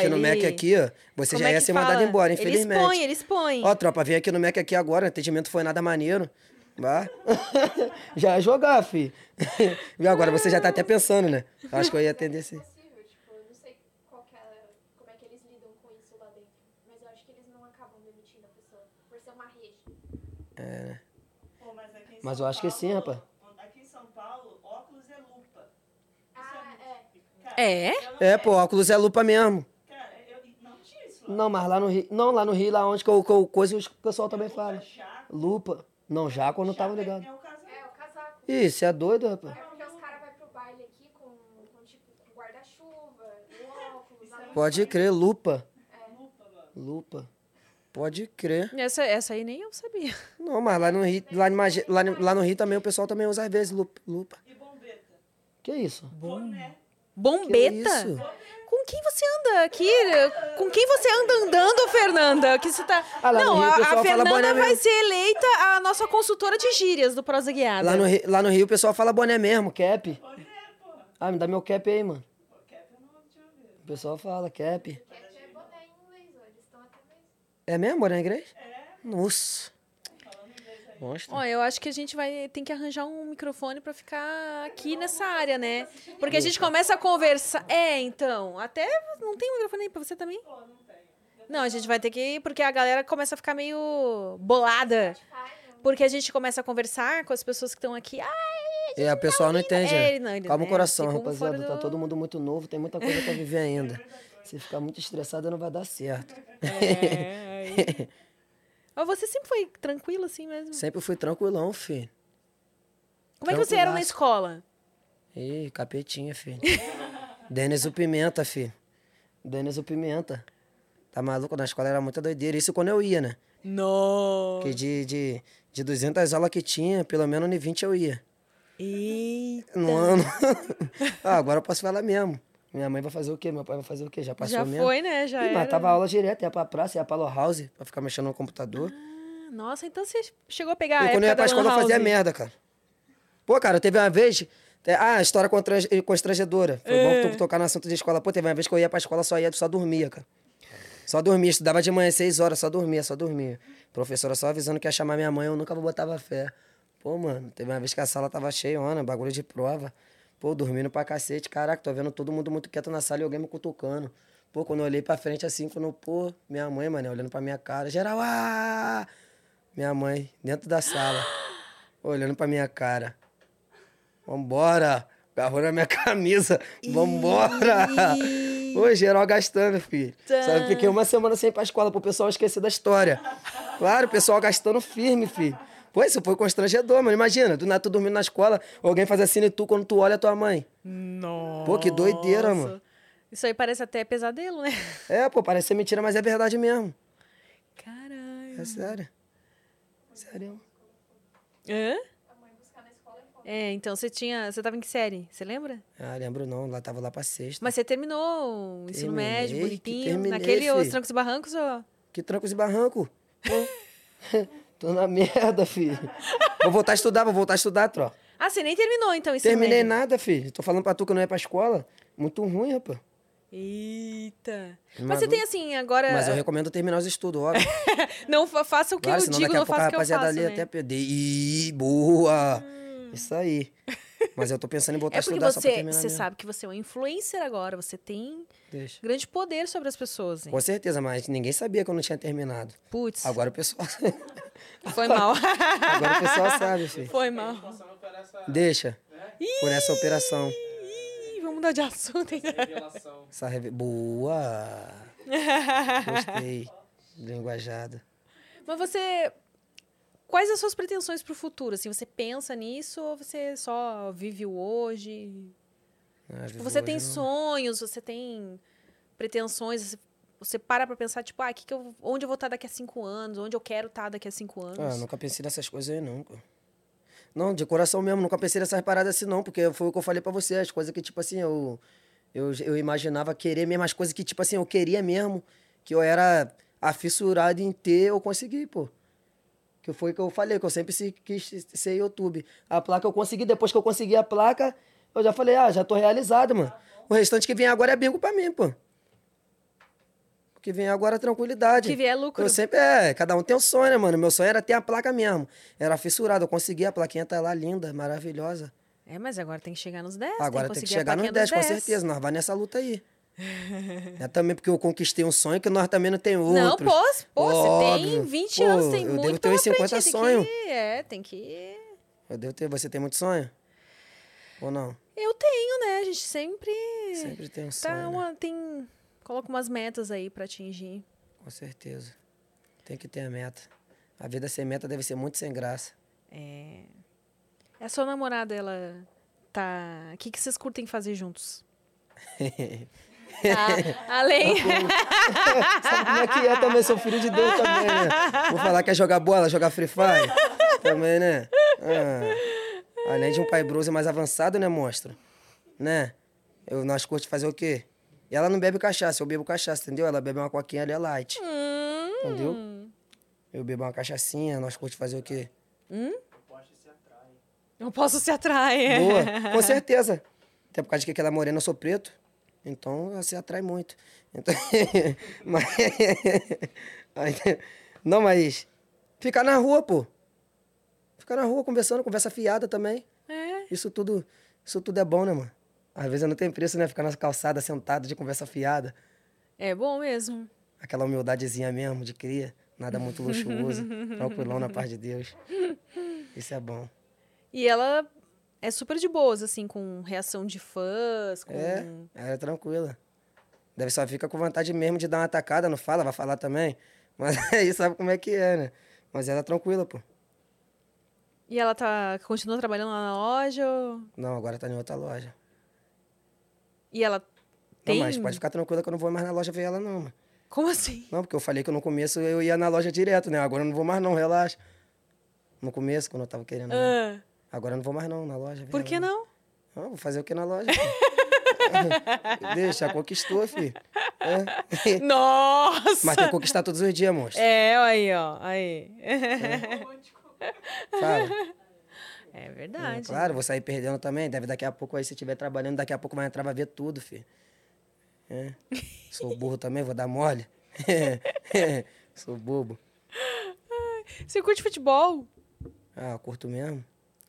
Speaker 2: no
Speaker 1: Hum, é, ele-
Speaker 2: Mac aqui, ó. Você
Speaker 1: Como
Speaker 2: já
Speaker 1: é
Speaker 2: ia
Speaker 1: que
Speaker 2: ser
Speaker 1: fala?
Speaker 2: mandado embora,
Speaker 1: Ele
Speaker 2: infelizmente.
Speaker 1: expõe, ele expõe.
Speaker 2: Ó, tropa, vem aqui no Mac aqui agora, o atendimento foi nada maneiro. Vá. já ia jogar, fi. Viu? Agora você já tá até pensando, né? Eu Acho que eu ia atender sim.
Speaker 4: Possível, É tipo, eu não sei qual que é, como é que eles lidam com isso lá dentro. Mas eu acho que eles não acabam demitindo a pessoa, por ser uma rede.
Speaker 5: Pô, mas aqui em
Speaker 2: Mas
Speaker 5: São
Speaker 2: eu acho que sim,
Speaker 5: Paulo,
Speaker 2: rapaz.
Speaker 4: Ah,
Speaker 5: é
Speaker 1: É?
Speaker 2: É, pô, óculos é lupa mesmo.
Speaker 3: Cara, eu não tinha isso lá.
Speaker 2: Não, mas lá no Rio. Não, lá no Rio, lá onde que eu, que eu coisa, o pessoal também fala.
Speaker 3: Chaco,
Speaker 2: Lupa. Não, Jaco eu não tava ligado.
Speaker 3: É o caso.
Speaker 4: É, o casaco.
Speaker 2: Ih, você é doido, rapaz?
Speaker 4: É porque os caras vão pro baile aqui com, com tipo, com guarda-chuva, o óculos, a lupa.
Speaker 2: Pode crer, lupa. Lupa. Pode crer.
Speaker 1: Essa, essa aí nem eu sabia.
Speaker 2: Não, mas lá no Rio, lá, no Mage- lá, no- lá no Rio também o pessoal também usa às vezes lupa. lupa.
Speaker 3: E bombeta.
Speaker 2: Que isso?
Speaker 3: Boné.
Speaker 1: Bombeta?
Speaker 2: Que isso?
Speaker 1: Com quem você anda aqui? Com quem você anda andando, Fernanda? Que você tá...
Speaker 2: Ah, lá no
Speaker 1: Não,
Speaker 2: Rio o
Speaker 1: a- a,
Speaker 2: pessoal fala
Speaker 1: Fernanda
Speaker 2: boné
Speaker 1: vai
Speaker 2: mesmo.
Speaker 1: ser eleita a nossa consultora de gírias do Prosa Guiada.
Speaker 2: Lá no, Ri- lá no Rio o pessoal fala boné mesmo, cap. Ah, me dá meu cap aí, mano. O pessoal fala cap.
Speaker 4: Cat é boné em inglês, ó. Eles estão até mais.
Speaker 2: É mesmo, boné inglês? É. Nossa. Mostra.
Speaker 1: Ó, eu acho que a gente vai ter que arranjar um microfone pra ficar aqui nessa área, né? Porque a gente começa a conversar. É, então, até não tem microfone aí pra você também? Não, a gente vai ter que ir porque a galera começa a ficar meio bolada. Porque a gente começa a conversar com as pessoas que estão aqui. Ah,
Speaker 2: É, o pessoal não entende. né?
Speaker 1: ele não, ele
Speaker 2: Calma o
Speaker 1: né,
Speaker 2: coração,
Speaker 1: ficou
Speaker 2: rapaziada.
Speaker 1: fora
Speaker 2: Tá
Speaker 1: do-
Speaker 2: todo mundo muito novo, tem muita coisa pra viver ainda. Se ficar muito estressada, não vai dar certo.
Speaker 1: É, mas você sempre foi tranquilo assim mesmo?
Speaker 2: Sempre fui tranquilão, filho.
Speaker 1: Como é que você era na
Speaker 2: tranquilaço.
Speaker 1: escola?
Speaker 2: Ih, capetinha, filho. Denis o Pimenta, filho. Denis o Pimenta. Tá maluco? Na escola era muita doideira. Isso quando eu ia, né?
Speaker 1: Não.
Speaker 2: Porque de, de, de 200 aulas que tinha, pelo menos em 20 eu ia.
Speaker 1: Eita.
Speaker 2: No ano. ah, agora eu posso falar mesmo. Minha mãe vai fazer o quê? Meu pai vai fazer o quê? Já passou
Speaker 1: Já
Speaker 2: mesmo?
Speaker 1: foi, né? Já
Speaker 2: Ih,
Speaker 1: era.
Speaker 2: matava a aula direto, ia pra praça, ia pra Low House, pra ficar mexendo no computador.
Speaker 1: Ah, Nossa, então você chegou a pegar a
Speaker 2: e
Speaker 1: época
Speaker 2: quando eu ia pra
Speaker 1: da lan
Speaker 2: escola, eu fazia
Speaker 1: house.
Speaker 2: merda, cara. Pô, cara, teve uma vez. te- Ah, história constrange- constrangedora. Foi
Speaker 1: É.
Speaker 2: bom tu tocar no assunto de escola. Pô, teve uma vez que eu ia pra escola, só ia, só dormia, cara. Só dormia, estudava de manhã às seis horas, só dormia, só dormia. Professora só avisando que ia chamar minha mãe, eu nunca botava fé. Pô, mano, teve uma vez que a sala tava cheia, ona, bagulho de prova. Pô, dormindo pra cacete, caraca, tô vendo todo mundo muito quieto na sala e alguém me cutucando. Pô, quando eu olhei pra frente assim, quando, pô, minha mãe, mano, olhando pra minha cara, geral, ah! Minha mãe, dentro da sala, olhando pra minha cara. Vambora! Agarrou na minha camisa. Vambora! Ô, geral gastando, filho. Sabe, fiquei uma semana sem ir pra escola pro pessoal esquecer da história. Claro, o pessoal gastando firme, filho. Pô, isso foi constrangedor, mano. Imagina, do nada tu dormindo na escola, alguém faz assim e tu quando tu olha a tua mãe.
Speaker 1: Nossa.
Speaker 2: Pô, que doideira, mano.
Speaker 1: Isso aí parece até pesadelo, né?
Speaker 2: É, pô, parece ser mentira, mas é verdade mesmo.
Speaker 1: Caralho.
Speaker 2: É sério. Sério.
Speaker 1: Hã? É, então você tinha. Você tava em que série? Você lembra?
Speaker 2: Ah, lembro não, lá tava lá pra sexta.
Speaker 1: Mas você terminou o ensino
Speaker 2: Terminei,
Speaker 1: médio,
Speaker 2: que
Speaker 1: bonitinho.
Speaker 2: terminei,
Speaker 1: naquele Os
Speaker 2: filho.
Speaker 1: Trancos e Barrancos, ó.
Speaker 2: Que trancos e barranco.
Speaker 1: Hum.
Speaker 2: Pô, Tô na merda, filho. Vou voltar a estudar, vou voltar a estudar, tro.
Speaker 1: Ah, você nem terminou, então, o ensino
Speaker 2: Terminei
Speaker 1: médio.
Speaker 2: nada, filho. Tô falando pra tu que eu não ia pra escola. Muito ruim, rapaz.
Speaker 1: Eita. Mas,
Speaker 2: Mas
Speaker 1: você
Speaker 2: eu-
Speaker 1: tem assim, agora.
Speaker 2: Mas eu recomendo terminar os estudos, óbvio.
Speaker 1: Não fa- faça o que
Speaker 2: Claro,
Speaker 1: eu
Speaker 2: senão
Speaker 1: digo,
Speaker 2: daqui a
Speaker 1: não
Speaker 2: pouco a
Speaker 1: faça o que eu
Speaker 2: rapaziada
Speaker 1: faço.
Speaker 2: ali
Speaker 1: Né? Hum.
Speaker 2: até perder. Ih, boa! Isso aí. Mas eu tô pensando em voltar
Speaker 1: É
Speaker 2: a
Speaker 1: porque
Speaker 2: estudar só pra
Speaker 1: você,
Speaker 2: terminar
Speaker 1: você
Speaker 2: mesmo.
Speaker 1: sabe que você é um influencer agora, você tem
Speaker 2: Deixa.
Speaker 1: grande poder sobre as pessoas. Hein?
Speaker 2: Com certeza, mas ninguém sabia que eu não tinha terminado.
Speaker 1: Putz,
Speaker 2: Agora o pessoal.
Speaker 1: foi mal.
Speaker 2: Agora o pessoal sabe, filho.
Speaker 1: Foi mal.
Speaker 2: É.
Speaker 3: Passando por essa
Speaker 2: Deixa. Por essa operação.
Speaker 1: Ih, vamos mudar de assunto. hein?
Speaker 3: revelação.
Speaker 2: Essa reve... Boa! Gostei. Linguajada.
Speaker 1: Mas você. Quais as suas pretensões pro futuro? Assim, você pensa nisso ou você só vive o hoje?
Speaker 2: Ah,
Speaker 1: Tipo,
Speaker 2: vivo
Speaker 1: você
Speaker 2: hoje,
Speaker 1: tem
Speaker 2: não.
Speaker 1: sonhos, você tem pretensões, você- você para pra pensar, tipo, ah, que que eu, onde eu vou estar daqui a cinco anos, onde eu quero estar daqui a cinco
Speaker 2: Ah,
Speaker 1: anos.
Speaker 2: nunca pensei nessas coisas aí, não, cara. Não, de coração mesmo, nunca pensei nessas paradas assim, não, porque foi o que eu falei pra você, as coisas que, tipo assim, eu, eu, eu imaginava querer mesmo, as coisas que, tipo assim, eu queria mesmo, que eu era afissurado em ter, eu consegui, pô. Que foi o que eu falei, que eu sempre se- quis ser YouTube. A placa eu consegui, depois que eu consegui a placa, eu já falei, ah, já tô realizado, mano. O restante que vem agora é bingo pra mim, pô. O que vem agora é tranquilidade.
Speaker 1: O que vier é lucro.
Speaker 2: Eu sempre, é, cada um tem um sonho, né, mano? Meu sonho era ter a placa mesmo. Era fissurado, eu consegui, a plaquinha tá lá linda, maravilhosa.
Speaker 1: É, mas agora Ah, tem que chegar nos 10.
Speaker 2: Agora tem que
Speaker 1: conseguir a
Speaker 2: chegar nos
Speaker 1: plaquinha
Speaker 2: 10, com certeza. Nós vai nessa luta aí. é também porque eu conquistei um sonho que nós também não tem outro.
Speaker 1: Não, pô, pô você tem
Speaker 2: Óbvio.
Speaker 1: 20
Speaker 2: Pô,
Speaker 1: anos, tem
Speaker 2: eu
Speaker 1: muito
Speaker 2: devo ter
Speaker 1: pela
Speaker 2: uns 50
Speaker 1: frente,
Speaker 2: sonho.
Speaker 1: Tem que, é, tem que...
Speaker 2: Eu devo ter, você tem muito sonho? Ou não?
Speaker 1: Eu tenho, né? A gente sempre,
Speaker 2: Sempre tem um sonho.
Speaker 1: tá
Speaker 2: né?
Speaker 1: uma, tem coloca umas metas aí pra atingir.
Speaker 2: Com certeza. Tem que ter a meta. A vida sem meta deve ser muito sem graça.
Speaker 1: A sua É namorada, ela tá. O que, que vocês curtem fazer juntos? Tá? Além.
Speaker 2: Sabe como é que é também? Sou filho de Deus também, né? Vou falar que é jogar bola, jogar Free Fire. Também, né? Ah. Além de um pai brusa mais avançado, né, monstro? Né? Eu, nós curte fazer o quê? E ela não bebe cachaça, eu bebo cachaça, entendeu? Ela bebe uma coquinha ali, é light.
Speaker 1: hum,
Speaker 2: Entendeu? Eu bebo uma cachaçinha, nós curte fazer o quê?
Speaker 1: Não posso se atrair.
Speaker 2: Boa, com certeza. Até por causa de que ela é morena, eu sou preto. Então, ela se atrai muito. Então, mas, Aí, não, mas... Ficar na rua, pô. Ficar na rua conversando, conversa fiada também.
Speaker 1: É.
Speaker 2: Isso tudo, isso tudo é bom, né, mano? Às vezes não tem preço, né? Ficar nas calçadas, sentado, de conversa fiada.
Speaker 1: É bom mesmo.
Speaker 2: Aquela humildadezinha mesmo, de cria. Nada muito luxuoso. tranquilão na paz de Deus. Isso é bom.
Speaker 1: E ela é super de boas, assim, com reação de fãs, com.
Speaker 2: É, ela é tranquila. Deve só fica com vontade mesmo de dar uma atacada, não fala, vai falar também. Mas aí sabe como é que é, né? Mas ela é tranquila, pô.
Speaker 1: E ela tá. continua trabalhando lá na loja. ou-
Speaker 2: Não, agora tá em outra loja.
Speaker 1: E ela tem.
Speaker 2: Não, mas pode ficar tranquila que eu não vou mais na loja ver ela, não, mano.
Speaker 1: Como assim?
Speaker 2: Não, porque eu falei que no começo eu ia na loja direto, né? Agora eu não vou mais, não, relaxa. No começo, quando eu tava querendo. né?
Speaker 1: Ah,
Speaker 2: Agora eu não vou mais, não, na loja. ver
Speaker 1: por que
Speaker 2: ela,
Speaker 1: não?
Speaker 2: Ah, vou fazer o que na loja? pô? Deixa, conquistou, filho. É.
Speaker 1: Nossa!
Speaker 2: Mas tem que conquistar todos os dias, monstro.
Speaker 1: É, olha aí, ó. Aí.
Speaker 2: É. Fala.
Speaker 1: É
Speaker 2: É,
Speaker 1: verdade.
Speaker 2: Claro, vou sair perdendo também. Deve daqui a pouco aí, se estiver trabalhando, daqui a pouco vai entrar, vai ver tudo, filho. É. Sou burro também, vou dar mole. É. Sou bobo.
Speaker 1: Você curte futebol?
Speaker 2: Ah, eu curto mesmo.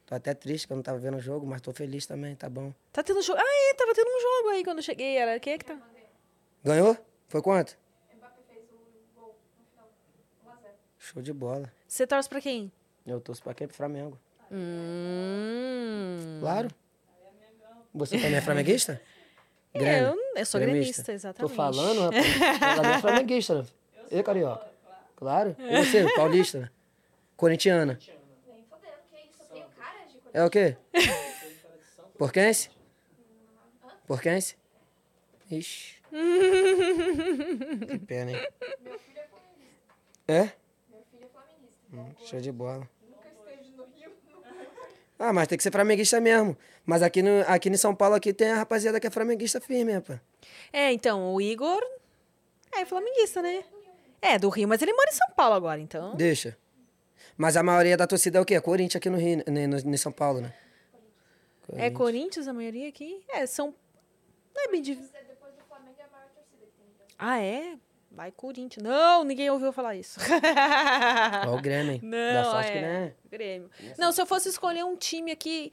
Speaker 2: Tô até triste que eu não tava vendo o jogo, mas tô feliz também, tá bom.
Speaker 1: Tá tendo jogo. Ah, é, tava tendo um jogo aí quando eu cheguei. Era quem é que tá?
Speaker 2: Ganhou? Foi quanto?
Speaker 4: Mbappé fez o gol no final. 1x0.
Speaker 2: Show de bola.
Speaker 1: Você torce pra quem?
Speaker 2: Eu torço pra quem? Pro Flamengo.
Speaker 1: Hum.
Speaker 2: Claro.
Speaker 4: Tá
Speaker 2: Você também é flamenguista?
Speaker 1: É, eu, eu sou gremista, exatamente.
Speaker 2: Tô falando, rapaz. Ela é flamenguista, né? Eu, carioca. Claro. E você,
Speaker 1: É.
Speaker 2: paulista? né? Corintiana.
Speaker 4: Nem fodendo, que isso? Eu tenho cara de
Speaker 2: É o quê? Porquense? Porquense? Ixi. que pena, hein? É? Hum, Show de bola. Ah, mas tem que ser flamenguista mesmo. Mas aqui, no, aqui em São Paulo aqui tem a rapaziada que é flamenguista firme, rapaz.
Speaker 1: É, então, o Igor é flamenguista, né? É, do Rio, mas ele mora em São Paulo agora, então.
Speaker 2: Deixa. Mas a maioria da torcida é o quê? Corinthians aqui no Rio, né, no, em São Paulo, né?
Speaker 1: É Corinthians a maioria aqui? É, são. Não é bem de...
Speaker 4: coisa. Depois do Flamengo é a maior torcida que tem. então.
Speaker 1: Ah, é? Vai Corinthians. Não, ninguém ouviu falar isso.
Speaker 2: Ó o Grêmio, hein?
Speaker 1: Não,
Speaker 2: Dá sorte
Speaker 1: é.
Speaker 2: que não é.
Speaker 1: Grêmio. Não, se eu fosse escolher um time aqui.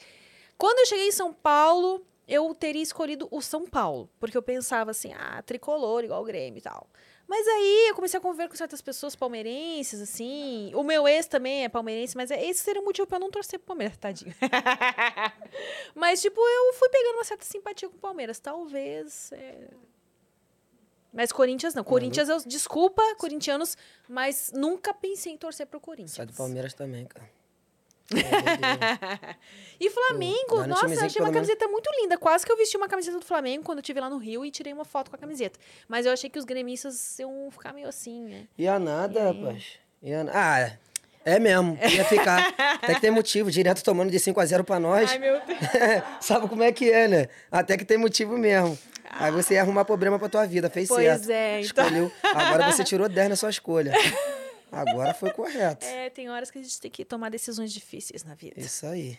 Speaker 1: Quando eu cheguei em São Paulo, eu teria escolhido o São Paulo. Porque eu pensava assim, ah, tricolor, igual o Grêmio e tal. Mas aí eu comecei a conviver com certas pessoas palmeirenses, assim. O meu ex também é palmeirense, mas é- esse seria o motivo pra eu não torcer pro Palmeiras, tadinho. mas, tipo, eu fui pegando uma certa simpatia com o Palmeiras. Talvez. é. Mas Corinthians não. Corinthians, eu, desculpa, corintianos, mas nunca pensei em torcer pro Corinthians.
Speaker 2: Sai do Palmeiras também, cara.
Speaker 1: E Flamengo,
Speaker 2: Pô, Hum, dá no
Speaker 1: nossa, eu
Speaker 2: timezinho que
Speaker 1: achei uma
Speaker 2: pelo menos-
Speaker 1: camiseta muito linda. Quase que eu vesti uma camiseta do Flamengo quando eu estive lá no Rio e tirei uma foto com a camiseta. Mas eu achei que os gremistas iam ficar meio assim, né?
Speaker 2: E a nada, rapaz. E a... Ah, é. é mesmo. Ia ficar. Até que tem motivo. Direto tomando de 5x0 pra nós.
Speaker 1: meu Deus.
Speaker 2: Sabe como é que é, né? Até que tem motivo mesmo. Aí você ia arrumar problema pra tua vida. Fez
Speaker 1: Pois
Speaker 2: certo.
Speaker 1: é, então.
Speaker 2: Escolheu. Agora você tirou 10 na sua escolha. Agora foi correto.
Speaker 1: É, tem horas que a gente tem que tomar decisões difíceis na vida.
Speaker 2: Isso aí.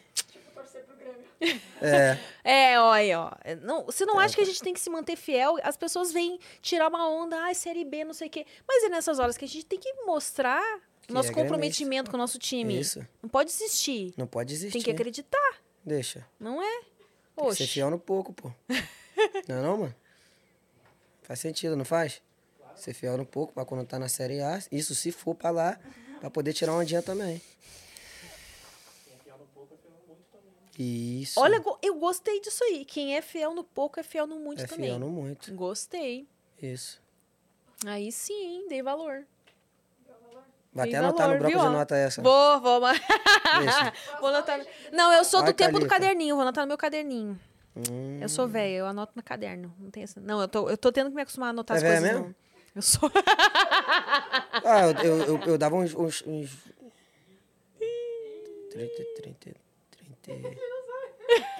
Speaker 1: É, olha, ó. Não, você
Speaker 2: É,
Speaker 1: não
Speaker 2: tá.
Speaker 1: acha que a gente tem que se manter fiel? As pessoas vêm tirar uma onda, ai, Série B, não sei o quê. Mas é nessas horas que a gente tem que mostrar
Speaker 2: Que
Speaker 1: nosso
Speaker 2: é gremista.
Speaker 1: comprometimento com o nosso time.
Speaker 2: Isso.
Speaker 1: Não pode desistir.
Speaker 2: Não pode existir.
Speaker 1: Tem que acreditar,
Speaker 2: Deixa.
Speaker 1: não é?
Speaker 2: Tem que ser
Speaker 1: Oxe.
Speaker 2: fiel no pouco, pô. não é não, mano? Faz sentido, não faz? Ser fiel no pouco pra quando tá na Série A, isso se for pra lá, pra poder tirar um dia também.
Speaker 3: fiel no pouco é fiel no muito também. né?
Speaker 2: Isso.
Speaker 1: Olha, go- eu gostei disso aí. Quem é fiel no pouco é fiel no muito
Speaker 2: é
Speaker 1: também.
Speaker 2: fiel no muito.
Speaker 1: Gostei.
Speaker 2: Isso.
Speaker 1: Aí sim, dei valor.
Speaker 2: Vai
Speaker 1: Tem
Speaker 2: até anotar
Speaker 1: valor,
Speaker 2: no bloco
Speaker 1: viu, ó?
Speaker 2: de nota essa.
Speaker 1: Vou, vou. ma-
Speaker 2: Isso.
Speaker 1: vou anotar. no- Não, eu sou do
Speaker 2: Vai,
Speaker 1: tempo do
Speaker 2: Thalita.
Speaker 1: caderninho. Vou anotar no meu caderninho.
Speaker 2: Hum.
Speaker 1: Eu sou velha, eu anoto no caderno. Não tem essa. Não, eu tô, eu tô tendo que me acostumar a anotar
Speaker 2: É
Speaker 1: as
Speaker 2: véia
Speaker 1: coisas.
Speaker 2: mesmo?
Speaker 1: Não. Eu sou. Tá
Speaker 2: Ah, eu, eu, eu, eu dava uns. uns, uns... 30, 30, 30.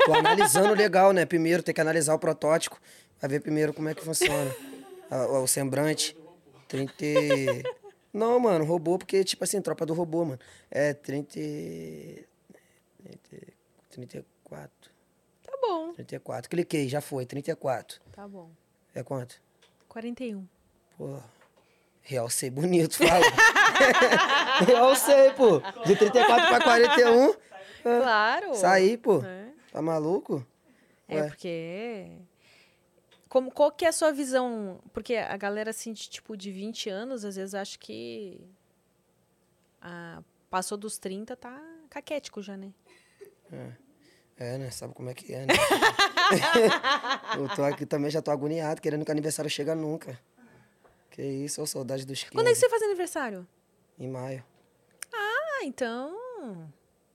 Speaker 2: Tô analisando legal, né? Primeiro, tem que analisar o protótipo. Vai ver primeiro como é que funciona. a- o sembrante. 30. Não, mano, robô, porque, tipo assim, tropa do robô, mano. É 30. 30 34.
Speaker 1: Tá bom.
Speaker 2: 34. Cliquei, já foi. 34.
Speaker 1: Tá bom.
Speaker 2: É quanto?
Speaker 1: 41.
Speaker 2: Pô, realcei bonito, fala. realcei, pô. De 34 pra 41,
Speaker 1: Claro.
Speaker 2: saí, pô.
Speaker 1: É.
Speaker 2: Tá maluco?
Speaker 1: É
Speaker 2: Ué.
Speaker 1: porque. Como, qual que é a sua visão? Porque a galera, assim, de, tipo, de 20 anos, às vezes acha que. ah, passou dos 30, tá caquético já, né?
Speaker 2: É, né? Sabe como é que é, né? eu tô aqui também, já tô agoniado, querendo que o aniversário chega nunca. Que isso, ô saudade dos 15.
Speaker 1: Quando é que você faz aniversário?
Speaker 2: Em maio.
Speaker 1: Ah, então.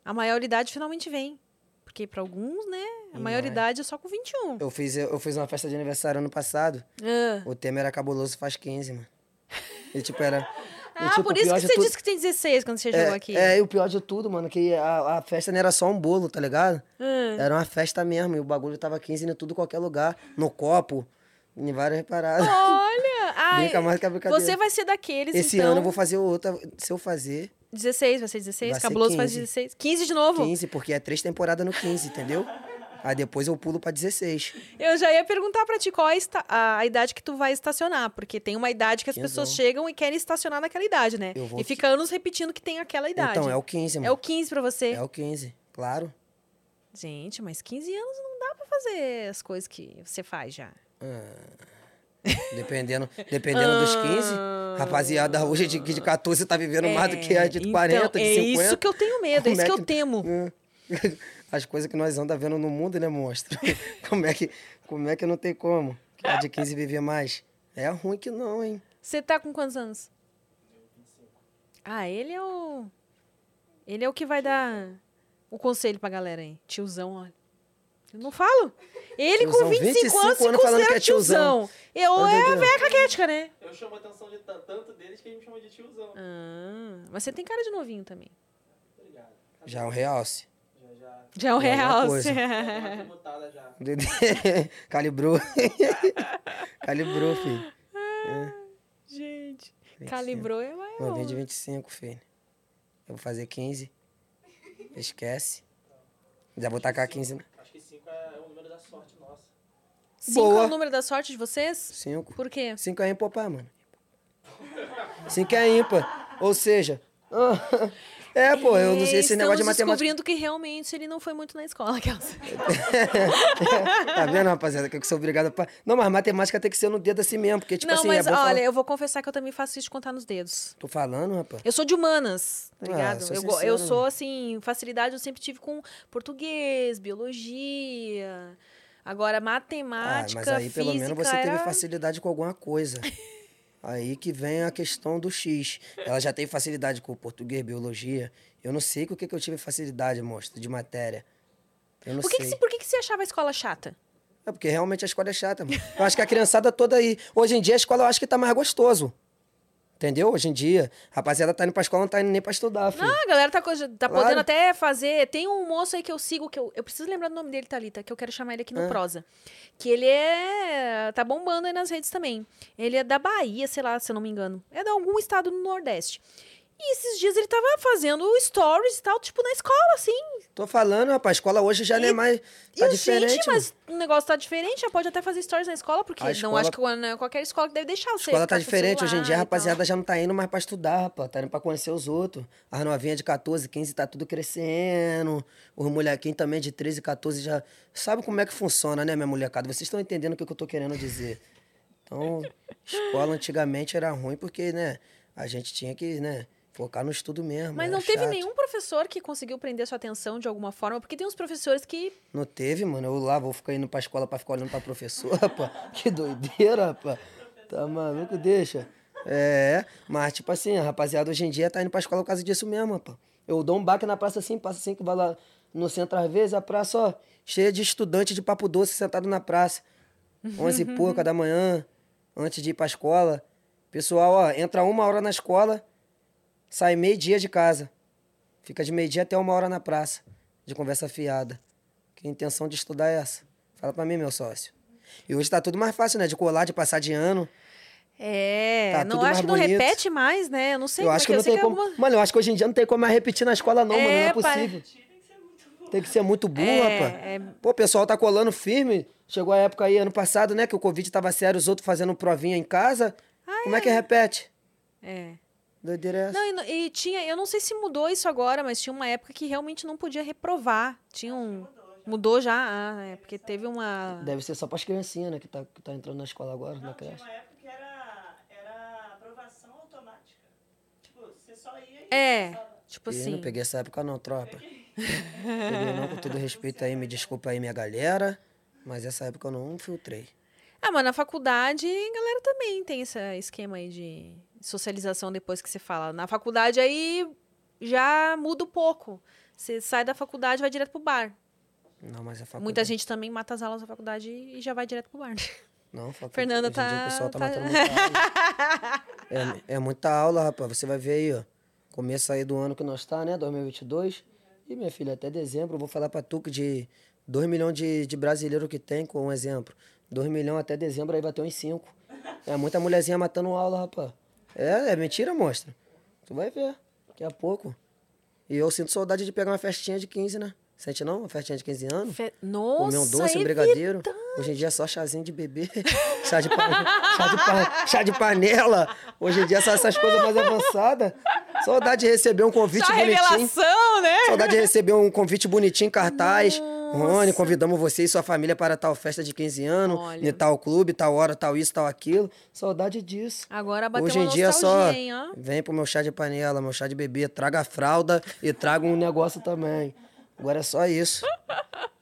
Speaker 1: A maioridade finalmente vem. Porque pra alguns, né? A
Speaker 2: Ih,
Speaker 1: maioridade é só com 21.
Speaker 2: Eu fiz, eu fiz uma festa de aniversário ano passado.
Speaker 1: Ah,
Speaker 2: O tema era cabuloso faz 15, mano. E tipo, era. e,
Speaker 1: Ah,
Speaker 2: tipo,
Speaker 1: por
Speaker 2: o
Speaker 1: isso
Speaker 2: pior
Speaker 1: que
Speaker 2: de
Speaker 1: você
Speaker 2: tudo-
Speaker 1: disse que tem 16 quando você chegou
Speaker 2: é,
Speaker 1: aqui.
Speaker 2: É, e o pior de tudo, mano, que a, a festa não era só um bolo, tá ligado?
Speaker 1: Ah.
Speaker 2: Era uma festa mesmo, e o bagulho tava 15 em tudo qualquer lugar, no copo, em várias paradas.
Speaker 1: Olha! Ai,
Speaker 2: Brinca mais que a brincadeira.
Speaker 1: você vai ser daqueles,
Speaker 2: Esse
Speaker 1: então.
Speaker 2: ano eu vou fazer outra, se eu fazer
Speaker 1: 16, vai ser 16.
Speaker 2: Vai ser
Speaker 1: Cabuloso faz
Speaker 2: 15.
Speaker 1: 16. 15 de novo?
Speaker 2: 15, porque é três temporadas no 15, entendeu? Aí depois eu pulo pra 16.
Speaker 1: Eu já ia perguntar pra ti qual é a esta- a, a idade que tu vai estacionar, porque tem uma idade que as
Speaker 2: Quinzão.
Speaker 1: pessoas chegam e querem estacionar naquela idade, né?
Speaker 2: Eu vou
Speaker 1: E fica anos repetindo que tem aquela idade.
Speaker 2: Então, é o 15,
Speaker 1: É o
Speaker 2: mano.
Speaker 1: 15 pra você.
Speaker 2: É o 15, claro.
Speaker 1: Gente, mas 15 anos não dá pra fazer as coisas que você faz já.
Speaker 2: Dependendo, dependendo dos 15, rapaziada hoje de, de 14 tá vivendo mais do que a de
Speaker 1: Ah. É,
Speaker 2: 40,
Speaker 1: então,
Speaker 2: de
Speaker 1: É
Speaker 2: 50.
Speaker 1: isso que eu tenho medo, é
Speaker 2: Como
Speaker 1: isso
Speaker 2: é
Speaker 1: que eu
Speaker 2: que-
Speaker 1: temo.
Speaker 2: Né? As coisas que nós andamos vendo no mundo, né, monstro? Como é que, como é que não tem como? Que a de 15 vivia mais? É ruim que não, hein?
Speaker 1: Você tá com quantos anos? Ah, ele é o. Ele é o que vai dar o conselho pra galera aí. Tiozão, olha. Eu não falo. Ele
Speaker 2: Tiozão,
Speaker 1: com 25, anos
Speaker 2: 25
Speaker 1: se
Speaker 2: anos falando
Speaker 1: considera
Speaker 2: que é
Speaker 1: tiozão.
Speaker 2: tiozão.
Speaker 1: Eu ou é a
Speaker 2: Entendeu?
Speaker 1: velha caquética, né?
Speaker 3: Eu chamo a atenção de ta- tanto deles que a gente chama de tiozão.
Speaker 1: Ah, mas você tem cara de novinho também. Ah.
Speaker 3: Obrigado. Tá
Speaker 2: Já é um realce.
Speaker 3: bom, Já, já.
Speaker 1: Já é um
Speaker 2: É alguma
Speaker 1: real. é.
Speaker 2: coisa.
Speaker 3: Tá uma tributada já.
Speaker 2: Dedê, Calibrou. Calibrou, filho.
Speaker 1: Gente,
Speaker 2: 25.
Speaker 1: calibrou é maior.
Speaker 2: Novinho de 25, filho. Eu vou fazer 15. Esquece. Já vou tacar né? 15.
Speaker 3: Acho que 5 é o número da sorte nossa.
Speaker 1: Cinco é
Speaker 2: Boa.
Speaker 1: o número da sorte de vocês?
Speaker 2: 5.
Speaker 1: Por quê?
Speaker 2: 5 é ímpar, mano. 5 é ímpar. Ou seja. É, pô, eu não sei esse negócio de
Speaker 1: Estamos
Speaker 2: matemática.
Speaker 1: descobrindo que realmente ele não foi muito na escola. aquelas.
Speaker 2: Tá vendo, rapaziada? Que eu sou obrigado pra. Não, mas matemática tem que ser no dedo assim mesmo, porque, tipo
Speaker 1: não,
Speaker 2: assim,
Speaker 1: mas
Speaker 2: é bom.
Speaker 1: olha,
Speaker 2: falar-
Speaker 1: eu vou confessar que eu também faço isso de contar nos dedos.
Speaker 2: Tô falando, rapaz.
Speaker 1: Eu sou de humanas, tá
Speaker 2: Ah,
Speaker 1: ligado?
Speaker 2: sou
Speaker 1: eu, go- eu
Speaker 2: sincero, né?
Speaker 1: sou, assim, facilidade eu sempre tive com português, biologia. Agora,
Speaker 2: Ah,
Speaker 1: matemática,
Speaker 2: mas aí
Speaker 1: física,
Speaker 2: pelo menos você teve
Speaker 1: era-
Speaker 2: facilidade com alguma coisa. Aí que vem a questão do X. Ela já teve facilidade com português, biologia. Eu não sei com o que, que eu tive facilidade, monstro, de matéria. Eu não
Speaker 1: Por que, que
Speaker 2: sei.
Speaker 1: se- por que, que você achava a escola chata?
Speaker 2: É porque realmente a escola é chata, mano. Eu acho que a criançada toda aí. Hoje em dia a escola eu acho que tá mais gostoso. Entendeu? Hoje em dia. A rapaziada tá indo pra escola, não tá indo nem pra estudar, filho.
Speaker 1: Ah, a galera tá, coisa- tá
Speaker 2: Claro.
Speaker 1: podendo até fazer. Tem um moço aí que eu sigo, que eu, eu preciso lembrar do nome dele, Thalita, que eu quero chamar ele aqui no
Speaker 2: Ah.
Speaker 1: Prosa. Que ele é. tá bombando aí nas redes também. Ele é da Bahia, sei lá, se eu não me engano. É de algum estado no Nordeste. E esses dias ele tava fazendo stories e tal, tipo, na escola, assim.
Speaker 2: Tô falando, rapaz, a escola hoje já não é mais. Tá
Speaker 1: e eu,
Speaker 2: diferente.
Speaker 1: gente,
Speaker 2: mano.
Speaker 1: mas o negócio tá diferente, já pode até fazer stories na escola, porque
Speaker 2: A
Speaker 1: não
Speaker 2: escola-
Speaker 1: acho que não é qualquer escola que deve deixar
Speaker 2: A
Speaker 1: você.
Speaker 2: escola tá
Speaker 1: ficar com o
Speaker 2: diferente hoje em dia, a
Speaker 1: celular e tal.
Speaker 2: rapaziada já não tá indo mais pra estudar, rapaz. Tá indo pra conhecer os outros. As novinhas de 14, 15 tá tudo crescendo. Os molequinhos também de 13, 14 já. Sabe como é que funciona, né, minha molecada? Vocês estão entendendo o que, que eu tô querendo dizer. Então, escola antigamente era ruim porque, né, a gente tinha que, né, Focar no estudo mesmo.
Speaker 1: Mas
Speaker 2: era
Speaker 1: não teve
Speaker 2: é chato.
Speaker 1: nenhum professor que conseguiu prender sua atenção de alguma forma? Porque tem uns professores que.
Speaker 2: Não teve, mano. Eu lá vou ficar indo pra escola pra ficar olhando pra professora, pô. Que doideira, pô. Tá maluco, deixa. É, mas tipo assim, a rapaziada hoje em dia tá indo pra escola por causa disso mesmo, pô. Eu dou um baque na praça assim, passa assim que vai lá no centro às vezes, a praça, ó, cheia de estudante de papo doce sentado na praça. Onze e pouca da manhã, antes de ir pra escola. Pessoal, ó, entra uma hora na escola, sai meio-dia de casa. Fica de meio-dia até uma hora na praça, de conversa fiada. Que intenção de estudar é essa? Fala pra mim, meu sócio. E hoje tá tudo mais fácil, né? De colar, de passar de ano.
Speaker 1: É,
Speaker 2: Tá
Speaker 1: não
Speaker 2: tudo
Speaker 1: acho
Speaker 2: mais
Speaker 1: que não
Speaker 2: bonito.
Speaker 1: repete mais, né? Eu não sei
Speaker 2: eu
Speaker 1: como
Speaker 2: acho
Speaker 1: é
Speaker 2: que
Speaker 1: eu
Speaker 2: não
Speaker 1: sei
Speaker 2: tem
Speaker 1: que
Speaker 2: como.
Speaker 1: alguma-
Speaker 2: Mano, eu acho que hoje em dia não tem como mais repetir na escola, não, mano. Não
Speaker 1: É,
Speaker 2: é
Speaker 1: pare-
Speaker 2: possível. Tem que ser muito burra,
Speaker 1: É,
Speaker 2: pá.
Speaker 1: é.
Speaker 2: Pô, o pessoal tá colando firme. Chegou a época aí, ano passado, né? Que o Covid tava sério, os outros fazendo provinha em casa. como é. que repete?
Speaker 1: Ah, É.
Speaker 2: Doideira é essa?
Speaker 1: Não, e no- e, tinha, eu não sei se mudou isso agora, mas tinha uma época que realmente não podia reprovar. Tinha um. Mudou já, ah, é, porque teve uma.
Speaker 2: Deve ser só pras criancinhas, né? Que tá, que tá entrando na escola agora, na
Speaker 3: Não, tinha
Speaker 2: creche.
Speaker 3: uma época que era, era aprovação automática. Tipo, você só ia e
Speaker 1: É,
Speaker 3: passava.
Speaker 1: tipo
Speaker 2: Ih, não
Speaker 1: assim.
Speaker 2: peguei essa época não, tropa. peguei não, com todo respeito aí, me desculpa aí minha galera, mas essa época eu não filtrei.
Speaker 1: Ah, mas na faculdade, a galera também tem esse esquema aí de socialização depois que você fala. Na faculdade aí já muda um pouco. Você sai da faculdade e vai direto pro bar.
Speaker 2: Não, mas a faculdade...
Speaker 1: Muita gente também mata as aulas da faculdade e já vai direto pro bar.
Speaker 2: Não, faculdade.
Speaker 1: Fernanda
Speaker 2: hoje em dia
Speaker 1: tá-
Speaker 2: O pessoal tá,
Speaker 1: tá-
Speaker 2: matando muita aula. É, é muita aula, rapaz. Você vai ver aí, ó. Começo aí do ano que nós tá, né? 2022. E, minha filha, até dezembro eu vou falar pra tu que de 2 milhões de, de brasileiros que tem, com um exemplo. 2 milhões até dezembro aí vai ter uns 5. É muita mulherzinha matando aula, rapaz. É, é mentira, mostra. Tu vai ver. Daqui a pouco. E eu sinto saudade de pegar uma festinha de 15, né? Sente não? Uma festinha de 15 anos?
Speaker 1: Fe- Nossa,
Speaker 2: comer um doce, um
Speaker 1: é
Speaker 2: brigadeiro. Hoje em dia é só chazinho de bebê, chá de, pan- chá, de pan- chá de panela. Hoje em dia é só essas coisas mais avançadas. Saudade de receber um convite
Speaker 1: Só
Speaker 2: bonitinho.
Speaker 1: revelação, né?
Speaker 2: Saudade de receber um convite bonitinho em cartaz. Rony, convidamos você e sua família para tal festa de 15 anos,
Speaker 1: Olha.
Speaker 2: em tal clube, tal hora, tal isso, tal aquilo. Saudade disso.
Speaker 1: Agora bateu
Speaker 2: Hoje
Speaker 1: uma
Speaker 2: em dia é
Speaker 1: nostalgia,
Speaker 2: só
Speaker 1: hein, ó.
Speaker 2: vem pro meu chá de panela, meu chá de bebê, traga a fralda e traga um negócio também. Agora é só isso.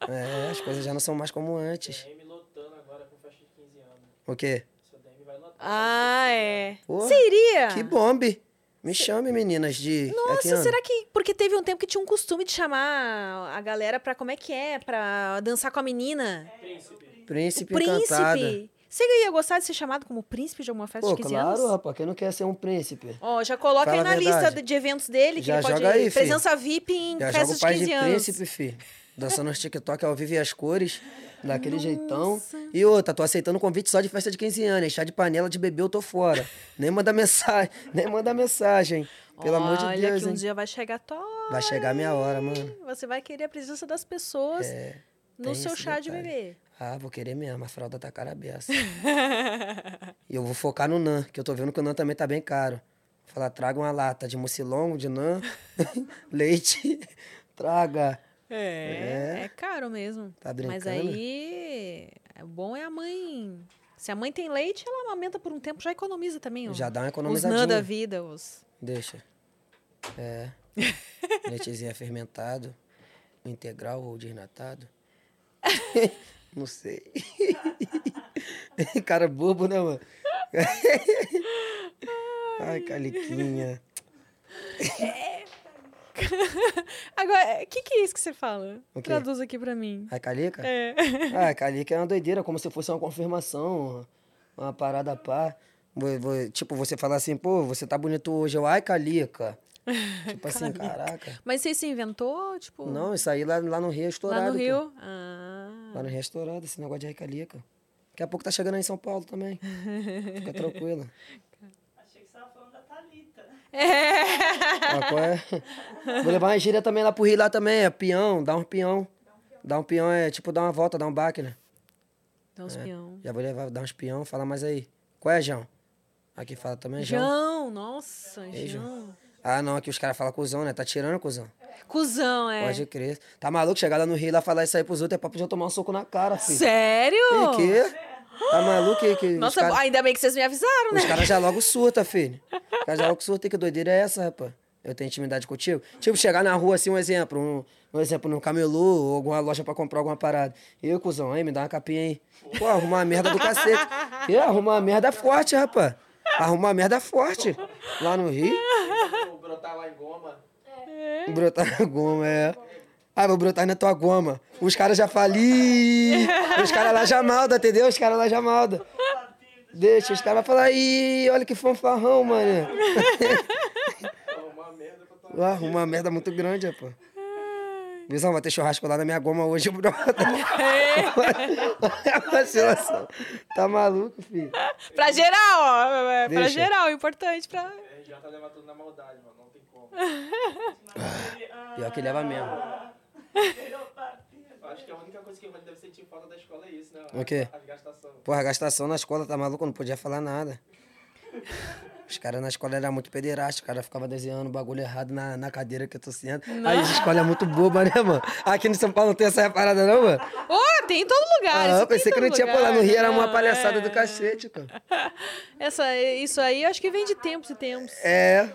Speaker 2: É, as coisas já não são mais como antes.
Speaker 3: DM lotando agora com festa de 15 anos.
Speaker 2: O quê?
Speaker 3: Seu DM vai lotar.
Speaker 1: Ah, é.
Speaker 2: Porra,
Speaker 1: Seria.
Speaker 2: Que é bombe! Me chame, meninas, de.
Speaker 1: Nossa, será que. Porque teve um tempo que tinha um costume de chamar a galera pra como é que é? Pra dançar com a menina.
Speaker 3: Príncipe.
Speaker 2: Príncipe,
Speaker 1: o
Speaker 2: encantado.
Speaker 1: príncipe. Você ia gostar de ser chamado como príncipe de alguma festa
Speaker 2: Pô,
Speaker 1: de 15
Speaker 2: claro,
Speaker 1: anos?
Speaker 2: rapaz, quem não quer ser um príncipe?
Speaker 1: Ó, já coloca
Speaker 2: Fala
Speaker 1: aí na
Speaker 2: a verdade.
Speaker 1: lista de eventos dele, que
Speaker 2: Já
Speaker 1: ele pode
Speaker 2: joga aí, fi.
Speaker 1: presença VIP em
Speaker 2: Já joga
Speaker 1: festas
Speaker 2: o
Speaker 1: de
Speaker 2: pai de
Speaker 1: 15 anos.
Speaker 2: príncipe, filho. Dançando os TikTok ao vivo e as cores, daquele jeitão. E outra, tô aceitando convite só de festa de 15 anos. hein? Chá de panela de bebê, eu tô fora. nem manda mensagem, nem manda mensagem. Pelo amor
Speaker 1: Olha,
Speaker 2: de Deus,
Speaker 1: que um
Speaker 2: hein?
Speaker 1: dia vai chegar a tua hora,
Speaker 2: Vai chegar a minha hora, mano.
Speaker 1: hein? Você vai querer a presença das pessoas
Speaker 2: É, tem
Speaker 1: no seu
Speaker 2: esse
Speaker 1: chá de
Speaker 2: detalhe.
Speaker 1: bebê.
Speaker 2: Ah, vou querer mesmo, a fralda tá cara a beça. e eu vou focar no nan, que eu tô vendo que o nan também tá bem caro. Vou falar, traga uma lata de mucilon, de nan, leite, traga.
Speaker 1: É, é, caro mesmo.
Speaker 2: Tá
Speaker 1: Mas
Speaker 2: brincando?
Speaker 1: aí, o bom é a mãe. Se a mãe tem leite, ela amamenta por um tempo, já economiza também. ó.
Speaker 2: Já dá uma
Speaker 1: Os nã da
Speaker 2: economizadinha.
Speaker 1: vida, os...
Speaker 2: Deixa. É. Leitezinho é fermentado, integral ou desnatado. Não sei. Cara bobo, né, mano? Ai, caliquinha.
Speaker 1: Agora, o que, que é isso que você fala?
Speaker 2: O quê?
Speaker 1: Traduz aqui pra mim.
Speaker 2: Ai, calica?
Speaker 1: É.
Speaker 2: Ah, Calica é uma doideira, como se fosse uma confirmação, uma parada pá. Vo- vo- Tipo, você falar assim, pô, você tá bonito hoje. Eu, ai, Calica. Tipo assim, caraca.
Speaker 1: Mas você se inventou, tipo,
Speaker 2: Não, isso aí lá, lá no Rio é estourado.
Speaker 1: lá no
Speaker 2: pô.
Speaker 1: Rio? Ah.
Speaker 2: Lá no Rio é estourado, esse negócio de ai, Calica. Daqui a pouco tá chegando aí em São Paulo também. Fica tranquila.
Speaker 3: Achei que você tava falando da Thalita.
Speaker 1: É.
Speaker 2: Ó, qual é? Vou levar uma gíria também lá pro Rio, lá também. É peão, dá um peão. Dá um peão é tipo dar uma volta, dar um baque, né?
Speaker 1: Dá um
Speaker 2: É.
Speaker 1: uns pião.
Speaker 2: Já vou levar, dar uns peão, fala mais aí. Qual é, João? Aqui fala também, João.
Speaker 1: Jão, nossa,
Speaker 2: Ei,
Speaker 1: Jão.
Speaker 2: Ah, não, aqui os caras falam cuzão, né? Tá tirando cuzão.
Speaker 1: Cusão, é.
Speaker 2: Pode crer. Tá maluco? Chegar lá no Rio lá falar isso aí pros outros é pra poder tomar um soco na cara, filho.
Speaker 1: Sério?
Speaker 2: E quê? Tá maluco que, que os
Speaker 1: Nossa,
Speaker 2: cara-
Speaker 1: ainda bem que vocês me avisaram, né?
Speaker 2: os caras já logo surta, filho. Os caras já logo surta. Que doideira é essa, rapaz? Eu tenho intimidade contigo. Tipo, chegar na rua, assim, um exemplo. Um, um exemplo, num camelô ou alguma loja pra comprar alguma parada. Eu, cuzão, aí, me dá uma capinha aí. Pô, arrumar uma merda do cacete. Eu, arrumar uma merda forte, rapaz. Arrumar uma merda forte. Lá no Rio,
Speaker 3: Ou brotar lá em goma.
Speaker 2: brotar na goma, é. Ah, vou brotar na tua goma. Os caras já fali. Os caras lá já malda, entendeu? Os caras lá já malda. Deixa, os caras vão falar, ih, olha que fanfarrão, mano.
Speaker 3: Uma merda pra tua
Speaker 2: Lá, uma merda muito grande, rapaz. Visão, vai ter churrasco lá na minha goma hoje, brother. É vacilação. Tá maluco, filho?
Speaker 1: Pra geral, ó. é, Pra
Speaker 2: Deixa.
Speaker 1: geral, importante pra.
Speaker 3: RJ tá levando tudo na maldade, mano. Não tem como.
Speaker 2: Pior que leva mesmo.
Speaker 3: Eu acho que a única coisa que o Rony deve sentir falta da escola é isso, né?
Speaker 2: O quê?
Speaker 3: As gastação.
Speaker 2: Porra, a gastação na escola tá maluco, eu não podia falar nada. Os caras na escola eram muito pederastas, os caras ficavam desenhando o bagulho errado na, na cadeira que eu tô sendo. Aí a escola é muito boba, né, mano? Aqui no São Paulo não tem essa parada, não, mano?
Speaker 1: Ô, tem em todo lugar.
Speaker 2: Ah,
Speaker 1: isso
Speaker 2: eu
Speaker 1: tem em
Speaker 2: pensei que
Speaker 1: todo
Speaker 2: não tinha, pô,
Speaker 1: lugar.
Speaker 2: lá no Rio era uma
Speaker 1: Não,
Speaker 2: palhaçada
Speaker 1: é.
Speaker 2: do cacete, cara.
Speaker 1: Essa, isso aí eu acho que vem de tempos e tempos.
Speaker 2: É.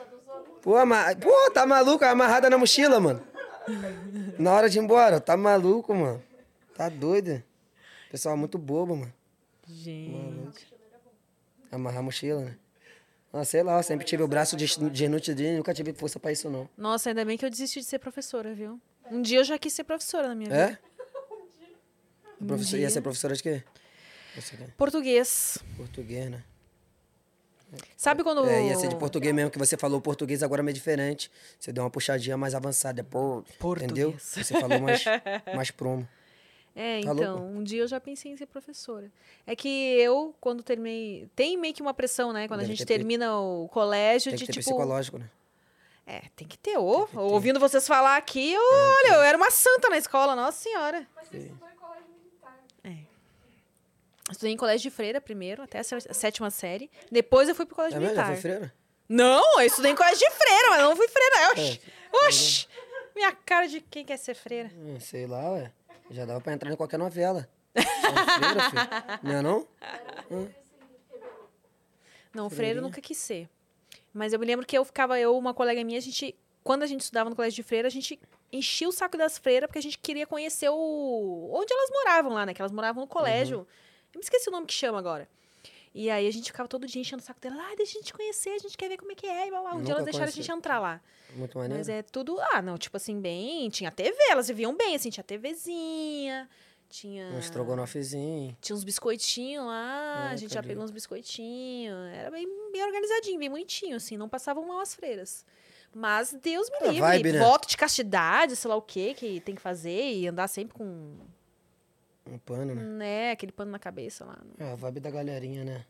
Speaker 2: Pô, ama... Pô, tá maluco? Amarrada na mochila, mano. Na hora de ir embora, tá maluco, mano. Tá doido. Pessoal, é muito bobo, mano.
Speaker 1: Gente.
Speaker 2: Amarrar a mochila, né? Ah, sei lá, eu sempre tive o braço de, desnutrido, nunca tive força pra isso, não.
Speaker 1: Nossa, ainda bem que eu desisti de ser professora, viu? Um dia eu já quis ser professora na minha vida.
Speaker 2: É? A professora, ia ser professora de quê? Professora de
Speaker 1: Português.
Speaker 2: Português, né?
Speaker 1: Sabe quando.
Speaker 2: É, ia ser de português mesmo, que você falou português agora é meio diferente. Você deu uma puxadinha mais avançada. é Por...
Speaker 1: Português.
Speaker 2: Entendeu? Você falou mais, mais promo.
Speaker 1: É,
Speaker 2: Tá
Speaker 1: então,
Speaker 2: louco?
Speaker 1: um dia eu já pensei em ser professora. É que eu, quando terminei. Tem meio que uma pressão, né? Quando a
Speaker 2: Deve
Speaker 1: gente
Speaker 2: ter pre-
Speaker 1: termina o colégio,
Speaker 2: Tem que
Speaker 1: de
Speaker 2: ter
Speaker 1: tipo.
Speaker 2: psicológico, né?
Speaker 1: É, tem que ter. Ô, ouvindo vocês falar aqui, eu- olha, eu era uma santa na escola, nossa senhora.
Speaker 4: Mas você estudou em colégio militar.
Speaker 1: Estudei em colégio de freira primeiro, até a sé- a sétima série. Depois eu fui pro colégio
Speaker 2: É mesmo? Já
Speaker 1: militar.
Speaker 2: foi freira?
Speaker 1: Não, eu estudei em colégio de freira, mas não fui freira.
Speaker 2: É,
Speaker 1: Oxi!
Speaker 2: tá
Speaker 1: Oxi! Minha cara de quem quer ser freira.
Speaker 2: Hum, Sei lá, ué. Já dava pra entrar em qualquer novela. É freira, filho. Não é não?
Speaker 1: Não, freira eu nunca quis ser. Mas eu me lembro que eu ficava, eu, uma colega minha, a gente, quando a gente estudava no colégio de freira, a gente enchia o saco das freiras porque a gente queria conhecer o onde elas moravam lá, né? Que elas moravam no colégio.
Speaker 2: Uhum.
Speaker 1: Eu me esqueci o nome que chama agora. E aí a gente ficava todo dia enchendo o saco dela, ah, deixa a gente conhecer, a gente quer ver como é que é, e blá, blá. Um dia
Speaker 2: Nunca
Speaker 1: elas deixaram a
Speaker 2: conheci.
Speaker 1: gente entrar lá.
Speaker 2: Muito maneiro.
Speaker 1: Mas é tudo, ah, não, tipo assim, bem, tinha TV, elas viviam bem, assim, tinha TVzinha, tinha...
Speaker 2: Um estrogonofezinho.
Speaker 1: Tinha uns biscoitinhos lá, a
Speaker 2: Ah,
Speaker 1: gente já
Speaker 2: cadê?
Speaker 1: pegou uns biscoitinhos. Era bem, bem organizadinho, bem bonitinho, assim. Não passavam mal as freiras. Mas Deus me
Speaker 2: Era
Speaker 1: livre.
Speaker 2: vibe, né?
Speaker 1: Voto de castidade, sei lá o que que tem que fazer. E andar sempre com,
Speaker 2: Um pano, né?
Speaker 1: né, aquele pano na cabeça lá.
Speaker 2: É, a vibe da galerinha, né?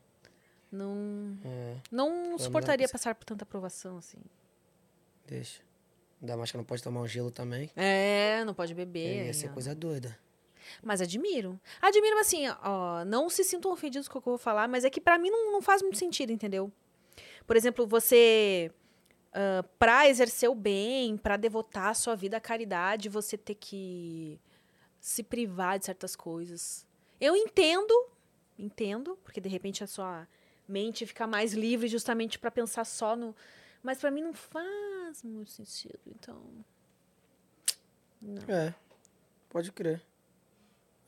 Speaker 1: Não,
Speaker 2: É,
Speaker 1: não
Speaker 2: não
Speaker 1: suportaria
Speaker 2: dá
Speaker 1: passar por tanta aprovação, assim.
Speaker 2: deixa. Ainda mais que não pode tomar um gelo também.
Speaker 1: É, não pode beber.
Speaker 2: É, ia
Speaker 1: aí,
Speaker 2: ser
Speaker 1: ó.
Speaker 2: coisa doida.
Speaker 1: Mas admiro. Admiro, mas assim, ó, não se sintam ofendidos com o que eu vou falar, mas é que pra mim não, não faz muito sentido, entendeu? Por exemplo, você. ah, pra exercer o bem, pra devotar a sua vida à caridade, você ter que se privar de certas coisas. Eu entendo, entendo, porque de repente a sua mente fica mais livre justamente pra pensar só no. Mas pra mim não faz muito sentido, então.
Speaker 2: É, pode crer.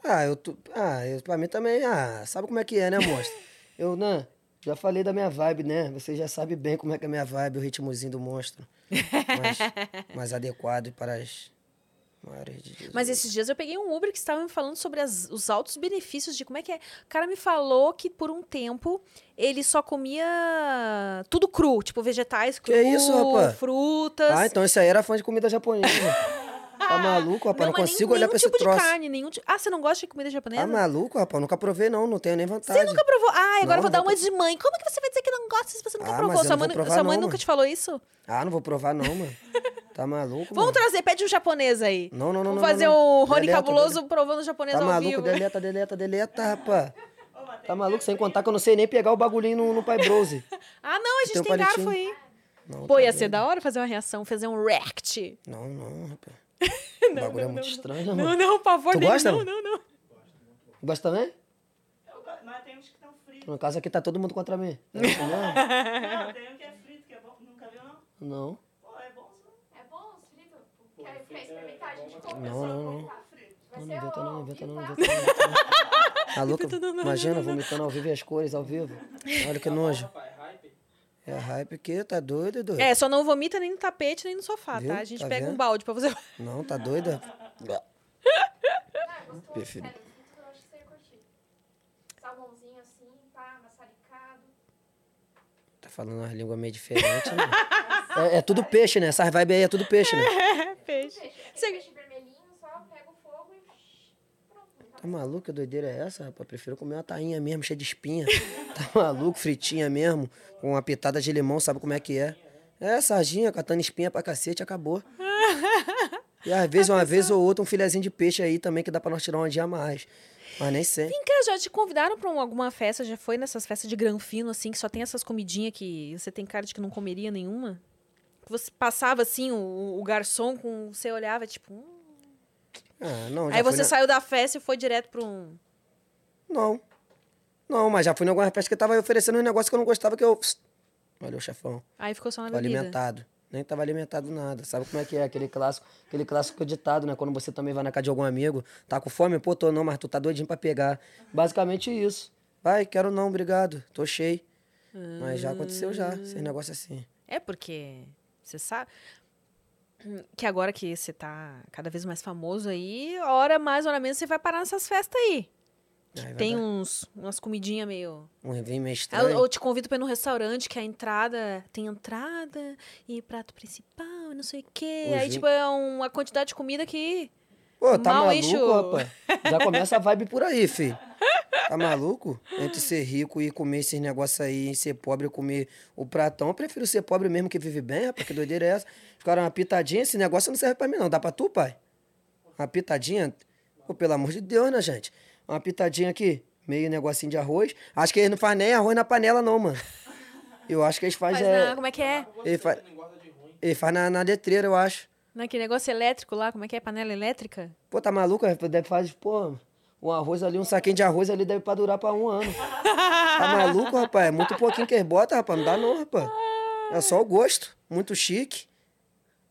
Speaker 2: Ah, eu tô. Ah, eu, pra mim também. Ah, sabe como é que é, né, monstro? eu, né? Já falei da minha vibe, né? Você já sabe bem como é que é a minha vibe, o ritmozinho do monstro. Mas, mais adequado para as maiores de Jesus.
Speaker 1: Mas esses dias eu peguei um Uber que estava me falando sobre as- os altos benefícios de como é que é. O cara me falou que por um tempo ele só comia tudo cru, tipo vegetais cru,
Speaker 2: Que é isso, rapá?
Speaker 1: frutas. Ah,
Speaker 2: Ah, então isso aí era fã de comida japonesa. tá maluco, rapaz? Não,
Speaker 1: mas nem-
Speaker 2: consigo olhar
Speaker 1: nenhum
Speaker 2: pra esse
Speaker 1: tipo
Speaker 2: troço.
Speaker 1: de carne, nenhum tipo... Ah, você não gosta de comida japonesa?
Speaker 2: Tá maluco, rapaz? Nunca provei, não. Não tenho nem vontade.
Speaker 1: Você nunca provou? Ah, agora eu
Speaker 2: Não,
Speaker 1: vou dar
Speaker 2: nunca-
Speaker 1: uma de mãe. Como é que você vai dizer que não gosta se você nunca
Speaker 2: Ah, mas
Speaker 1: provou?
Speaker 2: eu
Speaker 1: Sua
Speaker 2: não
Speaker 1: mãe,
Speaker 2: vou
Speaker 1: nu-
Speaker 2: provar
Speaker 1: sua mãe
Speaker 2: não,
Speaker 1: nunca
Speaker 2: mãe.
Speaker 1: te falou isso?
Speaker 2: Ah, não vou provar, não, mano. Tá maluco,
Speaker 1: Vamos
Speaker 2: mano.
Speaker 1: trazer, pede um japonês aí.
Speaker 2: Não, não, não,
Speaker 1: Vamos
Speaker 2: não,
Speaker 1: fazer
Speaker 2: não, não.
Speaker 1: o Rony
Speaker 2: Deleta,
Speaker 1: Cabuloso
Speaker 2: deleta.
Speaker 1: provando japonês
Speaker 2: Tá
Speaker 1: ao
Speaker 2: maluco,
Speaker 1: vivo.
Speaker 2: deleta, deleta, deleta, rapaz. Tá maluco, sem contar que eu não sei nem pegar o bagulhinho no, no Pai Browse.
Speaker 1: Ah, não, a gente
Speaker 2: Tem um
Speaker 1: tem garfo
Speaker 2: palitinho.
Speaker 1: aí.
Speaker 2: Não,
Speaker 1: Pô,
Speaker 2: tá
Speaker 1: ia ser
Speaker 2: doido.
Speaker 1: da hora fazer uma reação, fazer um react.
Speaker 2: Não, não, rapaz. O bagulho é muito estranho, né,
Speaker 1: Não,
Speaker 2: mano? Tá.
Speaker 1: não, por favor,
Speaker 2: Tu
Speaker 1: nem-
Speaker 2: gosta?
Speaker 1: não, não, não.
Speaker 2: Gosta também?
Speaker 5: mas tem uns que estão fritos.
Speaker 2: No caso aqui tá todo mundo contra mim. É isso mesmo?
Speaker 5: Não, tem um que é frito, que é bom. Nunca viu, não?
Speaker 2: Não.
Speaker 5: Pô, é bonzão.
Speaker 4: É bom os fritos? Quer, quer experimentar? A gente
Speaker 2: Não,
Speaker 4: compra
Speaker 2: não,
Speaker 4: só
Speaker 2: não.
Speaker 4: comprar frito. Vai
Speaker 2: Não,
Speaker 4: ser
Speaker 2: inventa não,
Speaker 4: ó,
Speaker 2: inventa não,
Speaker 4: tá?
Speaker 2: inventa não. inventa não. Tá Tá louco?
Speaker 1: Inventa não, não,
Speaker 2: Imagina,
Speaker 1: não, não.
Speaker 2: vomitando ao vivo e as cores ao vivo. Olha que nojo.
Speaker 3: Rapaz, hype.
Speaker 2: É hype que tá doido, doido.
Speaker 1: É, só não vomita nem no tapete, nem no sofá,
Speaker 2: Viu?
Speaker 1: tá? A gente
Speaker 2: Tá
Speaker 1: pega um
Speaker 2: vendo?
Speaker 1: balde pra você.
Speaker 2: Não, tá doida?
Speaker 4: Ah, é gostoso,
Speaker 2: Prefiro.
Speaker 4: sério. Os fritos eu acho que você ia curtir. Salmãozinho assim, pá, maçaricado.
Speaker 2: Tá falando umas línguas meio diferentes, né? É, é tudo peixe, né? Essas vibes aí é tudo peixe, né?
Speaker 1: É, peixe.
Speaker 4: Peixe, aquele
Speaker 1: Você-
Speaker 4: peixe vermelhinho, só pega o fogo e pronto. não tá
Speaker 2: Tá maluco? Que doideira é essa, rapaz? Prefiro comer uma tainha mesmo, cheia de espinha. Tá maluco? Fritinha mesmo, com uma pitada de limão, sabe como é que é? É, sardinha, catando espinha pra cacete, acabou. E às vezes, uma vez ou outra, um filezinho de peixe aí também, que dá pra nós tirar um dia a mais. Mas nem sempre.
Speaker 1: Vem cá, já te convidaram pra um- alguma festa? Já foi nessas festas de granfino, assim, que só tem essas comidinhas que você tem cara de que não comeria nenhuma? Que você passava, assim, o, o garçom com... Você olhava, tipo... hum.
Speaker 2: Ah, não, já
Speaker 1: Aí
Speaker 2: fui
Speaker 1: você
Speaker 2: na-
Speaker 1: saiu da festa e foi direto pra um...
Speaker 2: Não. Não, mas já fui em alguma festa que tava oferecendo um negócio que eu não gostava, que eu... Olha o chefão.
Speaker 1: Aí ficou só na
Speaker 2: Tava
Speaker 1: bebida.
Speaker 2: alimentado. Nem tava alimentado nada. Sabe como é que é? Aquele clássico, aquele clássico ditado, né? Quando você também vai na casa de algum amigo, tá com fome? Pô, tô não, mas tu tá doidinho pra pegar. Basicamente isso. Vai, quero não, obrigado. Tô cheio. Mas já aconteceu já, esse negócio assim.
Speaker 1: É porque você sabe que agora que você tá cada vez mais famoso aí, hora mais, hora menos, você vai parar nessas festas aí.
Speaker 2: Aí vai
Speaker 1: Tem um
Speaker 2: dar
Speaker 1: uns, umas comidinhas meio.
Speaker 2: um revinho
Speaker 1: Ah,
Speaker 2: meio
Speaker 1: Eu,
Speaker 2: estranho.
Speaker 1: eu te convido pra ir num restaurante que a entrada tem entrada e prato principal, e não sei o quê.
Speaker 2: Os
Speaker 1: aí,
Speaker 2: vin-
Speaker 1: tipo, é uma quantidade de comida que.
Speaker 2: Pô, tá
Speaker 1: Mal
Speaker 2: maluco,
Speaker 1: eixo.
Speaker 2: rapaz? Já começa a vibe por aí, filho. Tá maluco? Entre ser rico e comer esses negócios aí, e ser pobre e comer o pratão, eu prefiro ser pobre mesmo que vive bem, rapaz. Que doideira é essa? Ficaram uma pitadinha, esse negócio não serve pra mim, não. Dá pra tu, pai? Uma pitadinha? Pô, pelo amor de Deus, né, gente? Uma pitadinha aqui, meio negocinho de arroz. Acho que eles não fazem nem arroz na panela, não, mano. Eu acho que eles
Speaker 1: Mas,
Speaker 2: fazem.
Speaker 1: na,
Speaker 2: é,
Speaker 1: como é que é?
Speaker 2: ele faz,
Speaker 3: Não engorda de ruim.
Speaker 2: ele faz na, na letreira, eu acho.
Speaker 1: Naquele é negócio elétrico lá, como é que é? Panela elétrica?
Speaker 2: Pô, tá maluco? Deve fazer, pô, um arroz ali, um saquinho de arroz ali deve pra durar pra um ano. Tá maluco, rapaz? É muito pouquinho que eles botam, rapaz. Não dá não, rapaz. É só o gosto. Muito chique.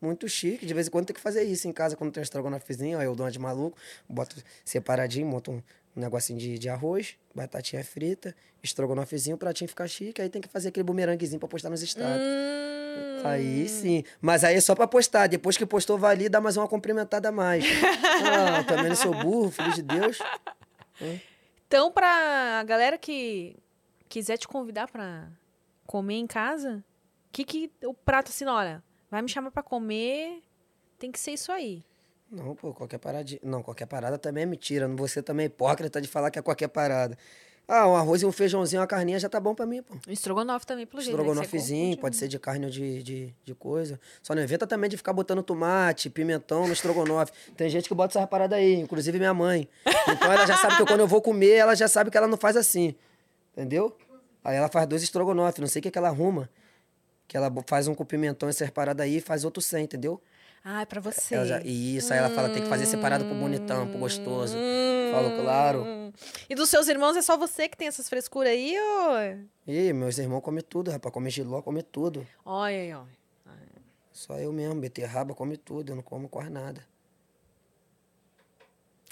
Speaker 2: Muito chique. De vez em quando tem que fazer isso em casa, quando tem um estrogonofezinho, aí eu dou uma de maluco, boto separadinho, monto um um negocinho de, de arroz, batatinha frita, estrogonofezinho, o pratinho ficar chique, aí tem que fazer aquele bumeranguezinho pra postar nos estados.
Speaker 1: Hum,
Speaker 2: Aí sim. Mas aí é só pra postar. Depois que postou, vai ali e dá mais uma cumprimentada a mais. ah, também não sou burro, filho de Deus.
Speaker 1: Então, pra galera que quiser te convidar pra comer em casa, que que o prato assim, olha, vai me chamar pra comer, tem que ser isso aí.
Speaker 2: Não, pô, qualquer paradinha. Não, qualquer parada também é mentira. Não Você também é hipócrita de falar que é qualquer parada. Ah, um arroz e um feijãozinho, uma carninha já tá bom pra mim, pô.
Speaker 1: Um estrogonofe também, pelo jeito. né, que você
Speaker 2: Estrogonofezinho,
Speaker 1: confunde.
Speaker 2: pode ser de carne ou de, de, de coisa. Só não inventa também de ficar botando tomate, pimentão no estrogonofe. Tem gente que bota essas paradas aí, inclusive minha mãe. Então ela já sabe que quando eu vou comer, ela já sabe que ela não faz assim. Entendeu? Aí ela faz dois estrogonofe, não sei o que, que ela arruma. Que ela bo- faz um com pimentão, essas paradas aí, e faz outro sem, entendeu?
Speaker 1: Ah, é pra você.
Speaker 2: Ela já- e isso, aí ela fala, tem que fazer separado pro bonitão, pro gostoso.
Speaker 1: Hum.
Speaker 2: Falo, claro.
Speaker 1: E dos seus irmãos é só você que tem essas frescuras aí, ou...
Speaker 2: Ih, meus irmãos comem tudo, rapaz. Come giló, come tudo.
Speaker 1: Olha aí, ó.
Speaker 2: Só eu mesmo, beterraba, come tudo. Eu não como quase nada.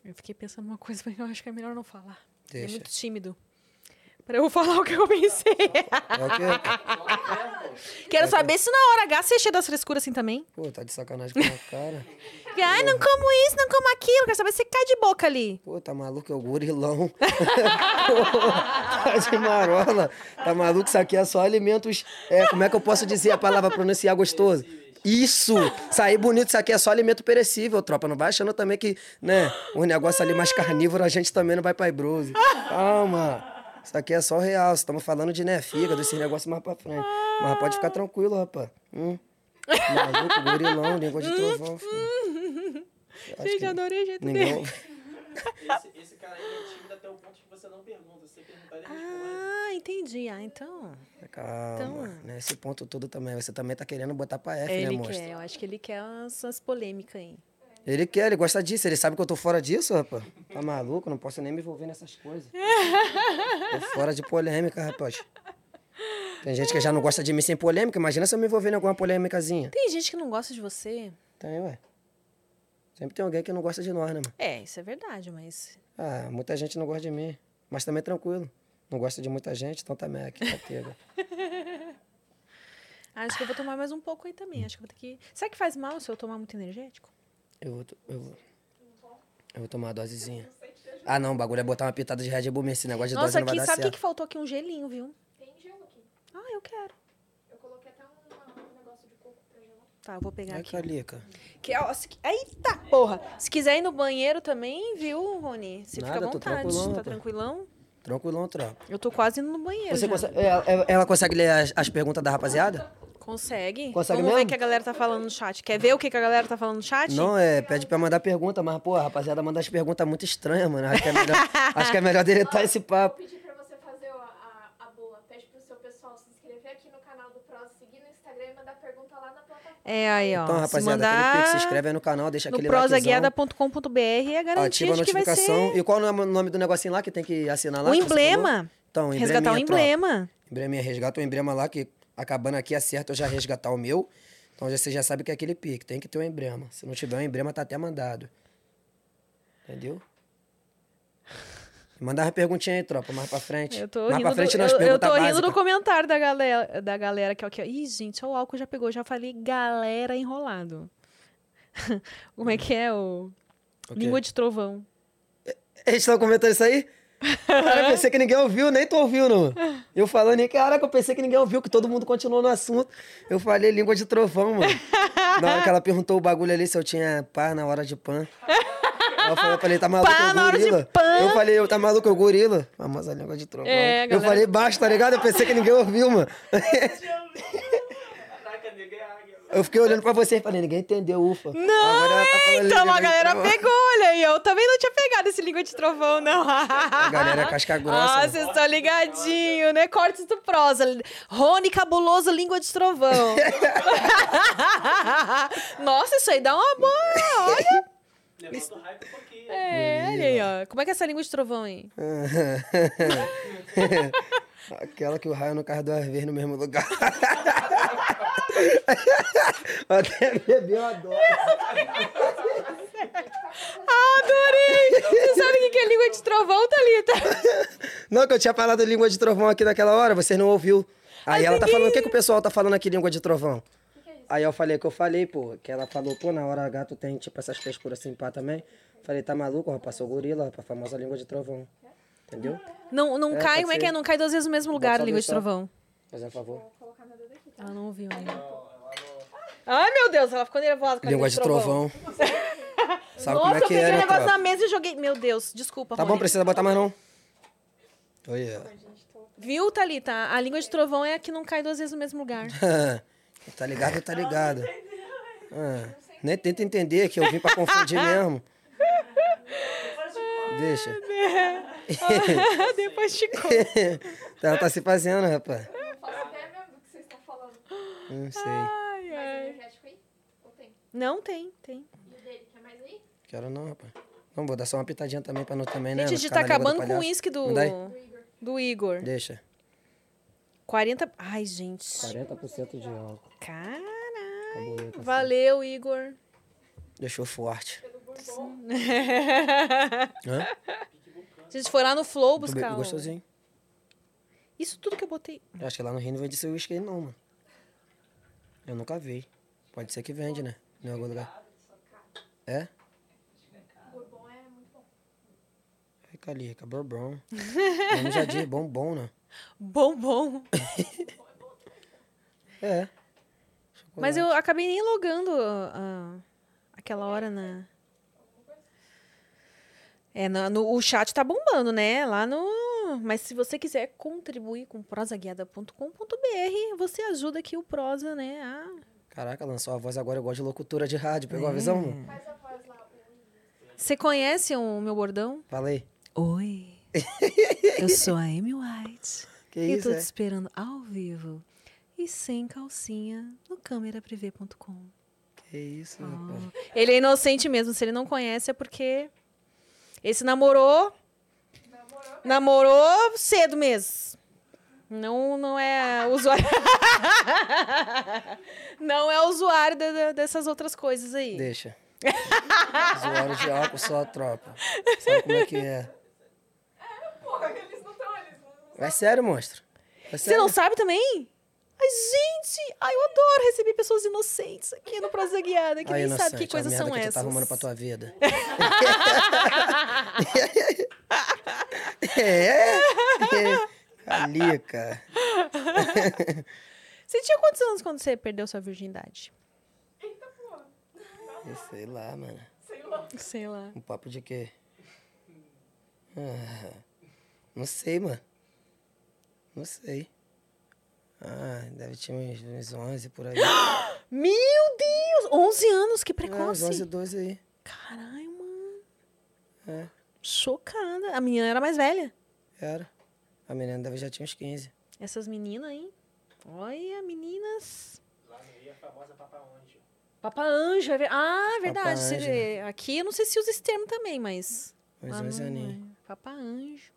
Speaker 1: Eu fiquei pensando uma coisa, mas eu acho que é melhor não falar. Ele É
Speaker 2: Deixa.
Speaker 1: muito tímido. Pra eu falar o que eu pensei.
Speaker 2: É o quê?
Speaker 1: Quero saber se na hora H você é cheio das frescuras assim também.
Speaker 2: Pô, tá de sacanagem com a minha cara.
Speaker 1: Ai, não como isso, não como aquilo. Quero saber se você cai de boca ali.
Speaker 2: Pô, tá maluco? É o gorilão. Pô, tá de marola. Tá maluco? Isso aqui é só alimentos. É, como é que eu posso dizer a palavra pronunciar gostoso? Isso! Sair bonito, isso aqui é só alimento perecível, tropa. Não vai achando também que, né, um negócio ali mais carnívoro, a gente também não vai pra Ibrose. Calma! Isso aqui é só real. Estamos falando de, né, fígado, esse negócio mais pra frente. Mas pode ficar tranquilo, rapaz. Hum. Maluco, gorilão, língua de trovão, filho. Acho
Speaker 1: Gente,
Speaker 2: que
Speaker 1: adorei o jeito
Speaker 2: Ninguém
Speaker 1: dele.
Speaker 3: Esse, esse cara aí é tímido até o ponto que você não pergunta. Se você perguntar, ele responde.
Speaker 1: Ah, entendi. Ah, então.
Speaker 2: Calma,
Speaker 1: Então-
Speaker 2: nesse ponto todo também. Você também tá querendo botar pra F, né,
Speaker 1: ele
Speaker 2: monstro?
Speaker 1: quer. Eu acho que ele quer umas, umas polêmicas aí.
Speaker 2: Ele quer, ele gosta disso. Ele sabe que eu tô fora disso, rapaz. Tá maluco? Não posso nem me envolver nessas coisas. Tô fora de polêmica, rapaz. Tem gente que já não gosta de mim sem polêmica. Imagina se eu me envolver em alguma polêmicazinha.
Speaker 1: Tem gente que não gosta de você.
Speaker 2: Tem, ué. Sempre tem alguém que não gosta de nós, né, mano?
Speaker 1: É, isso é verdade, mas.
Speaker 2: Ah, muita gente não gosta de mim. Mas também tranquilo. Não gosta de muita gente, então também aqui, catega.
Speaker 1: Acho que eu vou tomar mais um pouco aí também. Acho que eu vou ter que. Será que faz mal se eu tomar muito energético?
Speaker 2: Eu vou, to- eu vou. Eu vou tomar uma dosezinha. Ah, não, o bagulho é botar uma pitada de Red Bull mesmo. Esse negócio de dose
Speaker 1: Nossa,
Speaker 2: não vai
Speaker 1: aqui,
Speaker 2: dar
Speaker 1: sabe o que,
Speaker 2: certo.
Speaker 1: que faltou aqui? Um gelinho, viu?
Speaker 4: Tem gelo aqui.
Speaker 1: Ah, eu quero.
Speaker 4: Eu coloquei até um, um negócio de coco pra gelar.
Speaker 1: Tá, eu vou pegar
Speaker 2: Ai,
Speaker 1: aqui.
Speaker 2: Calica.
Speaker 1: Que, ó, se, eita porra! Se quiser ir no banheiro também, viu, Rony? Você
Speaker 2: Nada,
Speaker 1: fica à
Speaker 2: tô
Speaker 1: vontade.
Speaker 2: tranquilão,
Speaker 1: tá
Speaker 2: pô.
Speaker 1: tranquilão?
Speaker 2: Tranquilão, tropa.
Speaker 1: Eu tô quase indo no banheiro.
Speaker 2: Você
Speaker 1: já.
Speaker 2: consegue, ela, ela consegue ler as, as perguntas da rapaziada?
Speaker 1: Consegue?
Speaker 2: Consegue
Speaker 1: Vamos ver
Speaker 2: mesmo?
Speaker 1: o que a galera tá falando no chat. Quer ver o que que a galera tá falando no chat?
Speaker 2: Não, é, pede pra mandar pergunta, mas, pô, a rapaziada manda as perguntas muito estranhas, mano. Acho que é melhor, acho que é melhor deletar esse
Speaker 4: Vou
Speaker 2: papo.
Speaker 4: pedir pra você fazer a, a, a boa. Pede pro seu pessoal se inscrever aqui no canal do Pro, seguir no Instagram e mandar pergunta lá na plataforma.
Speaker 1: É aí, ó.
Speaker 2: Então,
Speaker 1: se
Speaker 2: rapaziada,
Speaker 1: mandar
Speaker 2: aquele pique, se inscreve aí no canal, deixa
Speaker 1: no
Speaker 2: aquele likezão,
Speaker 1: prosaguiada.com.br é a garantia
Speaker 2: ativa a
Speaker 1: de que vai ser
Speaker 2: notificação. E qual é o nome do negocinho lá que tem que assinar lá?
Speaker 1: o
Speaker 2: que você falou?
Speaker 1: emblema.
Speaker 2: Então, o
Speaker 1: Resgatar o
Speaker 2: embleminha, tropa.
Speaker 1: emblema.
Speaker 2: Embleminha, resgata o emblema lá, que acabando aqui acerta eu já resgatar o meu. Então já, você já sabe que é aquele pique, tem que ter o emblema. Se não tiver o emblema, tá até mandado. Entendeu? Mandar uma perguntinha aí, tropa, mais pra frente.
Speaker 1: Eu tô
Speaker 2: mais
Speaker 1: rindo,
Speaker 2: pra frente
Speaker 1: do,
Speaker 2: nas
Speaker 1: eu- eu,
Speaker 2: perguntas
Speaker 1: tô rindo do
Speaker 2: básicas.
Speaker 1: comentário da galera, da galera que é o que. Ih, gente, ó, o álcool já pegou. Já falei galera enrolado. Como é que é o.
Speaker 2: O quê?
Speaker 1: Língua de trovão.
Speaker 2: Eles estão tá comentando isso aí? Cara, eu pensei que ninguém ouviu, nem tu ouviu, não. Eu falando, e caraca, eu pensei que ninguém ouviu, que todo mundo continuou no assunto. Eu falei língua de trovão, mano. Na hora que ela perguntou o bagulho ali se eu tinha pá na hora de pan. Aí Eu falei, eu falei, tá maluco,
Speaker 1: Pá
Speaker 2: eu
Speaker 1: na hora de
Speaker 2: gorila.
Speaker 1: pan.
Speaker 2: Eu falei, eu tá maluco, eu gorila. Famosa língua de trovão.
Speaker 1: É,
Speaker 2: eu
Speaker 1: galera.
Speaker 2: falei baixo, tá ligado? Eu pensei que ninguém ouviu, mano.
Speaker 3: Caraca, nega é águia, mano.
Speaker 2: Eu fiquei olhando pra você e falei, ninguém entendeu, ufa.
Speaker 1: Não,
Speaker 2: Agora ela tá
Speaker 1: é,
Speaker 2: falando
Speaker 1: então
Speaker 2: língua
Speaker 1: a
Speaker 2: de
Speaker 1: galera
Speaker 2: trovão.
Speaker 1: pegou, olha aí. Eu também não tinha pegado esse língua de trovão, não. A
Speaker 2: galera é casca grossa,
Speaker 1: Ah,
Speaker 2: né?
Speaker 1: vocês estão ligadinhos, né? Cortes do prosa. Rony Cabuloso, língua de trovão. Nossa, isso aí dá uma boa. Olha.
Speaker 3: Levanta o hype um pouquinho.
Speaker 1: É, olha aí, ó. Como é que é essa língua de trovão, hein?
Speaker 2: Aquela que o raio não cai duas vezes no mesmo lugar. Até bebê eu adoro.
Speaker 1: Ah, Adorei! Você sabe o que que é língua de trovão, Thalita?
Speaker 2: Não, que eu tinha falado língua de trovão aqui naquela hora, vocês não ouviu. Aí ela tá falando, o que, que o pessoal tá falando aqui, língua de trovão? Aí eu falei que é eu falei, pô, que ela falou, pô, na hora gato tem tipo essas frescuras assim pá também. Falei, tá maluco, rapaz, sou gorila, rapaz, famosa língua de trovão. Entendeu?
Speaker 1: Não, não
Speaker 2: É,
Speaker 1: cai,
Speaker 2: pode
Speaker 1: como é que
Speaker 2: ser.
Speaker 1: é? Não cai duas vezes no mesmo lugar,
Speaker 2: só
Speaker 1: língua de
Speaker 2: deixar.
Speaker 1: trovão.
Speaker 2: Fazendo um favor.
Speaker 1: Ela não ouviu ainda. Ai, meu Deus, ela ficou nervosa com a
Speaker 2: Língua de trovão. Sabe
Speaker 1: Nossa,
Speaker 2: como é que
Speaker 1: eu peguei
Speaker 2: é,
Speaker 1: o
Speaker 2: né,
Speaker 1: negócio
Speaker 2: tropa?
Speaker 1: na mesa e joguei. Meu Deus, desculpa,
Speaker 2: Tá bom,
Speaker 1: Rony.
Speaker 2: precisa botar mais não. Oi, ó.
Speaker 1: Viu, Thalita? A língua de trovão é a que não cai duas vezes no mesmo lugar.
Speaker 2: tá ligado, tá ligado. Ah, nem tenta entender que eu vim pra confundir mesmo. Deixa.
Speaker 1: Depois te conto.
Speaker 2: Ela tá se fazendo, rapaz.
Speaker 4: Não faço ideia mesmo do que vocês estão falando.
Speaker 2: Não sei.
Speaker 1: Ai,
Speaker 4: Mais
Speaker 1: ai.
Speaker 4: energético aí? Ou tem?
Speaker 1: Não, tem, tem.
Speaker 4: E o dele, quer mais aí?
Speaker 2: Quero não, rapaz. Não, vou dar só uma pitadinha também pra não também, né?
Speaker 1: Gente, a
Speaker 2: não
Speaker 1: gente
Speaker 2: ficar
Speaker 1: tá
Speaker 2: na língua do
Speaker 1: acabando com o
Speaker 2: palhaço.
Speaker 1: uísque do,
Speaker 2: Me dá aí.
Speaker 1: do Igor.
Speaker 2: Deixa.
Speaker 1: 40. Ai, gente.
Speaker 2: 40% de álcool. tá assim.
Speaker 1: Caralho. Valeu, Igor.
Speaker 2: Deixou forte. Hã?
Speaker 1: a gente foi lá no Flow
Speaker 2: Muito bem-
Speaker 1: buscar. um. o-
Speaker 2: Gostosinho.
Speaker 1: Isso tudo que eu botei.
Speaker 2: Eu acho que lá no Rio não vende esse uísque aí, não, mano. Eu nunca vi. Pode ser que vende, né? Em algum lugar. É?
Speaker 4: Bourbon é muito bom.
Speaker 2: Ai, Calica, Bourbon. O nome já diz, bombom, né?
Speaker 1: Bombom.
Speaker 2: É.
Speaker 1: Mas eu acabei nem logando ah, aquela hora na. É, na- no, o chat tá bombando, né? Lá no. Mas se você quiser contribuir com prosaguiada.com.br, você ajuda aqui o Prosa, né? a-
Speaker 2: Caraca, lançou a voz agora igual de locutora de rádio. Pegou
Speaker 1: É.
Speaker 2: a visão? mano?
Speaker 4: Faz a voz lá. o-
Speaker 1: Você conhece o meu bordão?
Speaker 2: Fala aí.
Speaker 1: Oi. Eu sou a Amy White.
Speaker 2: Que
Speaker 1: e
Speaker 2: isso,
Speaker 1: tô te
Speaker 2: é?
Speaker 1: esperando ao vivo e sem calcinha no cameraprevê.com. Ah.
Speaker 2: Que isso, rapaz.
Speaker 1: Ele é inocente mesmo. Se ele não conhece, é porque esse namorou
Speaker 4: Namorou?
Speaker 1: Namorou cedo mesmo. Não, não é usuário. não é usuário da- da- dessas outras coisas aí.
Speaker 2: Deixa. Zoaram de álcool só a tropa. Sabe como é que é?
Speaker 4: Porra, eles não estão, eles não.
Speaker 2: É sério, monstro. É
Speaker 1: Você
Speaker 2: sério.
Speaker 1: não sabe também? Ai, gente! Ai, eu adoro receber pessoas inocentes aqui no Prosa Guiada, que
Speaker 2: Aí,
Speaker 1: nem sabe
Speaker 2: inocente,
Speaker 1: que coisas
Speaker 2: a merda
Speaker 1: são
Speaker 2: que
Speaker 1: essas.
Speaker 2: tu tá arrumando pra tua vida. é? Calica.
Speaker 1: Você tinha quantos anos quando você perdeu sua virgindade?
Speaker 2: Eu sei lá, mano.
Speaker 4: Sei lá.
Speaker 1: Sei lá.
Speaker 2: Um papo de quê? Ah, não sei, mano. Não sei. Ah, deve ter uns, uns 11 por aí.
Speaker 1: Meu Deus! 11 anos, que
Speaker 2: Ah, uns
Speaker 1: precoce!
Speaker 2: 11, 12 aí.
Speaker 1: Caralho, mano.
Speaker 2: É.
Speaker 1: Chocada. A menina era mais velha.
Speaker 2: Era. A menina deve já tinha uns 15.
Speaker 1: Essas meninas, hein? Olha, meninas.
Speaker 3: Lá no Rio, é a famosa Papa Onde.
Speaker 1: Papa Anjo. é ver- Ah, verdade. Você-
Speaker 2: Ângela.
Speaker 1: Aqui eu não sei se usa esse termo também, mas.
Speaker 2: Uns
Speaker 1: lá
Speaker 2: 11
Speaker 1: Ah, não-
Speaker 2: aninhos.
Speaker 1: Papa Anjo.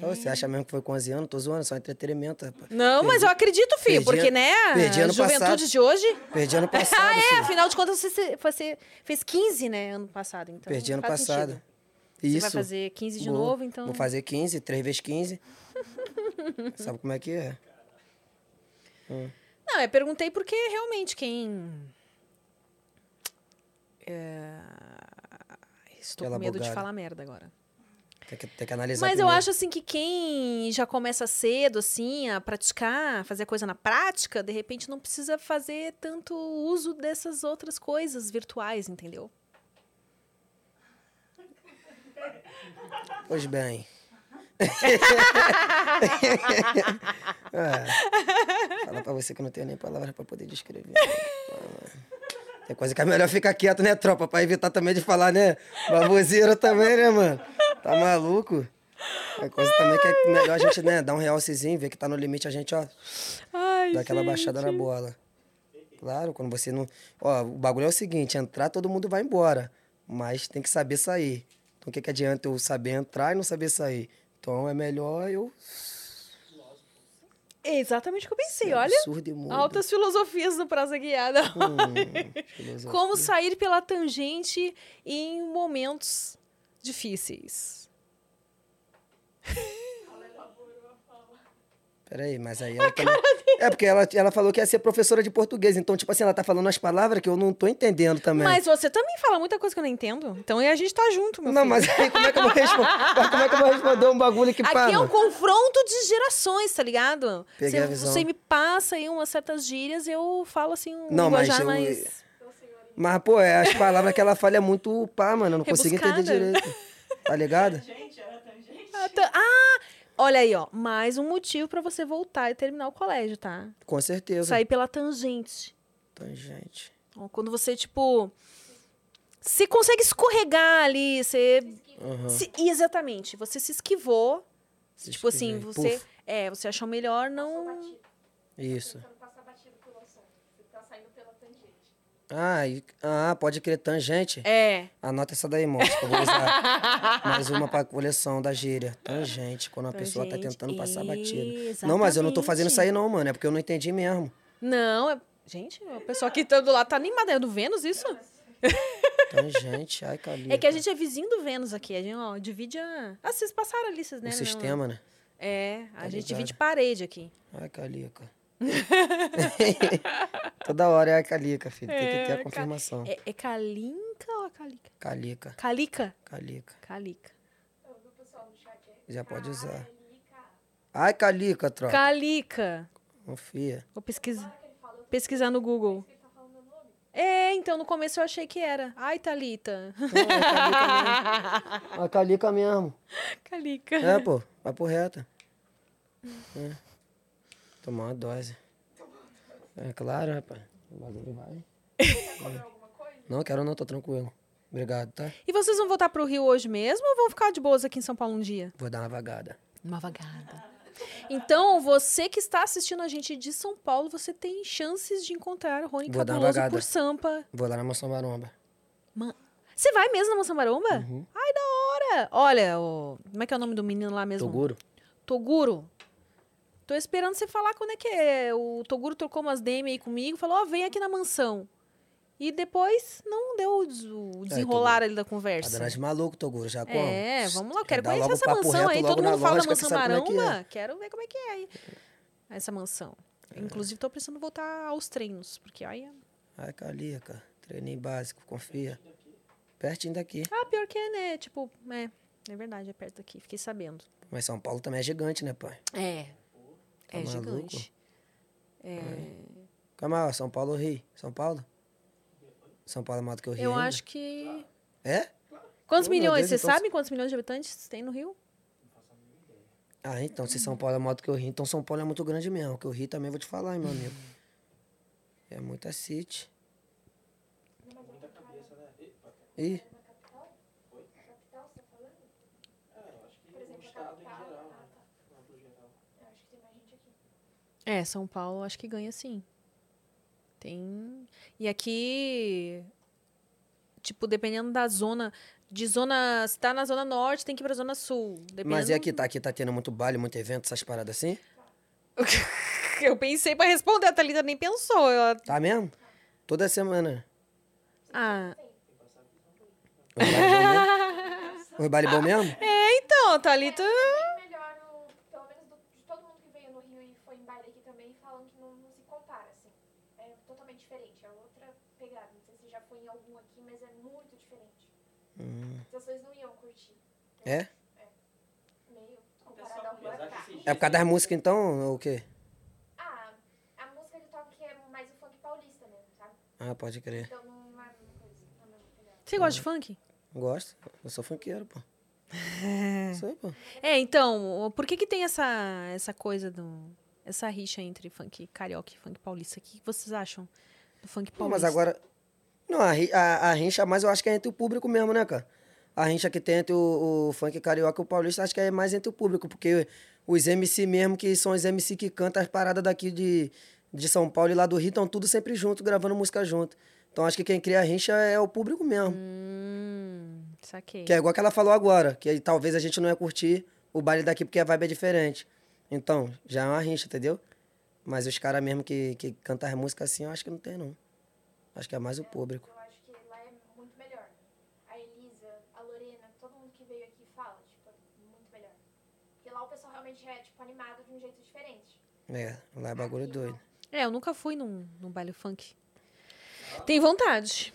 Speaker 2: Ah, Você acha mesmo que foi com 11 anos? Tô zoando, só entretenimento, rapaz.
Speaker 1: Não, mas eu acredito, filho,
Speaker 2: perdi
Speaker 1: porque,
Speaker 2: ano-
Speaker 1: né?
Speaker 2: perdi
Speaker 1: A
Speaker 2: ano
Speaker 1: juventude
Speaker 2: passado.
Speaker 1: de hoje.
Speaker 2: Perdi ano passado,
Speaker 1: ah, é,
Speaker 2: filho.
Speaker 1: afinal de contas, você, se- você fez 15, né, ano passado. Então,
Speaker 2: Perdi ano
Speaker 1: faz
Speaker 2: passado.
Speaker 1: sentido.
Speaker 2: Isso.
Speaker 1: Você vai fazer 15 de
Speaker 2: Vou-
Speaker 1: novo, então.
Speaker 2: Vou fazer 15, 3 vezes 15. Sabe como é que é?
Speaker 1: Não, eu perguntei porque realmente quem. É, Estou
Speaker 2: Aquela
Speaker 1: com medo de
Speaker 2: bugada.
Speaker 1: falar merda agora.
Speaker 2: Tem que, tem que analisar
Speaker 1: Mas eu
Speaker 2: primeiro.
Speaker 1: acho assim que quem já começa cedo, assim, a praticar, fazer a coisa na prática, de repente não precisa fazer tanto uso dessas outras coisas virtuais, entendeu?
Speaker 2: Pois bem. É. fala pra você que eu não tenho nem palavras pra poder descrever. Ah, Tem coisa que é melhor ficar quieto, né, tropa? Pra evitar também de falar, né? Baboseira também, né, mano? Tá maluco? É coisa também que é melhor a gente, né, dar um realcezinho, ver que tá no limite, a gente, ó,
Speaker 1: Ai,
Speaker 2: dá aquela baixada na bola. Claro, quando você não. Ó, o bagulho é o seguinte: entrar todo mundo vai embora, mas tem que saber sair. Então o que, que adianta eu saber entrar e não saber sair? Então é melhor eu.
Speaker 1: É exatamente o que eu pensei,
Speaker 2: ser
Speaker 1: olha.
Speaker 2: é Absurdo e mudo.
Speaker 1: Altas filosofias no Prosa Guiada.
Speaker 2: Hum, filosofia.
Speaker 1: Como sair pela tangente em momentos difíceis.
Speaker 2: Peraí, mas aí ela também... É, porque ela, ela falou que ia ser professora de português. Então, tipo assim, ela tá falando as palavras que eu não tô entendendo também.
Speaker 1: Mas você também fala muita coisa que eu não entendo. Então a gente tá junto, meu
Speaker 2: Não,
Speaker 1: filho.
Speaker 2: mas aí como é que eu vou responder? Mas como é que eu vou responder um bagulho que pá,
Speaker 1: Aqui é um
Speaker 2: mano?
Speaker 1: confronto de gerações, tá ligado?
Speaker 2: Peguei
Speaker 1: Você-
Speaker 2: a visão.
Speaker 1: Você me passa aí umas certas gírias e eu falo assim um
Speaker 2: Não, mas
Speaker 1: linguajar
Speaker 2: eu-
Speaker 1: mais.
Speaker 2: Mas, pô, é, as palavras que ela fala é muito pá, mano. Eu não consigo entender
Speaker 1: Rebuscada. né?
Speaker 2: direito. Tá ligado?
Speaker 5: Gente, era tangente.
Speaker 1: Ah, tá- Ah! Olha aí, ó. Mais um motivo pra você voltar e terminar o colégio, tá?
Speaker 2: Com certeza. Então,
Speaker 1: Sair pela tangente.
Speaker 2: Tangente.
Speaker 1: Ó, Então, Quando você, tipo. Você consegue escorregar ali, você.
Speaker 2: Aham.
Speaker 1: se- exatamente. Você se esquivou.
Speaker 2: Se
Speaker 1: tipo assim,
Speaker 2: esquivei.
Speaker 1: você.
Speaker 2: Puf.
Speaker 1: É, você achou melhor não.
Speaker 4: Batido.
Speaker 2: Isso.
Speaker 4: Você não passa batido pelo assunto. Você tá saindo pela tangente.
Speaker 2: Ah, e- ah, pode crer, tangente.
Speaker 1: É.
Speaker 2: Anota essa daí, moço, que eu vou usar mais uma pra coleção da gíria. Tangente, quando a pessoa tá
Speaker 1: Tangente,
Speaker 2: tentando passar batida. Não, mas eu não tô fazendo isso aí não, mano. É porque eu não entendi mesmo.
Speaker 1: Não, é... gente, a pessoa que tá do lado tá animada. É do Vênus isso?
Speaker 2: Tangente, ai, calica.
Speaker 1: É que a gente é vizinho do Vênus aqui. A gente, ó, divide a. Ah, vocês passaram ali, vocês,
Speaker 2: O
Speaker 1: né? não-
Speaker 2: sistema, né?
Speaker 1: É, a
Speaker 2: Tá
Speaker 1: gente
Speaker 2: ligado.
Speaker 1: divide parede aqui.
Speaker 2: Ai, calica. Toda hora é a calica, filho. Tem
Speaker 1: É,
Speaker 2: que ter
Speaker 1: ca-
Speaker 2: a confirmação.
Speaker 1: É, é Calinca ou é a Calica?
Speaker 2: Calica,
Speaker 1: Calica?
Speaker 2: calica.
Speaker 1: Calica.
Speaker 4: Eu vi o pessoal no chat aí.
Speaker 2: Já pode usar.
Speaker 4: Calica.
Speaker 2: Ai, calica, troca.
Speaker 1: Calica.
Speaker 2: Confia.
Speaker 1: Vou pesquisar. Pesquisar no Google. É, então no começo eu achei que era. Ai, Thalita.
Speaker 2: A calica mesmo.
Speaker 1: Calica.
Speaker 2: É, pô, vai pro reto. É. Tomar uma dose. É claro, rapaz. O bagulho vai. Não, quero não, tô tranquilo. Obrigado, tá?
Speaker 1: E vocês vão voltar pro Rio hoje mesmo ou vão ficar de boas aqui em São Paulo um dia?
Speaker 2: Vou dar uma vagada.
Speaker 1: Uma vagada. Então, você que está assistindo a gente de São Paulo, você tem chances de encontrar o Rony
Speaker 2: Vou dar uma
Speaker 1: Cabuloso
Speaker 2: vagada.
Speaker 1: por Sampa.
Speaker 2: Vou lá na maçã maromba. Uhum.
Speaker 1: Man- Você vai mesmo na Moça Maromba? Ai, da hora! É, olha, o- como é que é o nome do menino lá mesmo?
Speaker 2: Toguro.
Speaker 1: Toguro. Tô esperando você falar quando é que é. O Toguro trocou umas DM aí comigo, falou, ó, vem aqui na mansão. E depois não deu o des-
Speaker 2: É,
Speaker 1: o desenrolar ali da
Speaker 2: Tá
Speaker 1: conversa.
Speaker 2: dando as maluco, Toguro, já como?
Speaker 1: É, vamos lá, eu quero
Speaker 2: Dá
Speaker 1: conhecer
Speaker 2: logo
Speaker 1: essa
Speaker 2: o papo
Speaker 1: mansão
Speaker 2: reto,
Speaker 1: aí.
Speaker 2: logo
Speaker 1: Todo
Speaker 2: na
Speaker 1: mundo fala da
Speaker 2: lógica, que
Speaker 1: mansão
Speaker 2: sabe como é que
Speaker 1: maromba. Quero ver como é que é aí. Essa mansão.
Speaker 2: É.
Speaker 1: Inclusive, tô precisando voltar aos treinos, porque é, olha.
Speaker 2: Ai, calica. Treinei básico, confia. Pertinho daqui.
Speaker 1: Ah, pior que é, né? Tipo, é. É verdade, é perto daqui, fiquei sabendo.
Speaker 2: Mas São Paulo também é gigante, né, pai?
Speaker 1: É.
Speaker 2: Tá
Speaker 1: é
Speaker 2: maluco? É.
Speaker 1: gigante. É,
Speaker 2: Calma, ó, São Paulo ou Rio? São Paulo? São Paulo é maior do que o Rio
Speaker 1: Eu
Speaker 2: ainda?
Speaker 1: acho que.
Speaker 2: É?
Speaker 1: Quantos
Speaker 2: Meu
Speaker 1: milhões?
Speaker 2: Deus,
Speaker 1: Você
Speaker 2: então-
Speaker 1: sabe quantos milhões de habitantes tem no Rio?
Speaker 2: Ah, então, se São Paulo é maior do que o Rio, então São Paulo é muito grande mesmo. Que o Rio também eu vou te falar, hein, meu amigo. É muita city. Ih,
Speaker 1: É, São Paulo acho que ganha sim. Tem. E aqui, tipo, dependendo da zona. De zona. Se tá na zona norte, tem que ir pra zona sul. Dependendo...
Speaker 2: mas e aqui? Tá, aqui tá tendo muito baile, muito evento, essas paradas assim?
Speaker 1: Eu pensei pra responder, a Thalita nem pensou. Ela...
Speaker 2: Tá mesmo? Toda semana.
Speaker 1: Ah.
Speaker 4: É,
Speaker 2: Os baile bom mesmo? Os baile bom mesmo?
Speaker 1: Então, a Thalita.
Speaker 4: é melhor, o- pelo menos do- de todo mundo que veio no Rio e foi em baile aqui também, falam que não, não se compara, assim. É totalmente diferente, é outra pegada. Não sei se já foi em algum aqui, mas é muito diferente. As pessoas não iam curtir.
Speaker 2: É?
Speaker 4: Meio comparado
Speaker 5: Pessoal,
Speaker 4: ao
Speaker 5: apesar
Speaker 4: lugar.
Speaker 5: que esses
Speaker 2: É por causa das músicas, então, ou o quê?
Speaker 4: Ah, a música que toca que é mais o funk paulista mesmo, sabe?
Speaker 2: Ah, pode crer.
Speaker 4: Então não é a mesma coisa, não é a mesma pegada.
Speaker 1: Você gosta de funk?
Speaker 2: Gosto. Eu sou funkeiro, pô. Isso aí, pô.
Speaker 1: É, então, o- por que que tem essa, essa coisa do. Essa rixa entre funk carioca e funk paulista? O que que vocês acham do funk
Speaker 2: Pô,
Speaker 1: paulista?
Speaker 2: mas agora. Não, a, ri- a, a rincha mais eu acho que é entre o público mesmo, né, cara? A rincha que tem entre o, o funk carioca e o paulista, acho que é mais entre o público, porque os MC mesmo, que são os MC que cantam as paradas daqui de, de São Paulo e lá do Rio, estão tudo sempre junto, gravando música junto. Então acho que quem cria a rincha é o público mesmo.
Speaker 1: Hum, saquei.
Speaker 2: Que é igual que ela falou agora, que aí talvez a gente não ia curtir o baile daqui porque a vibe é diferente. Então, já é uma rincha, entendeu? Mas os caras mesmo que, que cantam as músicas assim, eu acho que não tem, não. Acho que é mais o público.
Speaker 4: Eu acho que lá é muito melhor. A Elisa, a Lorena, todo mundo que veio aqui fala, tipo, é muito melhor. Porque lá o pessoal realmente é, tipo, animado de um jeito diferente.
Speaker 2: É, lá é bagulho
Speaker 4: Aqui,
Speaker 2: doido.
Speaker 1: É, eu nunca fui num, num baile funk. Tem vontade.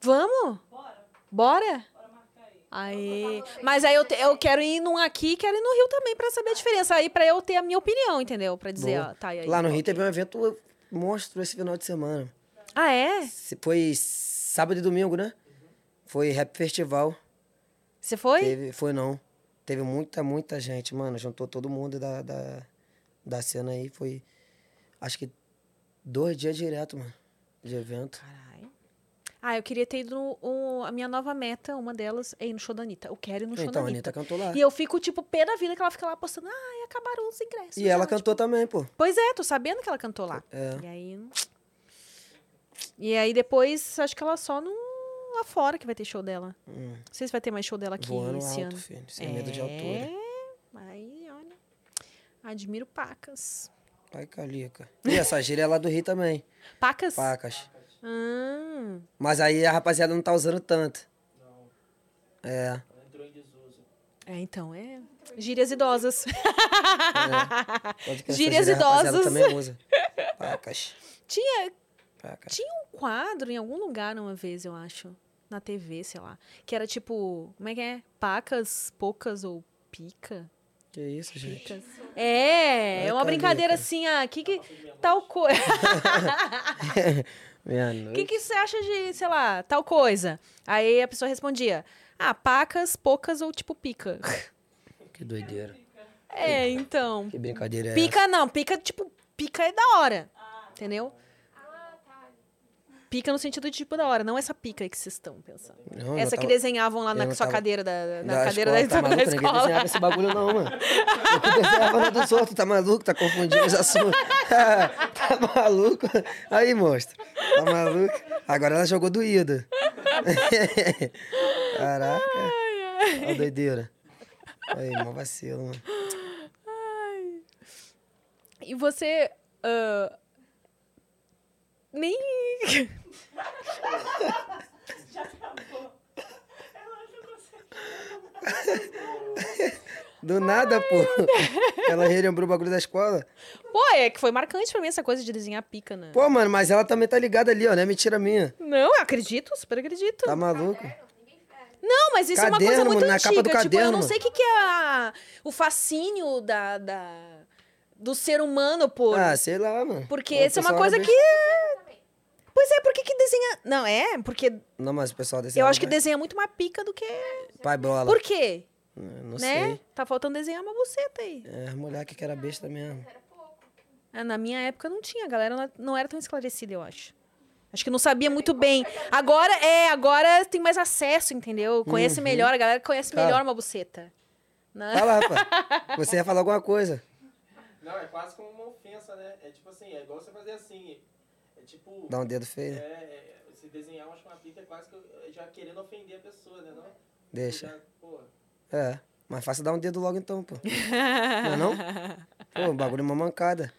Speaker 1: Vamos?
Speaker 5: Bora,
Speaker 1: Bora?
Speaker 5: bora marcar aí.
Speaker 1: Aí. Mas aí eu, te- eu quero ir num aqui e quero ir no Rio também pra saber a diferença. Aí pra eu ter a minha opinião, entendeu? Pra dizer,
Speaker 2: Boa.
Speaker 1: ó, tá e aí.
Speaker 2: Lá no Rio teve um evento monstro esse final de semana.
Speaker 1: Ah, é?
Speaker 2: Se- Foi sábado e domingo, né? Foi rap festival.
Speaker 1: Você foi?
Speaker 2: Teve, foi não. Teve muita, muita gente, mano. Juntou todo mundo da, da, da cena aí. Foi, acho que dois dias direto, mano, de evento.
Speaker 1: Caralho. Ah, eu queria ter ido no, o- a minha nova meta, uma delas, é ir no show da Anitta. Eu quero ir no show
Speaker 2: então,
Speaker 1: da
Speaker 2: a
Speaker 1: Anitta.
Speaker 2: Anitta cantou lá.
Speaker 1: E eu fico, tipo, pé da vida que ela fica lá postando, ai, acabaram os ingressos.
Speaker 2: E ela
Speaker 1: já", tipo,
Speaker 2: cantou também, pô.
Speaker 1: Pois é, tô sabendo que ela cantou lá.
Speaker 2: É.
Speaker 1: E aí. não- E aí depois, acho que ela só não. Lá fora que vai ter show dela.
Speaker 2: Hum,
Speaker 1: Não sei se vai ter mais show dela aqui
Speaker 2: voando
Speaker 1: esse
Speaker 2: alto,
Speaker 1: ano.
Speaker 2: filho. Sem medo de altura.
Speaker 1: É, aí, olha. Admiro pacas.
Speaker 2: Ai, calica. E essa gíria é lá do Rio também.
Speaker 1: Pacas?
Speaker 2: Pacas.
Speaker 1: Ah,
Speaker 2: Mas aí a rapaziada não tá usando tanto.
Speaker 3: Não,
Speaker 2: É.
Speaker 3: ela entrou em desuso.
Speaker 1: é, então, é. Gírias idosas.
Speaker 2: É. Pode crer, essa
Speaker 1: Gírias
Speaker 2: gíria a rapaziada
Speaker 1: idosas.
Speaker 2: também usa. Pacas.
Speaker 1: Tinha
Speaker 2: Pacas.
Speaker 1: Tinha um quadro em algum lugar uma vez, eu acho. Na TV, sei lá. Que era tipo, como é que é? Pacas, poucas ou pica?
Speaker 2: Que isso, gente.
Speaker 1: Picas. É,
Speaker 2: Ai,
Speaker 1: é uma
Speaker 2: cara,
Speaker 1: brincadeira
Speaker 2: cara.
Speaker 1: assim, ah, que que tal coisa?
Speaker 2: Minha
Speaker 1: O
Speaker 2: noite.
Speaker 1: que que você acha de, sei lá, tal coisa? Aí a pessoa respondia: "Ah, pacas, poucas ou tipo pica".
Speaker 2: Que doideira.
Speaker 1: É, então.
Speaker 2: Que brincadeira é essa?
Speaker 1: Pica não, pica tipo, pica é da hora. Entendeu?
Speaker 4: Ah, tá.
Speaker 1: Pica no sentido de tipo da hora, não essa pica aí que vocês estão pensando.
Speaker 2: Não, tá eu
Speaker 1: Essa que
Speaker 2: tava-
Speaker 1: desenhavam lá
Speaker 2: eu
Speaker 1: na
Speaker 2: não
Speaker 1: sua
Speaker 2: tava-
Speaker 1: cadeira da, na
Speaker 2: da
Speaker 1: cadeira da, da
Speaker 2: escola, tá maluco, ninguém
Speaker 1: escola.
Speaker 2: desenhava esse bagulho não, mano. Eu desenhava no dos outros, tá maluco? Tá confundindo os assuntos. tá maluco? Aí, monstro. Tá maluco? Agora ela jogou do Ida. Caraca.
Speaker 1: Ai, ai.
Speaker 2: Olha a doideira. Aí, mó vacilo, mano.
Speaker 1: E você. ah, nem.
Speaker 5: Já acabou. Ela não consegue.
Speaker 2: Do nada, pô. Ela relembrou o bagulho da escola.
Speaker 1: Pô, é que foi marcante pra mim essa coisa de desenhar pica, né?
Speaker 2: Pô, mano, mas ela também tá ligada ali, ó, né? Mentira minha.
Speaker 1: Não, acredito, super acredito.
Speaker 2: Tá maluco?
Speaker 1: Não, mas isso é uma coisa
Speaker 2: Caderno,
Speaker 1: muito
Speaker 2: na
Speaker 1: antiga.
Speaker 2: capa do
Speaker 1: tipo, eu não
Speaker 2: caderno.
Speaker 1: sei o que, que é a- o fascínio da, da- do ser humano por.
Speaker 2: Ah, sei lá, mano.
Speaker 1: porque
Speaker 2: O
Speaker 1: isso é uma
Speaker 2: pessoal
Speaker 1: coisa
Speaker 2: era
Speaker 1: que.
Speaker 2: bem-
Speaker 1: Pois é, por que, que desenha. Não, é, porque
Speaker 2: Não, mas o pessoal desse
Speaker 1: eu
Speaker 2: era
Speaker 1: acho que
Speaker 2: mais-
Speaker 1: desenha muito mais pica do que.
Speaker 2: Pai bola.
Speaker 1: Por quê?
Speaker 2: Não
Speaker 1: né?
Speaker 2: sei.
Speaker 1: Tá faltando desenhar uma buceta aí.
Speaker 2: É, a mulher que era besta mesmo.
Speaker 1: Ah, Na minha época não tinha, a galera não- não era tão esclarecida, eu acho. Acho que não sabia muito bem. Agora é, agora tem mais acesso, entendeu?
Speaker 2: Uhum.
Speaker 1: Conhece melhor, a galera conhece
Speaker 2: Cara.
Speaker 1: melhor uma buceta. Né?
Speaker 2: Fala, rapaz. Você ia falar alguma coisa.
Speaker 3: Não, é quase como uma ofensa, né? É tipo assim, é igual você fazer assim. É tipo.
Speaker 2: Dá um dedo feio.
Speaker 3: É, é, se desenhar uma chumapica é quase que eu- já querendo ofender a pessoa, né? Não?
Speaker 2: Deixa.
Speaker 3: Já, pô,
Speaker 2: É. Mas faça dar um dedo logo então, pô. Não é não? Pô, o bagulho é uma mancada.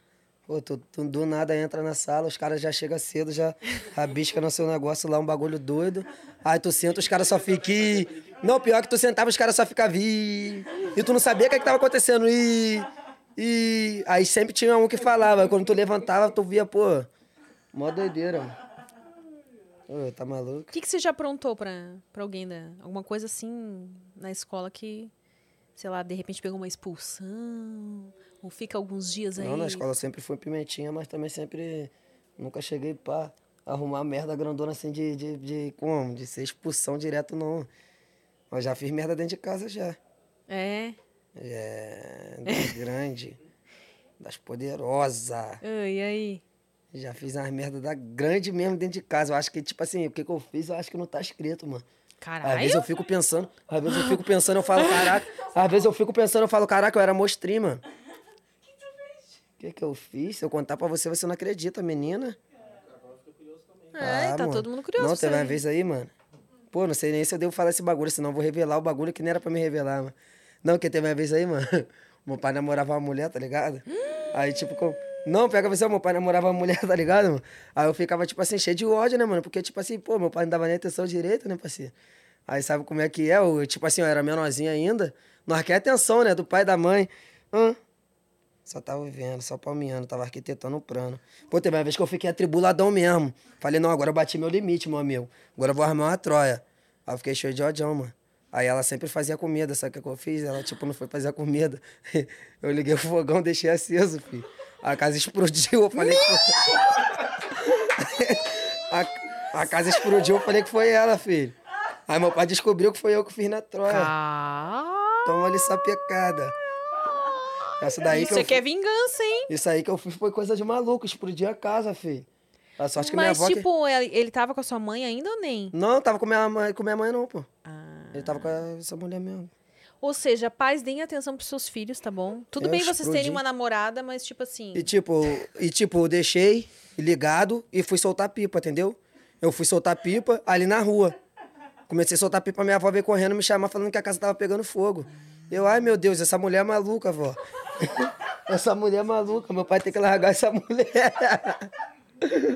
Speaker 2: Pô, tu, tu do nada entra na sala, os caras já chegam cedo, já rabisca no seu negócio lá, um bagulho doido. Aí tu senta, os caras só ficam. "Ih". Não, pior que tu sentava, os caras só ficavam. "Ih". E tu não sabia o que, é que tava acontecendo. E, e aí sempre tinha um que falava. Quando tu levantava, tu via, pô. Mó doideira, mano. Ô, tá maluco?
Speaker 1: O que, que você já aprontou pra, pra alguém? Da, alguma coisa assim na escola que, sei lá, de repente pegou uma expulsão? Ou fica alguns dias aí?
Speaker 2: Não, na escola eu sempre fui pimentinha, mas também sempre nunca cheguei pra arrumar merda grandona assim de, de, de como? De ser expulsão direto, não. Mas já fiz merda dentro de casa já.
Speaker 1: É.
Speaker 2: É, das grandes, das poderosas.
Speaker 1: Ah, e aí?
Speaker 2: Já fiz umas merda da grande mesmo dentro de casa. Eu acho que, tipo assim, o que, que eu fiz, eu acho que não tá escrito, mano. Às vezes
Speaker 1: Caralho?
Speaker 2: eu fico pensando, às vezes eu fico pensando, eu falo, caraca. Às vezes eu fico pensando, eu falo, caraca, eu era mostri, mano. O que, que eu fiz? Se eu contar pra você, você não acredita, menina.
Speaker 1: Ai, tá
Speaker 2: Ah, mano.
Speaker 1: todo mundo curioso.
Speaker 2: Não,
Speaker 1: pra
Speaker 2: teve uma
Speaker 1: saber.
Speaker 2: vez aí, mano. Pô, não sei nem se eu devo falar esse bagulho, senão eu vou revelar o bagulho que nem era pra me revelar, mano. Não, porque teve uma vez aí, mano. Meu pai namorava uma mulher, tá ligado? Aí, tipo, com... não, pega a visão, meu pai namorava uma mulher, tá ligado, mano? Aí eu ficava, tipo assim, cheio de ódio, né, mano? Porque, tipo assim, pô, meu pai não dava nem atenção direito, né, parceiro? Aí sabe como é que é? Eu, tipo assim, eu era menorzinho ainda. Nós quer atenção, né? Do pai e da mãe. Hã? Só tava vendo, só palmeando, tava arquitetando um plano. Pô, teve uma vez que eu fiquei atribuladão mesmo. Falei, não, agora eu bati meu limite, meu amigo. Agora eu vou armar uma troia. Aí eu fiquei cheio de ódio, mano. Aí ela sempre fazia comida, sabe o que que eu fiz? Ela, tipo, não foi fazer a comida. Eu liguei o fogão, deixei aceso, filho. A casa explodiu, eu falei que foi... a, a casa explodiu, eu falei que foi ela, filho. Aí meu pai descobriu que foi eu que fiz na troia.
Speaker 1: Caralho.
Speaker 2: Toma ali essa pecada. Essa daí
Speaker 1: Isso
Speaker 2: que eu
Speaker 1: aqui é vingança, hein?
Speaker 2: isso aí que eu fiz foi coisa de maluco, explodi a casa, filho. A sorte que minha
Speaker 1: Mas,
Speaker 2: avó. que-
Speaker 1: tipo, ele, ele tava com a sua mãe ainda ou nem?
Speaker 2: Não, tava com minha mãe, com minha mãe não, pô.
Speaker 1: Ah.
Speaker 2: Ele tava com essa mulher mesmo.
Speaker 1: Ou seja, pais, deem atenção pros seus filhos, tá bom? Tudo
Speaker 2: Eu
Speaker 1: bem vocês
Speaker 2: explodi.
Speaker 1: terem uma namorada, mas, tipo assim.
Speaker 2: E tipo, e tipo, eu deixei ligado e fui soltar pipa, entendeu? Eu fui soltar pipa ali na rua. Comecei a soltar pipa, minha avó veio correndo me chamar falando que a casa tava pegando fogo. Eu, ai meu Deus, essa mulher é maluca, vó. essa mulher é maluca, meu pai tem que largar essa mulher.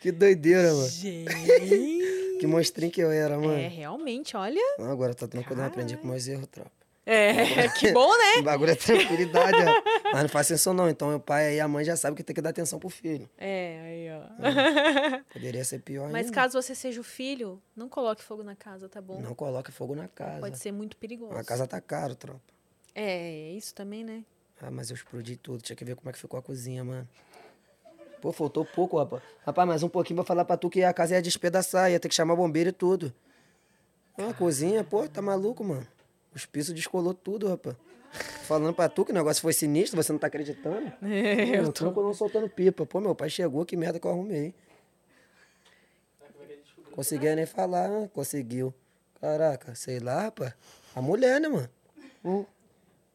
Speaker 2: que doideira, mano.
Speaker 1: Gente.
Speaker 2: Que monstrinho que eu era, mano.
Speaker 1: é, realmente, olha.
Speaker 2: Não, agora tá tranquilo, eu aprendi com meus erros, tropa.
Speaker 1: É, que bom, né?
Speaker 2: O bagulho é tranquilidade, ó. Mas não faz atenção, não. Então, o pai e a mãe já sabem que tem que dar atenção pro filho.
Speaker 1: É, aí, ó.
Speaker 2: Poderia ser pior
Speaker 1: Mas
Speaker 2: ainda.
Speaker 1: caso você seja o filho, não coloque fogo na casa, tá bom?
Speaker 2: Não coloque fogo na casa.
Speaker 1: Pode ser muito perigoso.
Speaker 2: A casa tá caro, tropa.
Speaker 1: É, é isso também, né?
Speaker 2: Ah, mas eu explodi tudo. Tinha que ver como é que ficou a cozinha, mano. Pô, faltou pouco, rapaz. Rapaz, mais um pouquinho pra falar pra tu que a casa ia despedaçar. Ia ter que chamar bombeiro e tudo. Ah, a cozinha, pô, tá maluco, mano. Os pisos descolou tudo, rapaz. Falando pra tu que o negócio foi sinistro, você não tá acreditando?
Speaker 1: É,
Speaker 2: eu tô não soltando pipa. Pô, meu pai chegou, que merda que eu arrumei. Conseguia nem falar, né? conseguiu. Caraca, sei lá, pá. A mulher, né, mano? Hum.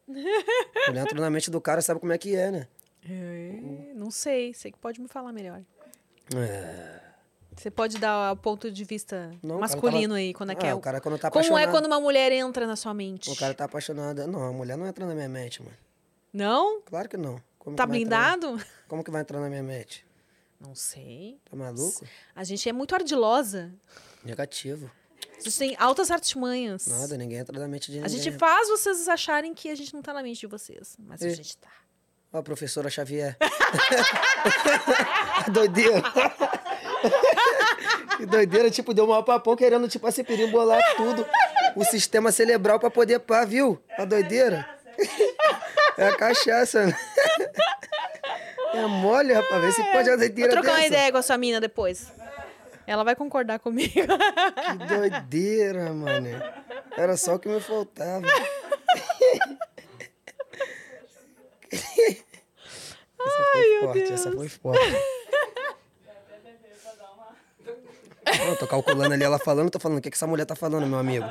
Speaker 2: A mulher entrou na mente do cara, sabe como é que é, né?
Speaker 1: É, não sei, sei que pode me falar melhor.
Speaker 2: É.
Speaker 1: Você pode dar o ponto de vista
Speaker 2: Não, o cara
Speaker 1: masculino
Speaker 2: tava-
Speaker 1: aí, quando é
Speaker 2: Ah,
Speaker 1: que é.
Speaker 2: o cara quando tá
Speaker 1: Como é
Speaker 2: apaixonado.
Speaker 1: quando uma mulher entra na sua mente?
Speaker 2: O cara tá apaixonado. Não, a mulher não entra na minha mente, mano.
Speaker 1: Não?
Speaker 2: Claro que não. Como
Speaker 1: Tá
Speaker 2: que vai entrar-
Speaker 1: blindado?
Speaker 2: Como que vai entrar na minha mente?
Speaker 1: Não sei.
Speaker 2: Tá maluco?
Speaker 1: A gente é muito ardilosa.
Speaker 2: Negativo.
Speaker 1: Vocês têm altas artimanhas.
Speaker 2: Nada, né? ninguém entra na mente de
Speaker 1: A
Speaker 2: ninguém.
Speaker 1: gente faz vocês acharem que a gente não tá na mente de vocês. Mas a
Speaker 2: É.
Speaker 1: gente tá.
Speaker 2: Ó, a professora Xavier. doideira. que doideira, tipo, deu um papão querendo, tipo, assim, perimbolar tudo. O sistema cerebral pra poder pá, viu? A doideira. É a cachaça. né? É mole, rapaz. Vê se pode a
Speaker 1: Vou
Speaker 2: doideira
Speaker 1: trocar uma
Speaker 2: dessa.
Speaker 1: ideia com a sua mina depois. Ela vai concordar comigo.
Speaker 2: Que doideira, mano. Era só o que me faltava. Essa foi forte, essa foi forte. Não, tô calculando ali ela falando, tô falando, o que, que essa mulher tá falando, meu amigo?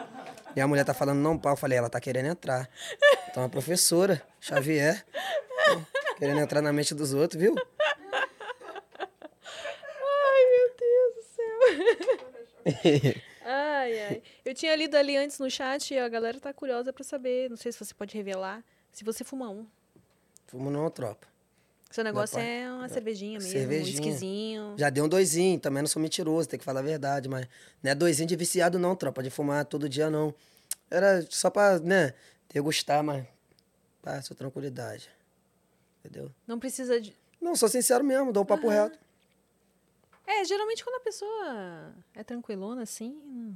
Speaker 2: E a mulher tá falando, não, pau. Eu falei, ela tá querendo entrar. Então a professora, Xavier, querendo entrar na mente dos outros, viu?
Speaker 1: Ai, meu Deus do céu. Ai, ai. Eu tinha lido ali antes no chat e a galera tá curiosa pra saber. Não sei se você pode revelar. Se você fuma um.
Speaker 2: Fumo não, tropa.
Speaker 1: Seu negócio
Speaker 2: pai.
Speaker 1: é uma cervejinha mesmo,
Speaker 2: Cervejinha.
Speaker 1: um esquisinho.
Speaker 2: Já dei um doisinho, também não sou mentiroso, tem que falar a verdade, mas não é doisinho de viciado não, tropa, de fumar todo dia não. Era só pra, né, degustar, mas pá, sua tranquilidade. Entendeu?
Speaker 1: Não precisa de.
Speaker 2: Não, sou sincero mesmo, dou um papo reto.
Speaker 1: É, geralmente quando a pessoa é tranquilona assim. hum.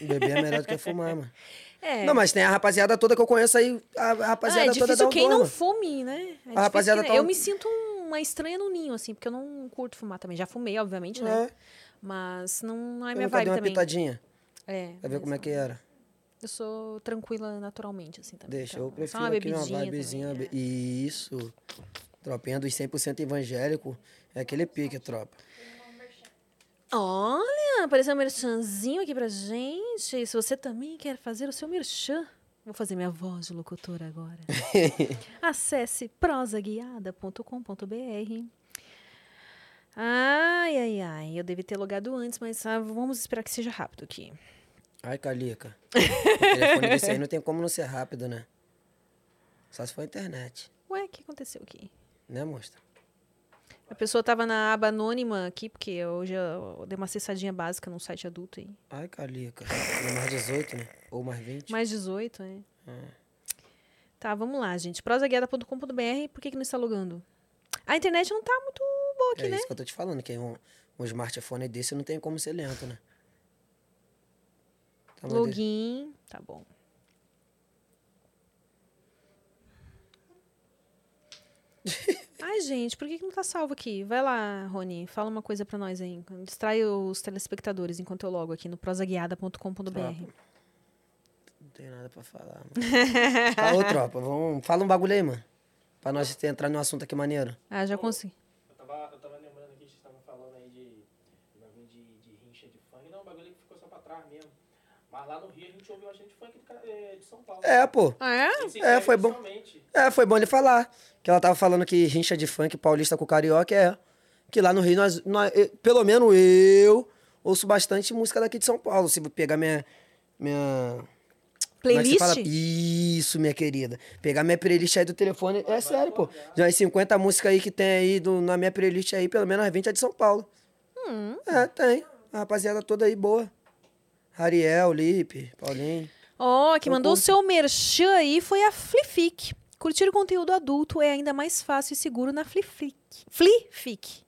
Speaker 2: Beber é melhor do que fumar, mano.
Speaker 1: É.
Speaker 2: Não, mas tem a rapaziada toda que eu conheço aí, a a
Speaker 1: Ah,
Speaker 2: rapaziada
Speaker 1: é
Speaker 2: toda dá
Speaker 1: difícil
Speaker 2: um
Speaker 1: quem não
Speaker 2: dorma.
Speaker 1: fume, né? É
Speaker 2: A
Speaker 1: difícil
Speaker 2: rapaziada tá
Speaker 1: quem- Eu
Speaker 2: um-
Speaker 1: me sinto uma estranha no ninho, assim, porque eu não curto fumar também. Já fumei, obviamente, né?
Speaker 2: É.
Speaker 1: Mas não, não é
Speaker 2: Eu
Speaker 1: minha
Speaker 2: nunca dei
Speaker 1: vibe
Speaker 2: uma
Speaker 1: também.
Speaker 2: pitadinha,
Speaker 1: É.
Speaker 2: pra ver
Speaker 1: mas
Speaker 2: como é
Speaker 1: não.
Speaker 2: que era.
Speaker 1: Eu sou tranquila naturalmente, assim, também.
Speaker 2: Deixa,
Speaker 1: então,
Speaker 2: eu prefiro
Speaker 1: só uma
Speaker 2: aqui uma
Speaker 1: bebidinha
Speaker 2: vibezinha.
Speaker 1: também, é.
Speaker 2: be- Isso. Tropinha dos 100% evangélico. É aquele pique, tropa.
Speaker 1: é. Olha, apareceu um merchanzinho aqui pra gente. Se você também quer fazer o seu merchan, vou fazer minha voz de locutora agora. Acesse prosaguiada.com.br. Ai, ai, ai. Eu devia ter logado antes, mas ah, vamos esperar que seja rápido aqui.
Speaker 2: Ai, Calica. O telefone desse aí não tem como não ser rápido, né? Só se for a internet.
Speaker 1: Ué, o que aconteceu aqui?
Speaker 2: Né, mostra?
Speaker 1: A pessoa tava na aba anônima aqui, porque hoje eu dei uma acessadinha básica num site adulto aí.
Speaker 2: Ai, Calica. Ele é mais 18, né? Ou mais 20.
Speaker 1: Mais 18, é. Tá, vamos lá, gente. prosaguiada.com.br, por que, que não está logando? A internet não tá muito boa aqui,
Speaker 2: é
Speaker 1: né?
Speaker 2: isso que eu tô te falando, que um, um smartphone desse não tem como ser lento, né? Tá, mas deixa-
Speaker 1: Login, tá bom. Ai, gente, por que, que não tá salvo aqui? Vai lá, Rony, fala uma coisa pra nós aí. Distrai os telespectadores enquanto eu logo aqui no
Speaker 2: Tá.
Speaker 1: prosaguiada.com.br.
Speaker 2: Não tem nada pra falar, mano. Falou, tropa. Vamos... Fala um bagulho aí, mano. Pra nós entrar num assunto aqui maneiro.
Speaker 1: Ah, já consegui.
Speaker 3: Eu tava, eu tava lembrando aqui, vocês estavam falando aí de, de bagulho de, de rincha de funk. Não, é um bagulho que ficou só pra trás mesmo. Mas lá no Rio a gente ouviu bastante funk de, Ca- eh, de São Paulo.
Speaker 2: É, pô.
Speaker 1: Ah, é?
Speaker 3: Eles se
Speaker 2: é, foi
Speaker 3: entregam
Speaker 2: bom.
Speaker 3: somente.
Speaker 2: É, foi bom ele falar. Que ela tava falando que rincha de funk paulista com carioca é. Que lá no Rio, nós, nós- eu- pelo menos eu, ouço bastante música daqui de São Paulo. Se pegar minha. minha como é que se
Speaker 1: Playlist?
Speaker 2: fala? Isso, minha querida. Pegar minha playlist aí do telefone. É sério, pô. Já as 50 músicas aí que tem aí do- na minha playlist aí, pelo menos as 20 é de São Paulo.
Speaker 1: Hum.
Speaker 2: É, tem. A rapaziada toda aí boa. Ariel, Lipe, Paulinho.
Speaker 1: Ó, que
Speaker 2: Eu
Speaker 1: mandou o
Speaker 2: curto.
Speaker 1: seu merchan aí foi a Flific. Curtir conteúdo adulto é ainda mais fácil e seguro na Flific. Flific.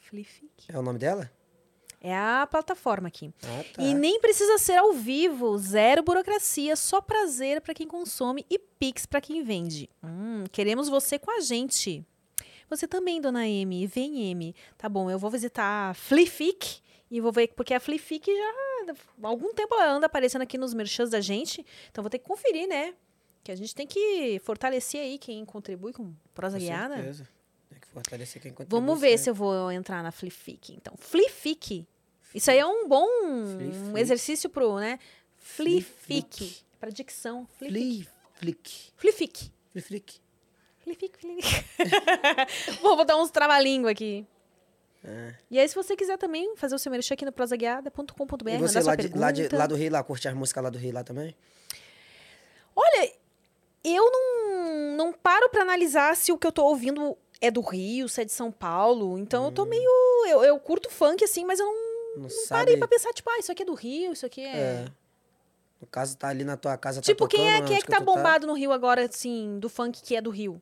Speaker 1: Flific.
Speaker 2: É o nome dela?
Speaker 1: É a plataforma aqui.
Speaker 2: Ah,
Speaker 1: E nem precisa ser ao vivo, zero burocracia, só prazer pra quem consome e Pix pra quem vende. Hum, queremos você com a gente. Você também, dona M, vem M. Tá bom, eu vou visitar a Flific e vou ver, porque a Flific já há algum tempo ela anda aparecendo aqui nos merchans da gente, então vou ter que conferir, né? Que a gente tem que fortalecer aí quem contribui com prosa
Speaker 2: Com
Speaker 1: guiada.
Speaker 2: certeza. Tem que fortalecer quem né?
Speaker 1: Vamos ver se eu vou entrar na Flific, então. Flific. Isso aí é um bom um
Speaker 2: Flific.
Speaker 1: exercício pro, né? Flific.
Speaker 2: Flific.
Speaker 1: Pra dicção. Flific.
Speaker 2: Fli, flick.
Speaker 1: Flific.
Speaker 2: Fli, flick.
Speaker 1: Flific. Flific. Vou botar uns trava-língua aqui.
Speaker 2: É.
Speaker 1: E aí, se você quiser também fazer o seu merchan aqui no prosaguiada.com.br,
Speaker 2: E
Speaker 1: mandar
Speaker 2: você
Speaker 1: sua
Speaker 2: lá, de,
Speaker 1: pergunta.
Speaker 2: lá, de- lá do Rio, lá, curte as músicas lá do Rio lá também?
Speaker 1: Olha, eu não, não paro pra analisar se o que eu tô ouvindo é do Rio, se é de São Paulo. Então eu tô meio. Eu, eu curto funk, assim, mas eu não
Speaker 2: Não,
Speaker 1: parei
Speaker 2: Hum. sabe?
Speaker 1: pra pensar, tipo, ah, isso aqui é do Rio, isso aqui é.
Speaker 2: É. No caso, tá ali na tua casa, tá
Speaker 1: tipo,
Speaker 2: tocando,
Speaker 1: quem é,
Speaker 2: né,
Speaker 1: quem é
Speaker 2: onde
Speaker 1: que tá
Speaker 2: tu
Speaker 1: bombado no Rio agora, assim, do funk que é do Rio?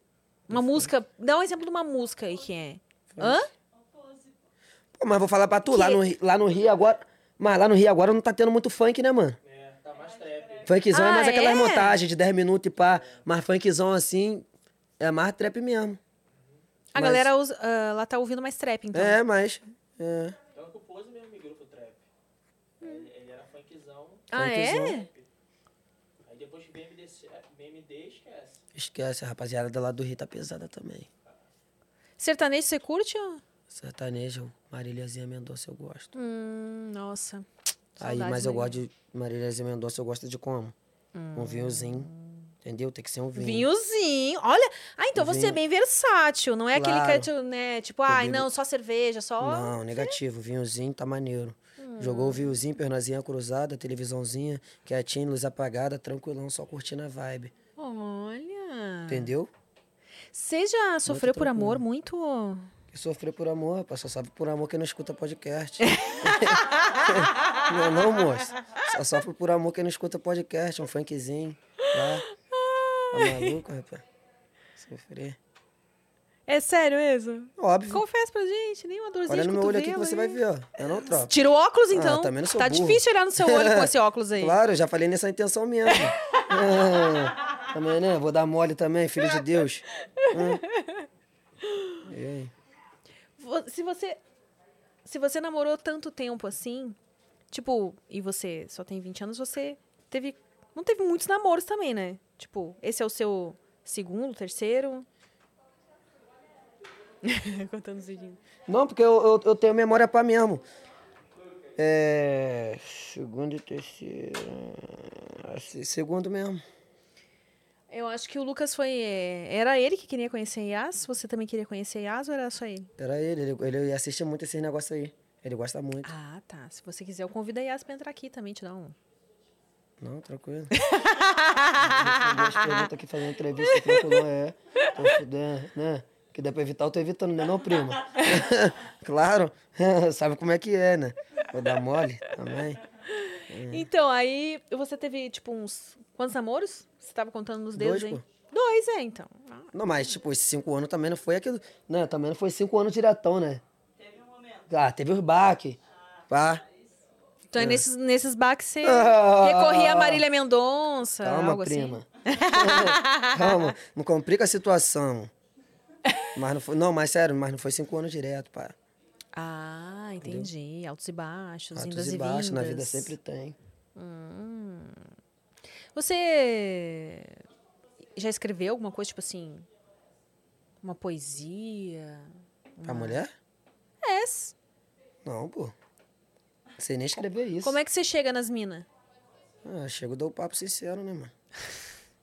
Speaker 1: Uma música. Dá um exemplo de uma música aí que é. Hã?
Speaker 2: Pô, mas vou falar pra tu, lá
Speaker 1: Que-
Speaker 2: no, Ri- lá no Rio agora... Mas lá no Rio agora não tá tendo muito funk, né, mano?
Speaker 3: É, tá mais trap.
Speaker 2: Funkzão
Speaker 1: Ah,
Speaker 2: é mais aquelas
Speaker 1: é?
Speaker 2: montagens de 10 minutos e pá. Mas funkzão assim, é mais trap mesmo.
Speaker 1: A
Speaker 2: Mas-
Speaker 1: galera usa, ah, lá tá ouvindo mais trap, então.
Speaker 2: É, mas... É.
Speaker 3: Tanto que o Pose mesmo migrou pro trap.
Speaker 2: Hum.
Speaker 3: Ele, ele era funkzão.
Speaker 1: Ah, é?
Speaker 2: funkzão.
Speaker 3: Aí depois que BMD, se- eh, BMD esquece.
Speaker 2: Esquece, a rapaziada lá do Rio tá pesada também.
Speaker 1: Sertanejo você curte? ó?
Speaker 2: Sertanejo, Maríliazinha Mendonça eu gosto.
Speaker 1: Hum, nossa.
Speaker 2: Aí,
Speaker 1: Saudades
Speaker 2: mas eu
Speaker 1: dele.
Speaker 2: gosto de Maríliazinha Mendonça, eu gosto de como?
Speaker 1: Hum.
Speaker 2: Um vinhozinho, entendeu? Tem que ser um vinho.
Speaker 1: Vinhozinho. Olha, ah, então você é
Speaker 2: Vinho.
Speaker 1: bem versátil, não é aquele
Speaker 2: Claro.
Speaker 1: que, é, tipo, né, tipo, ai,
Speaker 2: bebo-
Speaker 1: não, só cerveja, só Hum.
Speaker 2: Não, negativo. Vinhozinho tá maneiro. Jogou o vinhozinho, pernazinha cruzada, televisãozinha, quietinho, luz apagada, tranquilão, só curtindo a vibe.
Speaker 1: Ah. Olha.
Speaker 2: Entendeu?
Speaker 1: Você já sofreu por amor muito?
Speaker 2: Que sofrer por amor, rapaz, só sofre por amor quem não escuta podcast. não, não, moço. Só sofre por amor quem não escuta podcast, um funkzinho. Tá? Tá maluco, rapaz? Sofrer.
Speaker 1: É sério mesmo?
Speaker 2: Óbvio.
Speaker 1: Confessa pra gente, nem uma dorzinha
Speaker 2: Hum. Olha
Speaker 1: de
Speaker 2: no meu olho aqui que
Speaker 1: cotovelo
Speaker 2: você vai
Speaker 1: aí. É,
Speaker 2: ver, ó. Eu não troco.
Speaker 1: Tira o óculos
Speaker 2: Ah,
Speaker 1: então.
Speaker 2: também não sou
Speaker 1: tá
Speaker 2: burro.
Speaker 1: difícil olhar no seu olho com esse óculos aí.
Speaker 2: Claro, eu já falei nessa intenção mesmo. Ah, também, né? Vou dar mole também, filho de Deus. Ah. E aí?
Speaker 1: Vo- Se você se você namorou tanto tempo assim, tipo, e você só tem 20 anos, você teve não teve muitos namoros também, né? Tipo, esse é o seu segundo, terceiro? Contando os vidinhos.
Speaker 2: Não, porque eu, eu, eu tenho memória pra mesmo. É. Segundo e terceiro. ah, se- Segundo mesmo.
Speaker 1: Eu acho que o Lucas foi. é, Era ele que queria conhecer a Yas? Você também queria conhecer a Yas ou era só ele?
Speaker 2: Era ele, ele, ele assiste muito esses negócios aí. Ele gosta muito.
Speaker 1: Ah, tá. Se você quiser, eu convido a Yas pra entrar aqui também, te dar um.
Speaker 2: Não, tranquilo. Eu tô aqui fazendo entrevista, tranquilo, é. Tô fudendo, né? Que dá pra evitar, eu tô evitando, né, não, prima? claro, sabe como é que é, né? Vou dar mole também.
Speaker 1: Então, aí você teve, tipo, uns. Quantos namoros? Você tava contando nos dedos,
Speaker 2: Dois,
Speaker 1: hein? Dois, é, então. Ah,
Speaker 2: Não, mas, tipo, esses cinco anos também não foi aquilo. Né? Também não foi cinco anos diretão, né? Teve um momento. Ah, teve os baques. Pá.
Speaker 1: Então, é nesses, nesses baques você
Speaker 2: Ah.
Speaker 1: recorria a Marília Mendonça,
Speaker 2: Calma,
Speaker 1: algo
Speaker 2: prima.
Speaker 1: assim.
Speaker 2: Calma, não complica a situação. Mas não foi. Não, mas sério, mas não foi cinco anos direto, pá.
Speaker 1: Ah, entendi. Altos e baixos,
Speaker 2: Altos
Speaker 1: indas e,
Speaker 2: e baixos, na vida
Speaker 1: vindas. Hum.
Speaker 2: sempre tem.
Speaker 1: Você já escreveu alguma coisa, tipo assim, uma poesia?
Speaker 2: A mulher?
Speaker 1: É. s-
Speaker 2: Não, pô. Não sei nem escrever isso.
Speaker 1: Como é que você chega nas minas?
Speaker 2: Ah, chego e dou o papo sincero, né, mano?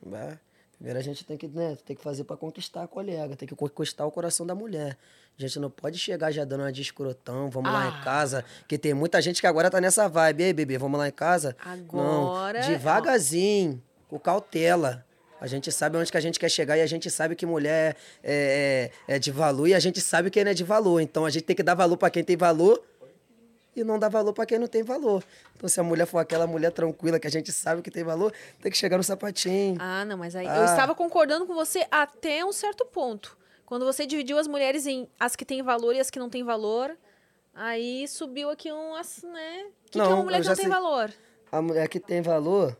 Speaker 2: Bah. Primeiro a gente tem que, né, tem que fazer pra conquistar a colega, tem que conquistar o coração da mulher. A gente não pode chegar já dando uma de escrotão, vamos lá
Speaker 1: Ah.
Speaker 2: em casa, que tem muita gente que agora tá nessa vibe. Ei, bebê, vamos lá em casa?
Speaker 1: Agora-
Speaker 2: Não, devagarzinho, com cautela. A gente sabe onde que a gente quer chegar e a gente sabe que mulher é, é, é de valor e a gente sabe quem não é de valor. Então a gente tem que dar valor pra quem tem valor e não dá valor pra quem não tem valor. Então, se a mulher for aquela mulher tranquila que a gente sabe que tem valor, tem que chegar no sapatinho.
Speaker 1: Ah, não, mas aí eu
Speaker 2: Ah.
Speaker 1: estava concordando com você até um certo ponto. Quando você dividiu as mulheres em as que têm valor e as que não têm valor, aí subiu aqui um, as- né? O que, que é
Speaker 2: Não,
Speaker 1: uma mulher
Speaker 2: eu
Speaker 1: que
Speaker 2: já
Speaker 1: não tem
Speaker 2: sei.
Speaker 1: valor?
Speaker 2: A mulher que tem valor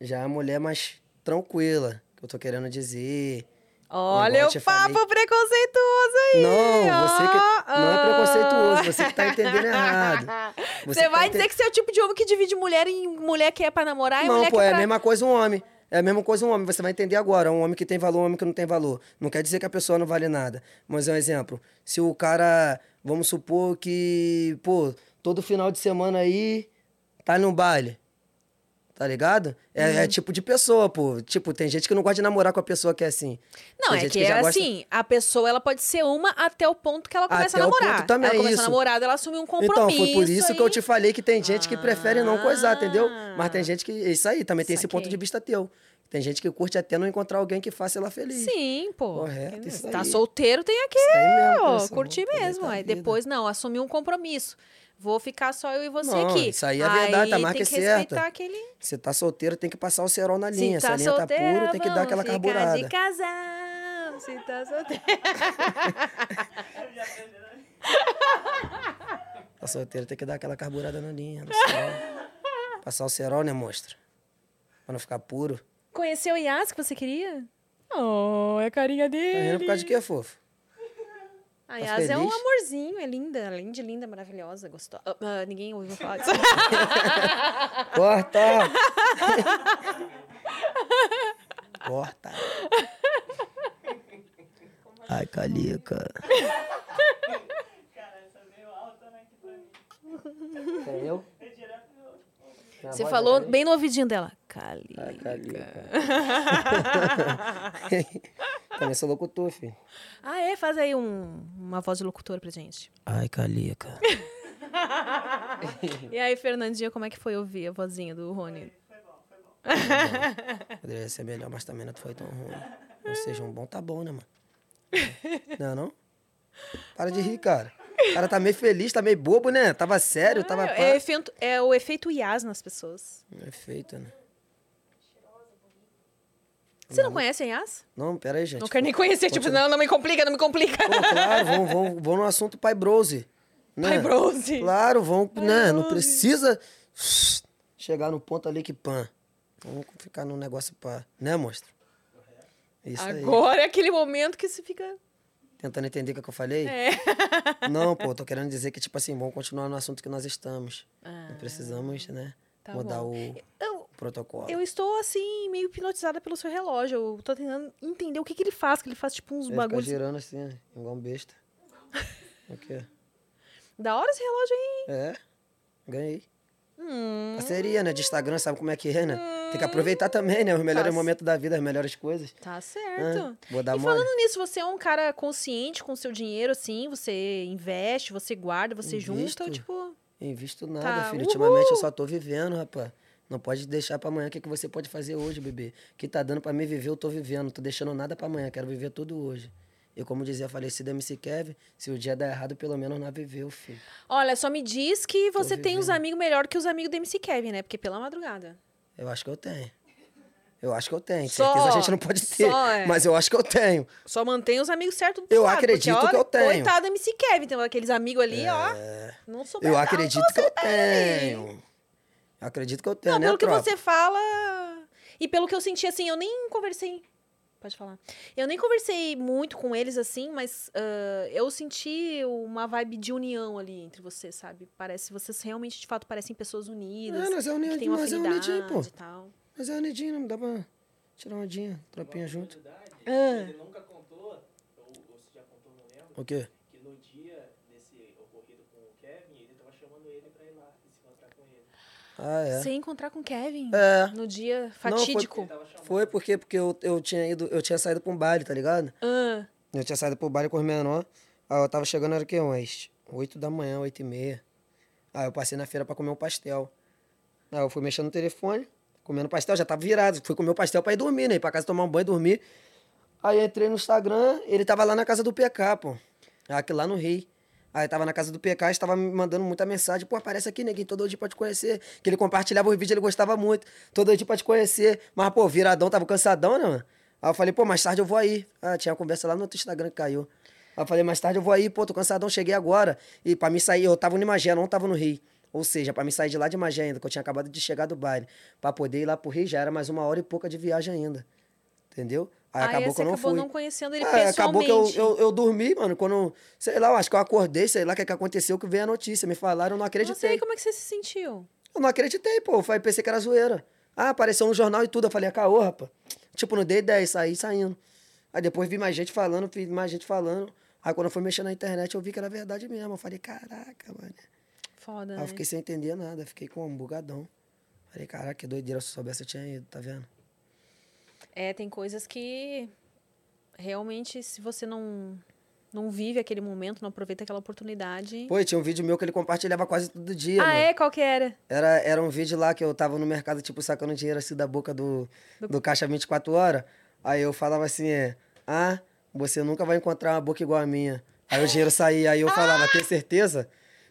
Speaker 2: já é a mulher mais tranquila, que eu tô querendo dizer.
Speaker 1: Olha
Speaker 2: eu
Speaker 1: o
Speaker 2: te
Speaker 1: papo
Speaker 2: falei.
Speaker 1: preconceituoso aí!
Speaker 2: Não, você que. Não é
Speaker 1: ó. Ah.
Speaker 2: preconceituoso, você que tá entendendo errado.
Speaker 1: Você,
Speaker 2: tá
Speaker 1: vai
Speaker 2: ente-
Speaker 1: dizer que você é o tipo de homem que divide mulher em mulher que é pra namorar e
Speaker 2: Não,
Speaker 1: mulher
Speaker 2: pô,
Speaker 1: que é
Speaker 2: é
Speaker 1: pra...
Speaker 2: a mesma coisa um homem. É a mesma coisa um homem, você vai entender agora. Um homem que tem valor, um homem que não tem valor. Não quer dizer que a pessoa não vale nada. Mas é um exemplo. Se o cara, vamos supor que, pô, todo final de semana aí tá num baile. Tá ligado? É,
Speaker 1: Uhum.
Speaker 2: é tipo de pessoa, pô. Tipo, tem gente que não gosta de namorar com a pessoa que é assim.
Speaker 1: Não,
Speaker 2: Tem
Speaker 1: é
Speaker 2: gente
Speaker 1: que,
Speaker 2: que
Speaker 1: é
Speaker 2: já gosta-
Speaker 1: assim, a pessoa ela pode ser uma até o ponto que ela começa
Speaker 2: Até
Speaker 1: a
Speaker 2: o
Speaker 1: namorar.
Speaker 2: ponto também,
Speaker 1: ela começa a
Speaker 2: isso.
Speaker 1: namorar, ela assume um
Speaker 2: Então,
Speaker 1: compromisso.
Speaker 2: foi por isso que eu
Speaker 1: e-
Speaker 2: te falei que tem gente que prefere não coisar, entendeu? Mas tem gente que. é Isso aí, também tem esse ponto
Speaker 1: Ah. Saquei.
Speaker 2: de vista teu. Tem gente que curte até não encontrar alguém que faça ela feliz.
Speaker 1: Sim, pô.
Speaker 2: Correto,
Speaker 1: Entendeu?
Speaker 2: isso
Speaker 1: tá
Speaker 2: aí.
Speaker 1: solteiro, tem aqui,
Speaker 2: Isso aí mesmo,
Speaker 1: ó.
Speaker 2: pessoal,
Speaker 1: Curtir
Speaker 2: aproveitar
Speaker 1: mesmo.
Speaker 2: a
Speaker 1: Aí
Speaker 2: vida.
Speaker 1: depois, não, assumir um compromisso. Vou ficar só eu e você
Speaker 2: Não,
Speaker 1: aqui.
Speaker 2: isso aí é verdade, a
Speaker 1: Aí
Speaker 2: marca
Speaker 1: tem
Speaker 2: é
Speaker 1: que
Speaker 2: certa.
Speaker 1: respeitar aquele...
Speaker 2: Você tá solteiro, tem que passar o cerol na
Speaker 1: Se
Speaker 2: linha. Se a linha tá pura, tem que dar
Speaker 1: vamos
Speaker 2: aquela
Speaker 1: ficar
Speaker 2: carburada.
Speaker 1: de casal, se tá solteiro...
Speaker 2: Tá solteiro, tem que dar aquela carburada na linha. no cerol. passar o cerol, né, monstro? Pra não ficar puro.
Speaker 1: Conheceu o Yas que você queria? Oh, é a carinha
Speaker 2: Tá rindo
Speaker 1: dele.
Speaker 2: por causa de quê, fofo?
Speaker 1: A
Speaker 2: Tá
Speaker 1: Yas é um
Speaker 2: feliz?
Speaker 1: amorzinho, é linda, além de linda, maravilhosa, gostosa. Ah, ah, ninguém ouviu falar
Speaker 2: Tá
Speaker 1: disso.
Speaker 2: Corta! Corta! Ai, Calica.
Speaker 5: Cara, essa veio alta, né? Que pra mim.
Speaker 2: Entendeu?
Speaker 5: É direto meu.
Speaker 1: Você falou bem no ouvidinho dela. Cali.
Speaker 2: Ai, Calica. Também sou locutor, filho.
Speaker 1: Ah, é? Faz aí um- uma voz de locutor pra gente.
Speaker 2: Ai, Calica.
Speaker 1: E aí, Fernandinha, como é que foi ouvir a vozinha do Rony?
Speaker 2: Poderia ser melhor, mas também não foi tão ruim. Ou seja, um bom tá bom, né, mano? Não, é não? Para de rir, cara. O cara tá meio feliz, tá meio bobo, né? Tava sério, tava...
Speaker 1: Ah,
Speaker 2: pá.
Speaker 1: é, efeito- é o efeito Yas nas pessoas.
Speaker 2: É feito, né?
Speaker 1: Você não conhece a Yas?
Speaker 2: Não, pera aí, Uhum. gente.
Speaker 1: Não quero nem conhecer. Tipo,
Speaker 2: Continua.
Speaker 1: não, não me complica, não me complica.
Speaker 2: Pô, claro, vão, vão, vão no assunto pai brose. Né?
Speaker 1: Ai, bronze.
Speaker 2: Claro, vão, né? Não precisa chegar no ponto ali que pã. Vamos ficar num negócio pá. Né, monstro? Isso aí.
Speaker 1: Agora é aquele momento que você fica...
Speaker 2: Tentando entender o que, é que eu falei?
Speaker 1: É.
Speaker 2: Não, pô, tô querendo dizer que, tipo assim, vamos continuar no assunto que nós estamos.
Speaker 1: Ah,
Speaker 2: não precisamos, né?
Speaker 1: tá
Speaker 2: mudar
Speaker 1: bom.
Speaker 2: o
Speaker 1: Eu,
Speaker 2: protocolo.
Speaker 1: eu estou, assim, meio hipnotizada pelo seu relógio. Eu tô tentando entender o que, que ele faz, que ele faz, tipo, uns
Speaker 2: Ele fica
Speaker 1: bagulhos.
Speaker 2: girando assim, né? igual um besta. O quê?
Speaker 1: Da hora esse relógio aí. Hum,
Speaker 2: É, ganhei. Parceria, né? De Instagram, sabe como é que é, né? Tem que aproveitar também, né? Os melhores
Speaker 1: Faz.
Speaker 2: momentos da vida, as melhores coisas.
Speaker 1: Tá certo.
Speaker 2: É, vou dar
Speaker 1: e
Speaker 2: mole.
Speaker 1: falando nisso, você é um cara consciente com o seu dinheiro, assim? Você investe, você guarda, você junta,
Speaker 2: Invisto.
Speaker 1: tipo...
Speaker 2: Invisto nada,
Speaker 1: Tá,
Speaker 2: filho.
Speaker 1: uhul.
Speaker 2: Ultimamente eu só tô vivendo, rapaz. Não pode deixar pra amanhã o que, que você pode fazer hoje, bebê. O que tá dando pra mim viver, eu tô vivendo. Não tô deixando nada pra amanhã, quero viver tudo hoje. E como dizia a falecida MC Kevin, se o dia der errado, pelo menos não viveu, filho.
Speaker 1: Olha, só me diz que você tem uns
Speaker 2: vivendo.
Speaker 1: amigos melhor que os amigos do MC Kevin, né? Porque pela madrugada.
Speaker 2: Eu acho que eu tenho. Eu acho que eu tenho.
Speaker 1: Só,
Speaker 2: Certeza a gente não pode ter.
Speaker 1: só, é.
Speaker 2: Mas eu acho que eu tenho.
Speaker 1: Só mantém os amigos certos do
Speaker 2: Eu
Speaker 1: lado, porque,
Speaker 2: acredito
Speaker 1: olha,
Speaker 2: que eu tenho. É.
Speaker 1: Coitado do MC Kevin, tem aqueles amigos ali, ó. Não sou
Speaker 2: Eu acredito que eu tenho. Eu acredito que eu tenho,
Speaker 1: Não,
Speaker 2: né,
Speaker 1: pelo que
Speaker 2: tropa?
Speaker 1: você fala. E pelo que eu senti, assim, eu nem conversei. Pode falar. Eu nem conversei muito com eles, assim, mas ah, eu senti uma vibe de união ali entre vocês, sabe? Parece, vocês realmente, de fato, parecem pessoas unidas.
Speaker 2: É, nós é
Speaker 1: que
Speaker 2: unido-
Speaker 1: têm uma
Speaker 2: nós é
Speaker 1: afinidade
Speaker 2: unidinho, pô.
Speaker 1: e tal.
Speaker 2: Mas é anidinho, não dá pra tirar uma dinha, tropinha junto.
Speaker 1: Ah,
Speaker 3: Ele nunca contou, ou, ou se já contou, não lembro,
Speaker 2: O quê?
Speaker 3: que no dia desse ocorrido com o Kevin, ele tava chamando ele pra ir lá e se encontrar com ele.
Speaker 2: Ah, é.
Speaker 1: Sem encontrar com o Kevin
Speaker 2: É.
Speaker 1: no dia
Speaker 2: Não, foi-
Speaker 1: fatídico.
Speaker 2: Foi porque, porque eu, eu tinha ido, eu tinha saído pra um baile, tá ligado?
Speaker 1: Ah,
Speaker 2: Eu tinha saído pro baile com os menor. Aí eu tava chegando, era o quê? Umas 8 da manhã, 8 e meia. Aí eu passei na feira pra comer um pastel. Aí eu fui mexendo no telefone, comendo pastel, já tava virado. Fui comer o pastel pra ir dormir, né? Ir pra casa tomar um banho e dormir. Aí eu entrei no Instagram, ele tava lá na casa do PK, pô. Aqui lá no Rio. Aí tava na casa do PK, estava me mandando muita mensagem. Pô, aparece aqui, neguinho, todo dia pra te conhecer. Que ele compartilhava os vídeos, ele gostava muito. Todo dia pra te conhecer. Mas, pô, viradão, tava cansadão, né, mano? Aí eu falei, pô, mais tarde eu vou aí. Ah, tinha uma conversa lá no outro Instagram que caiu. Aí eu falei, mais tarde eu vou aí, pô, tô cansadão, cheguei agora. E pra mim sair, eu tava no Imagé, não tava no Rio. Ou seja, pra mim sair de lá de Magé ainda, que eu tinha acabado de chegar do baile. Pra poder ir lá pro Rio já era mais uma hora e pouca de viagem ainda. Entendeu? Aí
Speaker 1: aí
Speaker 2: acabou
Speaker 1: você
Speaker 2: que eu não
Speaker 1: acabou
Speaker 2: fui.
Speaker 1: não conhecendo ele
Speaker 2: É,
Speaker 1: pessoalmente.
Speaker 2: acabou que eu, eu, eu dormi, mano. Quando, sei lá, eu acho que eu acordei, sei lá o que, que aconteceu, que veio a notícia. Me falaram, eu não
Speaker 1: Não sei
Speaker 2: acreditei.
Speaker 1: como é que você se sentiu.
Speaker 2: Eu não acreditei, pô. Eu falei, pensei que era zoeira. Ah, apareceu no jornal e tudo. Eu falei, é caô, rapaz. Tipo, não dei 10, saí saindo. Aí depois vi mais gente falando, vi mais gente falando. Aí quando eu fui mexer na internet, eu vi que era verdade mesmo. Ah, Eu falei, caraca, mano.
Speaker 1: Foda,
Speaker 2: Aí
Speaker 1: né?
Speaker 2: eu fiquei sem entender nada, fiquei com um bugadão. Falei, caraca, que doideira, se eu soubesse eu tinha ido, tá vendo?
Speaker 1: É, tem coisas que realmente, se você não, não vive aquele momento, não aproveita aquela oportunidade.
Speaker 2: Pô, e tinha um vídeo meu que ele compartilhava quase todo dia,
Speaker 1: ah,
Speaker 2: mano.
Speaker 1: é? Qual que era?
Speaker 2: Era, era um vídeo lá que eu tava no mercado, tipo, sacando dinheiro assim da boca do, do caixa 24 horas. Aí eu falava assim, é, ah, você nunca vai encontrar uma boca igual a minha. Aí o dinheiro saía, aí eu falava, tem certeza?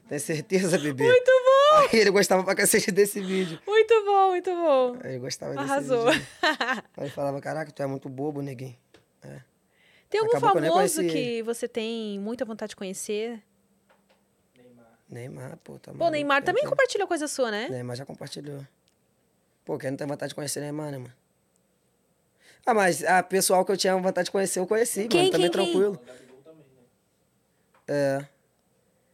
Speaker 2: Tem certeza, bebê?
Speaker 1: Muito bom!
Speaker 2: Aí ele gostava pra cacete desse vídeo.
Speaker 1: Muito bom, muito bom.
Speaker 2: Aí ele gostava desse
Speaker 1: Arrasou.
Speaker 2: vídeo. Aí eu falava, caraca, tu é muito bobo, neguinho.
Speaker 1: Tem algum
Speaker 2: Acabou que eu nem
Speaker 1: famoso
Speaker 2: conheci
Speaker 1: que você tem muita vontade de conhecer?
Speaker 3: Neymar.
Speaker 2: Neymar, pô, tá
Speaker 1: Pô,
Speaker 2: maluco,
Speaker 1: Neymar
Speaker 2: tem
Speaker 1: também
Speaker 2: que-
Speaker 1: compartilha coisa sua, né?
Speaker 2: Neymar já compartilhou. Pô, quem não tem vontade de conhecer Neymar, né, mano? Ah, mas a pessoal que eu tinha vontade de conhecer, eu conheci,
Speaker 1: Quem,
Speaker 2: mano. Também
Speaker 1: quem, quem?
Speaker 2: tranquilo.
Speaker 3: Gabigol também, né?
Speaker 2: É.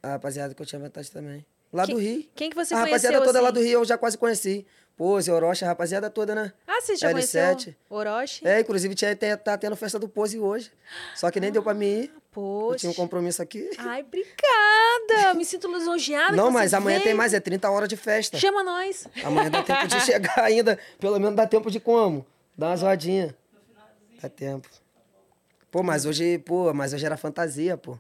Speaker 2: A rapaziada que eu tinha vontade também. Lá do
Speaker 1: Quem-
Speaker 2: Rio.
Speaker 1: Quem que você
Speaker 2: a
Speaker 1: conheceu?
Speaker 2: rapaziada toda
Speaker 1: assim?
Speaker 2: lá do Rio eu já quase conheci. Pô, Zé Orochi, a rapaziada toda, né?
Speaker 1: Ah, você já conheceu?
Speaker 2: L7.
Speaker 1: Orochi?
Speaker 2: É, inclusive tinha, tem- tá tendo festa do Pose hoje. Só que nem deu pra mim ir. Eu
Speaker 1: Poxa.
Speaker 2: tinha um compromisso aqui.
Speaker 1: Ai, obrigada! Me sinto lisonjeada. que
Speaker 2: Não,
Speaker 1: você
Speaker 2: mas amanhã
Speaker 1: veio.
Speaker 2: tem mais, é 30 horas de festa.
Speaker 1: Chama nós.
Speaker 2: Amanhã dá tempo de chegar ainda. Pelo menos dá tempo de como? Dá uma zoadinha. Dá tempo. Pô, mas hoje, pô, mas hoje era fantasia, pô.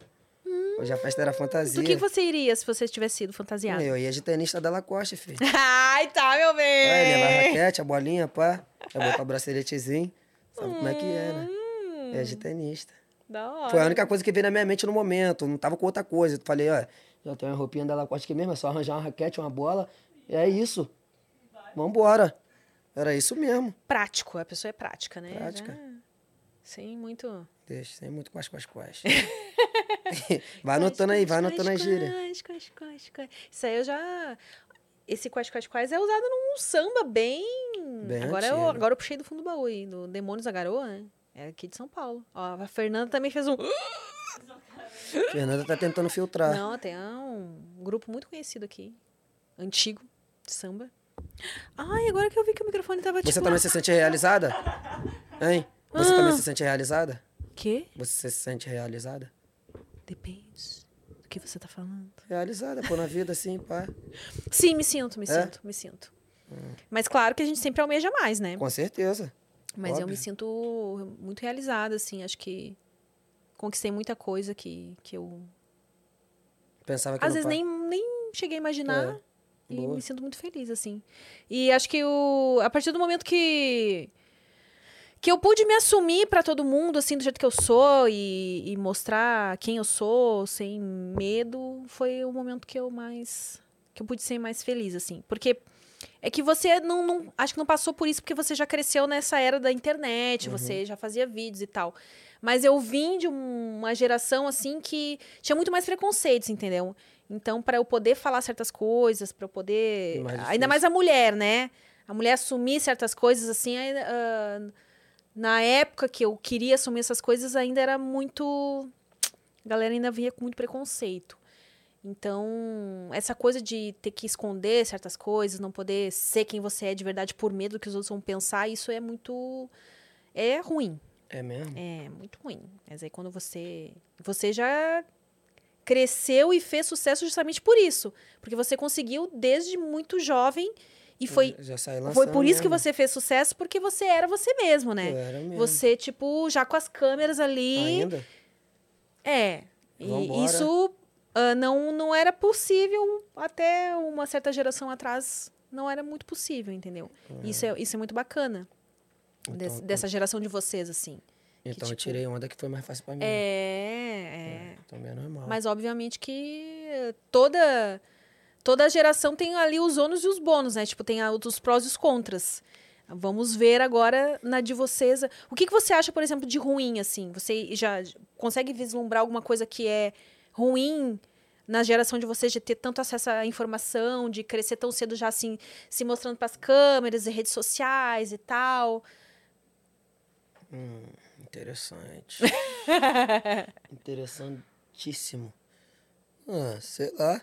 Speaker 2: Hoje a festa era fantasia.
Speaker 1: Do que você iria se você tivesse sido fantasiado?
Speaker 2: Eu ia de tenista da Lacoste, filho.
Speaker 1: Ai, tá, meu bem.
Speaker 2: Aí levar a raquete, a bolinha, pá. Eu botar o braceletezinho. Sabe como é que é, né?
Speaker 1: Hum,
Speaker 2: É de tenista.
Speaker 1: Da hora.
Speaker 2: Foi a única coisa que veio na minha mente no momento. Não tava com outra coisa. Eu falei, ó, já tenho uma roupinha da Lacoste aqui mesmo, é só arranjar uma raquete, uma bola. E é isso. Vambora. Era isso mesmo.
Speaker 1: Prático, a pessoa é prática, né?
Speaker 2: Prática.
Speaker 1: Já- Sem muito.
Speaker 2: Deixa, sem é muito quais, quais, quais. vai anotando aí, vai
Speaker 1: Quais,
Speaker 2: anotando a
Speaker 1: quais,
Speaker 2: gíria.
Speaker 1: quais, quais, quais, quais. Isso aí eu já. Esse quais, quais, quais é usado num samba bem.
Speaker 2: Bem
Speaker 1: agora, eu,
Speaker 2: antigo.
Speaker 1: agora eu puxei do fundo do baú aí, do Demônios da Garoa, né? É aqui de São Paulo. Ó, a Fernanda também fez um.
Speaker 2: Fernanda tá tentando filtrar.
Speaker 1: Não, tem um grupo muito conhecido aqui. Antigo, de samba. Ai, agora que eu vi que o microfone tava
Speaker 2: Você tá
Speaker 1: tipo.
Speaker 2: também se sente realizada? Hein? Você
Speaker 1: Ah.
Speaker 2: também se sente realizada?
Speaker 1: Quê?
Speaker 2: Você se sente realizada?
Speaker 1: Depende do que você tá falando.
Speaker 2: Realizada, pô, na vida, assim, pá.
Speaker 1: Sim, me sinto, me
Speaker 2: É?
Speaker 1: sinto, me sinto. Mas claro que a gente sempre almeja mais, né?
Speaker 2: Com certeza.
Speaker 1: Mas eu me
Speaker 2: óbvio.
Speaker 1: sinto muito realizada, assim. Acho que conquistei muita coisa que, que eu.
Speaker 2: Pensava que
Speaker 1: Às
Speaker 2: não
Speaker 1: vezes
Speaker 2: pa-
Speaker 1: nem, nem cheguei a imaginar.
Speaker 2: É,
Speaker 1: E
Speaker 2: boa.
Speaker 1: me sinto muito feliz, assim. E acho que o, a partir do momento que. Que eu pude me assumir pra todo mundo, assim, do jeito que eu sou e, e mostrar quem eu sou, sem medo, foi o momento que eu mais. que eu pude ser mais feliz, assim. Porque é que você não, não- Acho que não passou por isso porque você já cresceu nessa era da internet,
Speaker 2: Uhum.
Speaker 1: você já fazia vídeos e tal. Mas eu vim de um- uma geração, assim, que tinha muito mais preconceitos, entendeu? Então, pra eu poder falar certas coisas, pra eu poder.
Speaker 2: Mais
Speaker 1: ainda
Speaker 2: difícil.
Speaker 1: mais a mulher, né? A mulher assumir certas coisas, assim. aí, ah, na época que eu queria assumir essas coisas, ainda era muito. A galera ainda via com muito preconceito. Então, essa coisa de ter que esconder certas coisas, não poder ser quem você é de verdade por medo do que os outros vão pensar, isso é muito. É ruim.
Speaker 2: É mesmo?
Speaker 1: É muito ruim. Mas aí quando você. Você já cresceu e fez sucesso justamente por isso. Porque você conseguiu desde muito jovem. E foi,
Speaker 2: Já saí lançando.
Speaker 1: foi por isso que
Speaker 2: É, mesmo.
Speaker 1: você fez sucesso, porque você era você mesmo, né?
Speaker 2: Eu era mesmo.
Speaker 1: Você, tipo, já com as câmeras ali.
Speaker 2: Ainda?
Speaker 1: É. E
Speaker 2: Vambora.
Speaker 1: isso ah, não, não era possível até uma certa geração atrás. Não era muito possível, entendeu? Isso, é, isso é muito bacana. des-
Speaker 2: Então,
Speaker 1: dessa geração de vocês, assim.
Speaker 2: Então eu
Speaker 1: tipo-
Speaker 2: tirei onda que foi mais fácil pra mim. né?
Speaker 1: É, é.
Speaker 2: Também é normal.
Speaker 1: Mas obviamente que eh, toda toda geração tem ali os ônus e os bônus, né? Tipo, tem a- os prós e os contras. Vamos ver agora na de vocês. O que, que você acha, por exemplo, de ruim, assim? Você já consegue vislumbrar alguma coisa que é ruim na geração de vocês de ter tanto acesso à informação, de crescer tão cedo já assim, se mostrando pras câmeras e redes sociais e tal?
Speaker 2: Hum, interessante. Interessantíssimo. Ah, sei lá.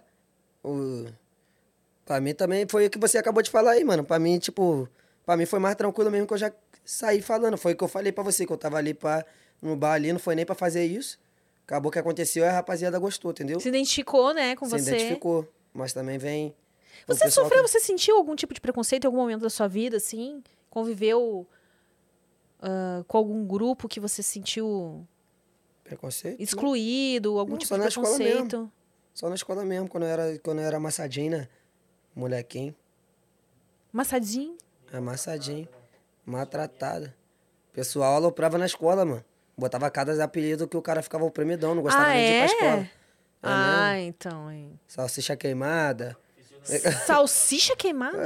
Speaker 2: O... Pra mim também foi o que você acabou de falar aí, mano. Pra mim, tipo, pra mim foi mais tranquilo mesmo que eu já saí falando. Foi o que eu falei pra você, que eu tava ali pra, no bar ali, não foi nem pra fazer isso. Acabou que aconteceu e a rapaziada gostou, entendeu?
Speaker 1: Se identificou, né, com
Speaker 2: Se
Speaker 1: você?
Speaker 2: identificou. Mas também vem. O
Speaker 1: Você
Speaker 2: Então, pessoal
Speaker 1: sofreu,
Speaker 2: que-
Speaker 1: você sentiu algum tipo de preconceito em algum momento da sua vida, assim? Conviveu ah, com algum grupo que você se sentiu
Speaker 2: Preconceito?
Speaker 1: excluído, algum
Speaker 2: Não,
Speaker 1: tipo
Speaker 2: só
Speaker 1: de
Speaker 2: na escola mesmo.
Speaker 1: preconceito?
Speaker 2: Só na escola mesmo, quando eu era, quando eu era amassadinho, né? Molequinho,
Speaker 1: Massadinho?
Speaker 2: amassadinho, maltratado. O pessoal aloprava na escola, mano. Botava cada apelido que o cara ficava oprimidão, não gostava
Speaker 1: ah,
Speaker 2: nem de ir
Speaker 1: é?
Speaker 2: pra escola.
Speaker 1: ah, então, hein.
Speaker 2: Salsicha queimada. É.
Speaker 1: Salsicha queimada?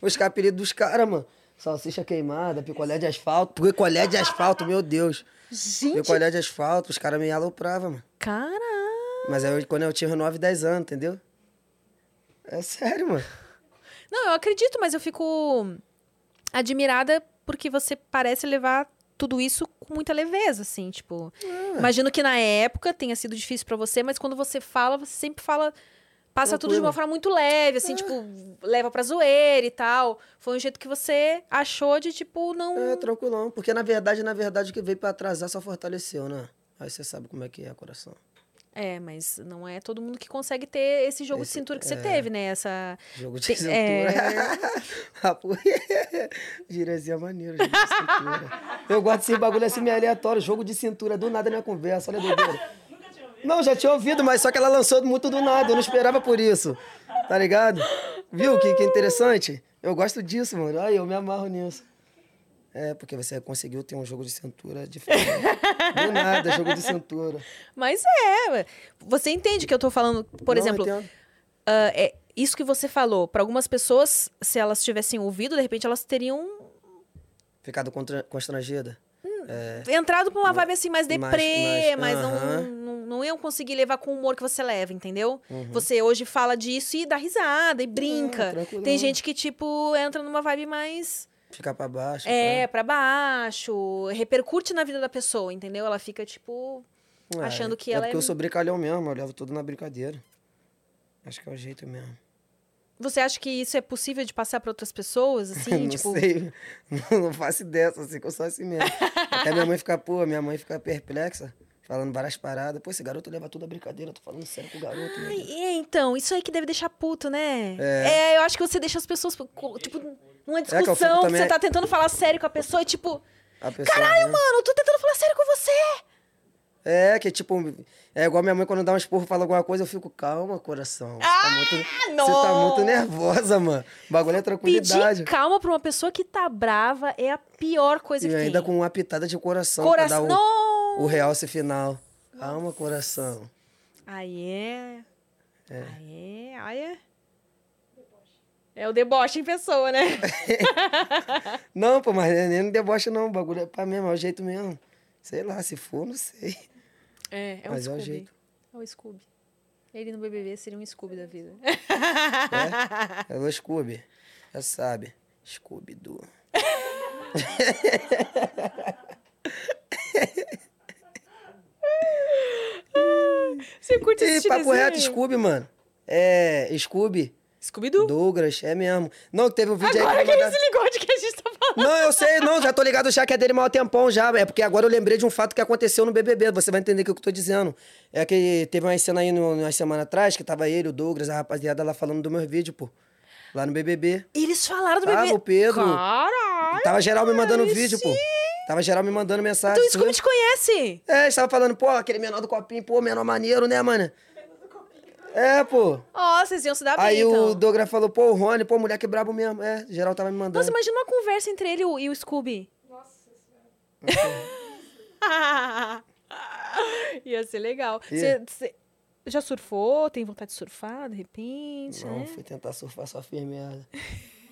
Speaker 2: Os ca- apelidos dos caras, mano. Salsicha queimada, picolé de asfalto. Picolé de asfalto, meu Deus.
Speaker 1: Gente,
Speaker 2: Picolé de asfalto, os caras me alopravam, mano.
Speaker 1: cara.
Speaker 2: Mas aí eu- quando eu tinha 9, 10 anos, entendeu? É sério, mano.
Speaker 1: Não, eu acredito, mas eu fico admirada porque você parece levar tudo isso com muita leveza, assim, tipo.
Speaker 2: É.
Speaker 1: Imagino que na época tenha sido difícil pra você, mas quando você fala, você sempre fala passa tudo de
Speaker 2: Tranquilo. É.
Speaker 1: uma forma muito leve, assim, tipo, leva pra zoeira e tal. Foi um jeito que você achou de tipo não
Speaker 2: É, tranquilão. Porque na verdade, na verdade, o que veio pra atrasar só fortaleceu, né? Aí você sabe como é que é, coração.
Speaker 1: É, mas não é todo mundo que consegue ter esse jogo de
Speaker 2: Esse- é.
Speaker 1: cintura que você teve, né? Essa
Speaker 2: Jogo de
Speaker 1: Tem- é.
Speaker 2: cintura. Rapo- Girezinha é maneiro, jogo de cintura. Eu gosto desse bagulho assim meio aleatório, jogo de cintura, do nada na minha conversa, olha doideira. Não, já tinha ouvido, mas só que ela lançou muito do nada, eu não esperava por isso. Tá ligado? Viu que, que interessante? Eu gosto disso, mano. Ai, eu me amarro nisso. É, porque você conseguiu ter um jogo de cintura diferente. Do nada, jogo de cintura.
Speaker 1: Mas é, ué. você entende que eu tô falando, por
Speaker 2: Não,
Speaker 1: exemplo,
Speaker 2: entendo.
Speaker 1: ah, é, isso que você falou, pra algumas pessoas, se elas tivessem ouvido, de repente elas teriam
Speaker 2: Ficado contra- constrangida.
Speaker 1: entrado pra uma vibe assim mais
Speaker 2: É. mais-
Speaker 1: deprê, mas,
Speaker 2: mais-
Speaker 1: não,
Speaker 2: aham.
Speaker 1: não, não iam conseguir levar com o humor que você leva, entendeu?
Speaker 2: Uhum.
Speaker 1: Você hoje fala disso e dá risada e brinca.
Speaker 2: tranquilão.
Speaker 1: Tem gente que, tipo, entra numa vibe mais.
Speaker 2: Ficar pra baixo.
Speaker 1: É, pra baixo, repercute na vida da pessoa, entendeu? Ela fica tipo.
Speaker 2: Ah,
Speaker 1: achando que
Speaker 2: é
Speaker 1: ela é-
Speaker 2: porque eu sou brincalhão mesmo, eu levo tudo na brincadeira. Acho que é o jeito mesmo.
Speaker 1: Você acha que isso é possível de passar pra outras pessoas, assim?
Speaker 2: não
Speaker 1: tipo,
Speaker 2: sei, não faço ideia, só sei que eu sou assim mesmo. Até minha mãe fica, pô, minha mãe fica perplexa, falando várias paradas. Pô, esse garoto leva tudo à brincadeira, tô falando sério com o garoto. meu
Speaker 1: Ai,
Speaker 2: Deus.
Speaker 1: é, então, isso aí que deve deixar puto, né? É, eu acho que você deixa as pessoas, co- tipo, numa
Speaker 2: É que eu fico
Speaker 1: discussão, que
Speaker 2: também- é
Speaker 1: você tá tentando falar sério com a pessoa e, tipo,
Speaker 2: A pessoa,
Speaker 1: caralho,
Speaker 2: né?
Speaker 1: mano, eu tô tentando falar sério com você!
Speaker 2: É, que tipo, é igual minha mãe quando dá um esporro, fala alguma coisa, eu fico, calma, coração. Você tá muito, você tá
Speaker 1: Ah, não!
Speaker 2: muito nervosa, mano. O bagulho é tranquilidade.
Speaker 1: Pedir calma pra uma pessoa que tá brava é a pior coisa
Speaker 2: E
Speaker 1: que
Speaker 2: ainda
Speaker 1: tem.
Speaker 2: com um uma pitada de coração, pra dar
Speaker 1: Coração.
Speaker 2: o,
Speaker 1: Não!
Speaker 2: o realce final. Calma, coração.
Speaker 1: Aí é. Aí é. Aí é. É o deboche em pessoa, né?
Speaker 2: Não, pô, mas nem não deboche, não. O bagulho é pra mesmo, é o jeito mesmo. Sei lá, se for, não sei.
Speaker 1: É, é um
Speaker 2: Mas é o
Speaker 1: Scooby.
Speaker 2: jeito.
Speaker 1: É o Scooby. Ele no BBB seria um Scooby da vida.
Speaker 2: É o Scooby. Já sabe. Scooby-Doo.
Speaker 1: Você curte
Speaker 2: Ih,
Speaker 1: esse
Speaker 2: papo reto, Scooby, mano. É, Scooby,
Speaker 1: Scooby-Doo.
Speaker 2: Douglas, é mesmo. Não, que teve um vídeo
Speaker 1: Agora que
Speaker 2: aí que eu
Speaker 1: ele
Speaker 2: mandar-
Speaker 1: se ligou de que a gente tá falando.
Speaker 2: Não, eu sei, não, já tô ligado já que é dele mal tempão já. É porque agora eu lembrei de um fato que aconteceu no BBB, você vai entender o que eu tô dizendo. É que teve uma cena aí no, uma semana atrás, que tava ele, o Douglas, a rapaziada lá falando do meu vídeo, pô. Lá no BBB.
Speaker 1: Eles falaram do
Speaker 2: Tava
Speaker 1: BBB.
Speaker 2: o Pedro.
Speaker 1: Caralho.
Speaker 2: Tava geral me mandando
Speaker 1: aí
Speaker 2: vídeo, pô. Ah,
Speaker 1: sim.
Speaker 2: Tava geral me mandando
Speaker 1: Então
Speaker 2: mensagem.
Speaker 1: o
Speaker 2: tu
Speaker 1: Scooby
Speaker 2: viu?
Speaker 1: te conhece.
Speaker 2: É, eles tava falando, pô, aquele menor do copinho, pô, menor maneiro, né, mano? É, pô.
Speaker 1: Ó, vocês iam se dar bem,
Speaker 2: Aí
Speaker 1: então.
Speaker 2: o Douglas falou, pô, o Rony, pô, moleque brabo mesmo. É, geral tava me mandando.
Speaker 1: Nossa, imagina uma conversa entre ele e o- e o Scooby.
Speaker 4: Nossa senhora.
Speaker 1: Ia ser legal.
Speaker 2: E?
Speaker 1: Você você já surfou? Tem vontade de surfar, de repente?
Speaker 2: Não,
Speaker 1: né?
Speaker 2: fui tentar surfar só fiz merda.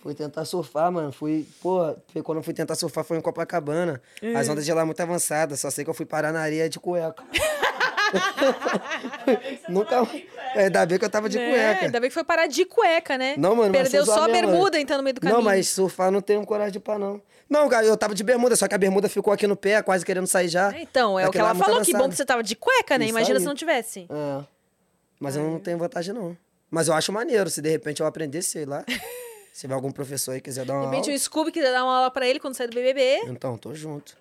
Speaker 2: fui tentar surfar, mano. Fui, pô, foi quando eu fui tentar surfar foi em Copacabana.
Speaker 1: Hum.
Speaker 2: As ondas de lá muito avançadas, só sei que eu fui parar na areia de cueca. Nunca. É, Ainda bem que eu tava de
Speaker 1: Né?
Speaker 2: cueca.
Speaker 1: Ainda bem que foi parar de cueca, né?
Speaker 2: Não, mano, mas
Speaker 1: Perdeu
Speaker 2: sem
Speaker 1: só a
Speaker 2: zoar mesmo,
Speaker 1: bermuda,
Speaker 2: mano.
Speaker 1: então, no meio do caminho.
Speaker 2: Não, mas surfar não tenho coragem de ir pra, não. Não, cara, eu tava de bermuda, só que a bermuda ficou aqui no pé, quase querendo sair já.
Speaker 1: É, Então, é o que
Speaker 2: Aquela
Speaker 1: ela
Speaker 2: muito
Speaker 1: falou. Que bom
Speaker 2: avançada.
Speaker 1: que você tava de cueca, né?
Speaker 2: Isso
Speaker 1: Imagina
Speaker 2: aí.
Speaker 1: se não tivesse.
Speaker 2: É. Mas eu não tenho vantagem, não. Mas eu acho maneiro, se de repente eu aprender, sei lá. se tiver algum professor aí que quiser dar
Speaker 1: De
Speaker 2: uma
Speaker 1: repente,
Speaker 2: aula.
Speaker 1: o Scooby quiser dar uma aula pra ele quando sair do BBB.
Speaker 2: Então, tô junto.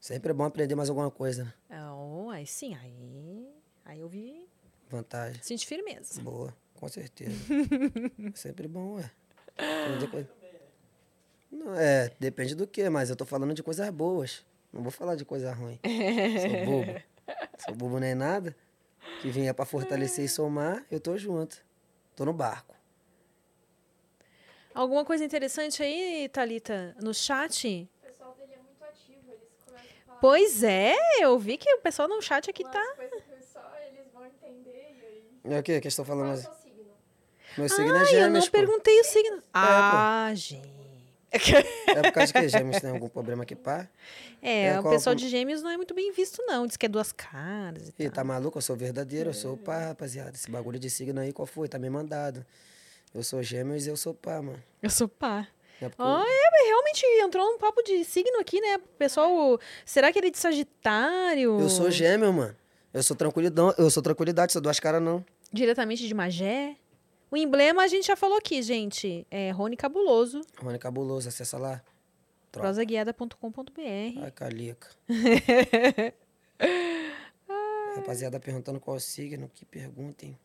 Speaker 2: Sempre é bom aprender mais alguma coisa, né?
Speaker 1: É, Ah, oh, aí sim, aí... Aí eu vi...
Speaker 2: Vantagem.
Speaker 1: Senti firmeza.
Speaker 2: Boa. com certeza. Sempre bom, ué. Tem dia que- Não, é, depende do que, mas eu tô falando de coisas boas. Não vou falar de coisa ruim. Sou bobo. Sou bobo nem nada. Que vinha pra fortalecer e somar, eu tô junto. Tô no barco.
Speaker 1: Alguma coisa interessante aí, Thalita, no chat?
Speaker 4: O pessoal dele é muito ativo, eles começam a falar
Speaker 1: Pois é, eu vi que o pessoal no chat aqui
Speaker 4: umas
Speaker 1: tá.
Speaker 4: coisas que só eles vão entender e aí...
Speaker 2: É o que que estão
Speaker 4: Qual é o
Speaker 2: falando?
Speaker 4: seu signo?
Speaker 2: Meu signo é
Speaker 1: Ah, eu
Speaker 2: gêmeos,
Speaker 1: não
Speaker 2: pô.
Speaker 1: perguntei o signo. Ah, gente.
Speaker 2: É por causa que gêmeos tem algum problema que pá?
Speaker 1: É,
Speaker 2: É,
Speaker 1: o
Speaker 2: qual-
Speaker 1: pessoal de gêmeos não é muito bem visto, não. Diz que é duas caras e
Speaker 2: Ih, tá
Speaker 1: tal.
Speaker 2: maluco? Eu sou verdadeiro, eu sou pá, rapaziada. Esse bagulho de signo aí, qual foi? Tá me mandado. Eu sou gêmeos e eu sou pá, mano.
Speaker 1: Eu sou pá.
Speaker 2: É porque
Speaker 1: Ah, é, mas realmente entrou um papo de signo aqui, né? Pessoal, será que ele é de Sagitário?
Speaker 2: eu sou gêmeo, mano. Eu sou tranquilidão, eu sou tranquilidade, sou duas caras não.
Speaker 1: Diretamente de Magé? O emblema a gente já falou aqui, gente. É Rony Cabuloso,
Speaker 2: Rony é Cabuloso, acessa lá. Troca.
Speaker 1: prosaguiada.com.br.
Speaker 2: Ai, calica. Rapaziada perguntando qual é signo, que perguntem.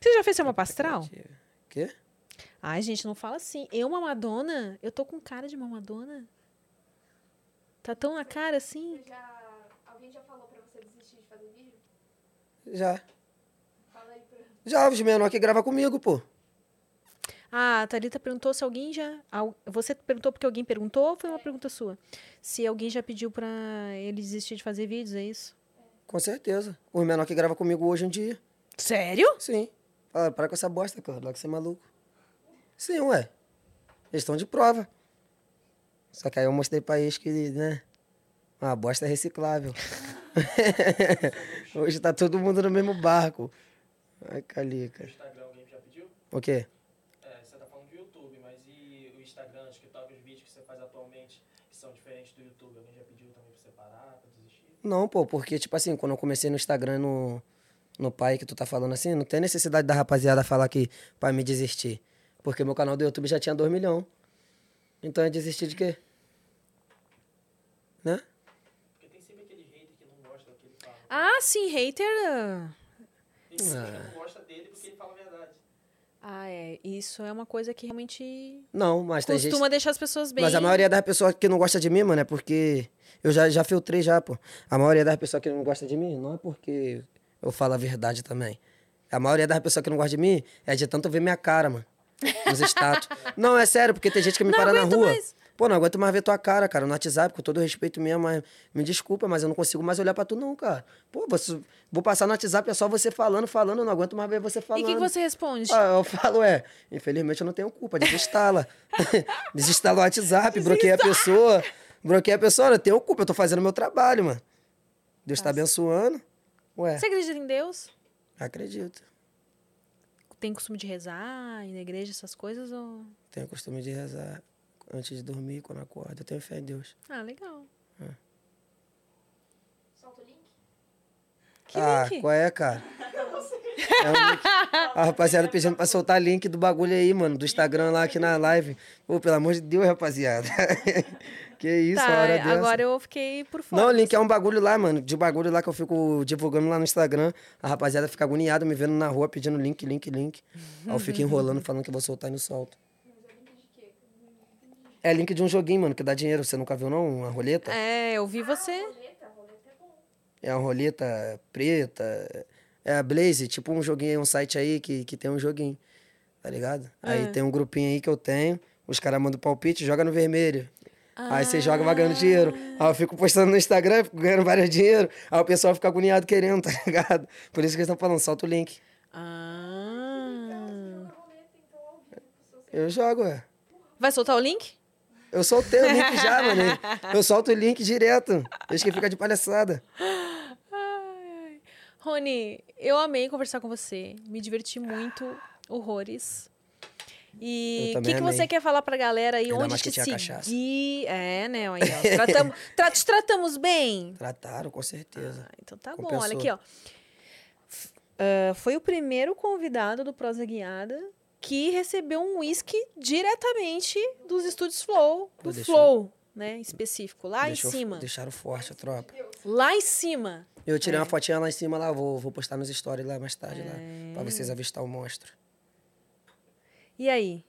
Speaker 1: Você já fez seu mapa astral?
Speaker 2: Quê?
Speaker 1: Ai, gente, não fala assim. Eu, uma Madonna? Eu tô com cara de uma Madonna? Tá tão na cara assim?
Speaker 4: Você já... Alguém já falou pra você desistir de fazer vídeo?
Speaker 2: Já.
Speaker 4: Fala aí pra...
Speaker 2: Já, os menor que grava comigo, pô.
Speaker 1: Ah, a Thalita perguntou se alguém já. al- Você perguntou porque alguém perguntou ou foi uma pergunta sua? Se alguém já pediu pra ele desistir de fazer vídeos, é isso?
Speaker 2: Com certeza. Os menor que grava comigo hoje em dia.
Speaker 1: Sério?
Speaker 2: Sim. Fala, para com essa bosta, cara. Logo você é maluco. Sim, ué. Eles estão de prova. Só que aí eu mostrei pra eles que, né? Uma bosta é reciclável. Hoje tá todo mundo no mesmo barco. Ai,
Speaker 3: No
Speaker 2: calica.
Speaker 3: Instagram alguém já pediu?
Speaker 2: O quê?
Speaker 3: É, você tá falando do YouTube, mas e o Instagram, TikTok, os vídeos que você faz atualmente que são diferentes do YouTube? Alguém já pediu também pra você parar, pra desistir?
Speaker 2: Não, pô, porque, tipo assim, quando eu comecei no Instagram, no, no pai que tu tá falando assim, não tem necessidade da rapaziada falar que pra me desistir. Porque meu canal do YouTube já tinha 2 milhões. Então eu desisti de quê? Né?
Speaker 3: Porque tem sempre aquele hater que não gosta daquele que fala.
Speaker 1: Ah, sim, hater. ah.
Speaker 3: Tem gente que não gosta dele porque ele fala a verdade.
Speaker 1: Ah, é. Isso é uma coisa que realmente
Speaker 2: Não, mas tem gente.
Speaker 1: costuma né? deixar as pessoas bem.
Speaker 2: Mas a maioria das pessoas que não gosta de mim, mano, é porque. Eu já, já filtrei já, pô. A maioria das pessoas que não gosta de mim não é porque eu falo a verdade também. A maioria das pessoas que não gosta de mim é de tanto ver minha cara, mano. Nos status. não, é sério, porque tem gente que me
Speaker 1: Não
Speaker 2: para na
Speaker 1: aguento
Speaker 2: rua.
Speaker 1: mais.
Speaker 2: Pô, não aguento mais ver tua cara, cara, no WhatsApp, com todo respeito mesmo, mas me desculpa, mas eu não consigo mais olhar pra tu, não, cara. Pô, você- vou passar no WhatsApp, é só você falando, falando, eu não aguento mais ver você
Speaker 1: E
Speaker 2: falando.
Speaker 1: o que, que você responde?
Speaker 2: Ah, eu falo, é, infelizmente eu não tenho culpa, desinstala. desinstala o WhatsApp, bloqueia a pessoa. Bloqueia a pessoa, eu tenho culpa, eu tô fazendo meu trabalho, mano. Deus tá abençoando. Ué,
Speaker 1: Você acredita em Deus?
Speaker 2: acredito.
Speaker 1: Tem costume de rezar, ir na igreja, essas coisas? Ou...
Speaker 2: Tenho o costume de rezar antes de dormir, quando acordo. Eu tenho fé em Deus.
Speaker 1: Ah, legal.
Speaker 4: Solta o link?
Speaker 1: Que
Speaker 2: ah,
Speaker 1: link?
Speaker 2: qual é, cara? É um link. A rapaziada pedindo pra soltar link do bagulho aí, mano, do Instagram lá aqui na live. Pô, pelo amor de Deus, rapaziada. que isso, uma
Speaker 1: tá,
Speaker 2: hora dessa.
Speaker 1: agora eu fiquei por fora.
Speaker 2: Não, o link é um bagulho lá, mano. De bagulho lá que eu fico divulgando lá no Instagram. A rapaziada fica agoniada me vendo na rua pedindo link, link, link. Aí eu fico enrolando, falando que eu vou soltar e não solto. É link de um joguinho, mano, que dá dinheiro. Você nunca viu, não? Uma roleta?
Speaker 1: É, eu vi você.
Speaker 4: Roleta? Roleta é bom.
Speaker 2: É uma roleta preta. É a Blaze, tipo um joguinho, um site aí que, que tem um joguinho. Tá ligado?
Speaker 1: É.
Speaker 2: Aí tem um grupinho aí que eu tenho. Os caras mandam palpite, joga no vermelho. Aí você joga, vai ganhando dinheiro.
Speaker 1: Ah.
Speaker 2: Aí eu fico postando no Instagram, fico ganhando vários dinheiro. Aí o pessoal fica agoniado querendo, tá ligado? Por isso que eles estão falando, solta o link.
Speaker 1: Ah.
Speaker 2: Eu jogo, é.
Speaker 1: Vai soltar o link?
Speaker 2: Eu soltei o link já, mano. Eu solto o link direto. Deixa que fica de palhaçada.
Speaker 1: Ai. Rony, eu amei conversar com você. Me diverti muito. Horrores. E
Speaker 2: Eu
Speaker 1: o que,
Speaker 2: também
Speaker 1: que você
Speaker 2: amei.
Speaker 1: quer falar pra galera aí?
Speaker 2: Ainda
Speaker 1: onde
Speaker 2: mais
Speaker 1: te
Speaker 2: que tinha
Speaker 1: seguir?
Speaker 2: cachaça.
Speaker 1: É, né? Aí, ó. Tratamos, tra- te tratamos bem?
Speaker 2: Trataram, com certeza.
Speaker 1: Ah, então tá bom,
Speaker 2: Compensou.
Speaker 1: olha aqui, ó. F- ah, foi o primeiro convidado do Prosa Guiada que recebeu um uísque diretamente dos estúdios Flow, do
Speaker 2: Pô, deixou-
Speaker 1: Flow, né, em específico, lá
Speaker 2: Deixou-
Speaker 1: em cima.
Speaker 2: Deixaram forte a tropa.
Speaker 1: Lá em cima. É. É.
Speaker 2: Eu tirei uma fotinha lá em cima, lá vou, vou postar nos stories lá mais tarde, lá, pra vocês avistar o monstro.
Speaker 1: E aí?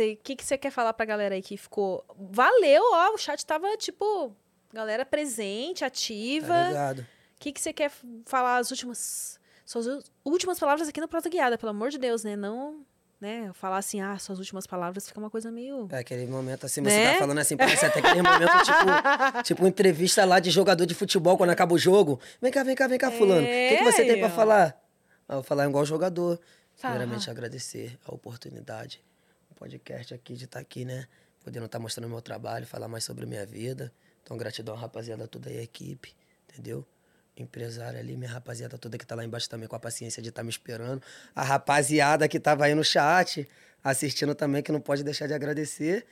Speaker 1: O que que você quer falar pra galera aí que ficou. Valeu, ó. O chat tava, tipo, galera presente,
Speaker 2: Tá
Speaker 1: ativa.
Speaker 2: ligado?
Speaker 1: O que que você quer f- falar as últimas. Suas u- últimas palavras aqui no Prosa Guiada, pelo amor de Deus, né? Não, né? Falar assim, ah, suas últimas palavras fica uma coisa meio.
Speaker 2: É aquele momento assim,
Speaker 1: Né?
Speaker 2: você tá falando assim, parece até aquele momento, tipo, tipo entrevista lá de jogador de futebol quando acaba o jogo. Vem cá, vem cá, vem cá, fulano. O que, que você
Speaker 1: É,
Speaker 2: tem pra
Speaker 1: ó.
Speaker 2: falar? Ah, eu vou falar igual jogador.
Speaker 1: Fala.
Speaker 2: Primeiramente, agradecer a oportunidade, o podcast aqui, de estar aqui, né? Podendo estar mostrando meu trabalho, falar mais sobre minha vida. Então, gratidão, à rapaziada, toda aí, a equipe, entendeu? Empresário ali, minha rapaziada toda que tá lá embaixo também com a paciência de estar me esperando. A rapaziada que tava aí no chat, assistindo também, que não pode deixar de agradecer.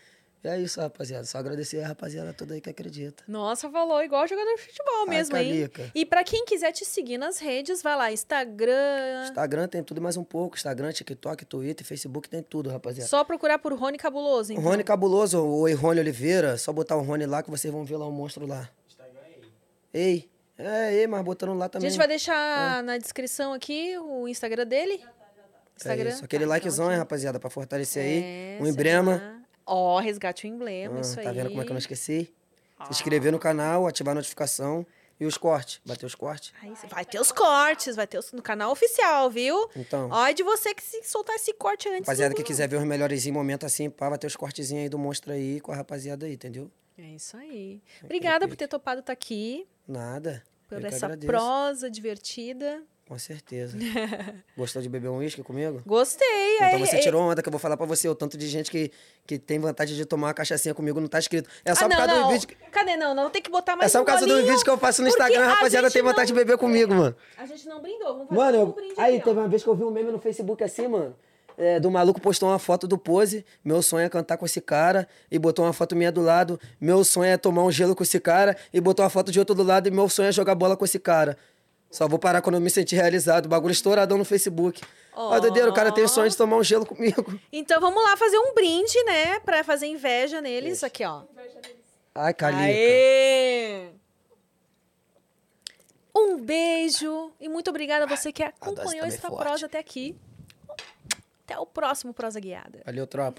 Speaker 2: E é isso, rapaziada. Só agradecer a rapaziada toda aí que acredita.
Speaker 1: Nossa, falou igual jogador de futebol
Speaker 2: Ai,
Speaker 1: mesmo, hein?
Speaker 2: Calica.
Speaker 1: E pra quem quiser te seguir nas redes, vai lá, Instagram.
Speaker 2: Instagram tem tudo e mais um pouco. Instagram, TikTok, Twitter, Facebook tem tudo, rapaziada.
Speaker 1: Só procurar por Rony Cabuloso, então.
Speaker 2: Rony Cabuloso, ou Rony Oliveira, só botar o Rony lá que vocês vão ver lá o monstro lá.
Speaker 3: Instagram é ele.
Speaker 2: Ei, é, ei, mas botando lá
Speaker 1: A
Speaker 2: também. Ah.
Speaker 1: gente vai deixar na descrição aqui o Instagram dele.
Speaker 2: É isso, aquele
Speaker 1: Tá,
Speaker 2: likezão,
Speaker 1: então
Speaker 2: hein,
Speaker 1: aqui.
Speaker 2: rapaziada, pra fortalecer
Speaker 1: É,
Speaker 2: aí. Um
Speaker 1: sei
Speaker 2: emblema.
Speaker 1: lá. Ó, resgate o emblema,
Speaker 2: Ah,
Speaker 1: isso aí. Ah.
Speaker 2: tá vendo como é que eu não esqueci? Se inscrever no canal, ativar a notificação e os cortes. Bateu os cortes?
Speaker 1: Aí você- Vai ter os cortes, vai ter os... no canal oficial, viu?
Speaker 2: Então,
Speaker 1: Ó, é de você que se soltar esse corte antes
Speaker 2: rapaziada
Speaker 1: do...
Speaker 2: que quiser ver os melhores em momento assim, pá, vai ter os cortezinhos aí do monstro aí com a rapaziada aí, entendeu?
Speaker 1: É isso aí. Obrigada por ter topado estar aqui,
Speaker 2: Nada.
Speaker 1: por
Speaker 2: Eu que
Speaker 1: essa
Speaker 2: agradeço.
Speaker 1: prosa divertida.
Speaker 2: Com certeza. Gostou de beber um uísque comigo?
Speaker 1: Gostei.
Speaker 2: Então
Speaker 1: é-
Speaker 2: você
Speaker 1: é-
Speaker 2: tirou onda que eu vou falar pra você. O tanto de gente que, que tem vontade de tomar uma cachaçinha comigo não tá escrito. É só
Speaker 1: ah,
Speaker 2: por
Speaker 1: não,
Speaker 2: causa
Speaker 1: não.
Speaker 2: do vídeo. que-
Speaker 1: Cadê? Não, não. Tem que botar mais
Speaker 2: É só
Speaker 1: um
Speaker 2: por causa do
Speaker 1: golinho.
Speaker 2: vídeo que eu faço no
Speaker 1: porque
Speaker 2: Instagram,
Speaker 1: a
Speaker 2: rapaziada,
Speaker 1: gente
Speaker 2: tem vontade de beber comigo, mano.
Speaker 1: A gente não brindou. Vamos fazer
Speaker 2: Mano,
Speaker 1: um
Speaker 2: eu-
Speaker 1: brinde
Speaker 2: aí
Speaker 1: aqui, ó.
Speaker 2: teve uma vez que eu vi um meme no Facebook assim, mano. É, do maluco postou uma foto do Pose, meu sonho é cantar com esse cara, e botou uma foto minha do lado, meu sonho é tomar um gelo com esse cara, e botou uma foto de outro do lado, e meu sonho é jogar bola com esse cara. Só vou parar quando eu me sentir realizado. Bagulho estouradão no Facebook. Ó,
Speaker 1: Ó.
Speaker 2: doideiro, o cara tem o sonho de tomar um gelo comigo.
Speaker 1: Então vamos lá fazer um brinde, né? Pra fazer inveja neles. Aqui, ó.
Speaker 2: Ai, Calica.
Speaker 1: Aê! Um beijo e muito obrigada a você que acompanhou
Speaker 2: também é
Speaker 1: esta
Speaker 2: forte.
Speaker 1: prosa até aqui. Até o próximo Prosa Guiada.
Speaker 2: Valeu, tropa.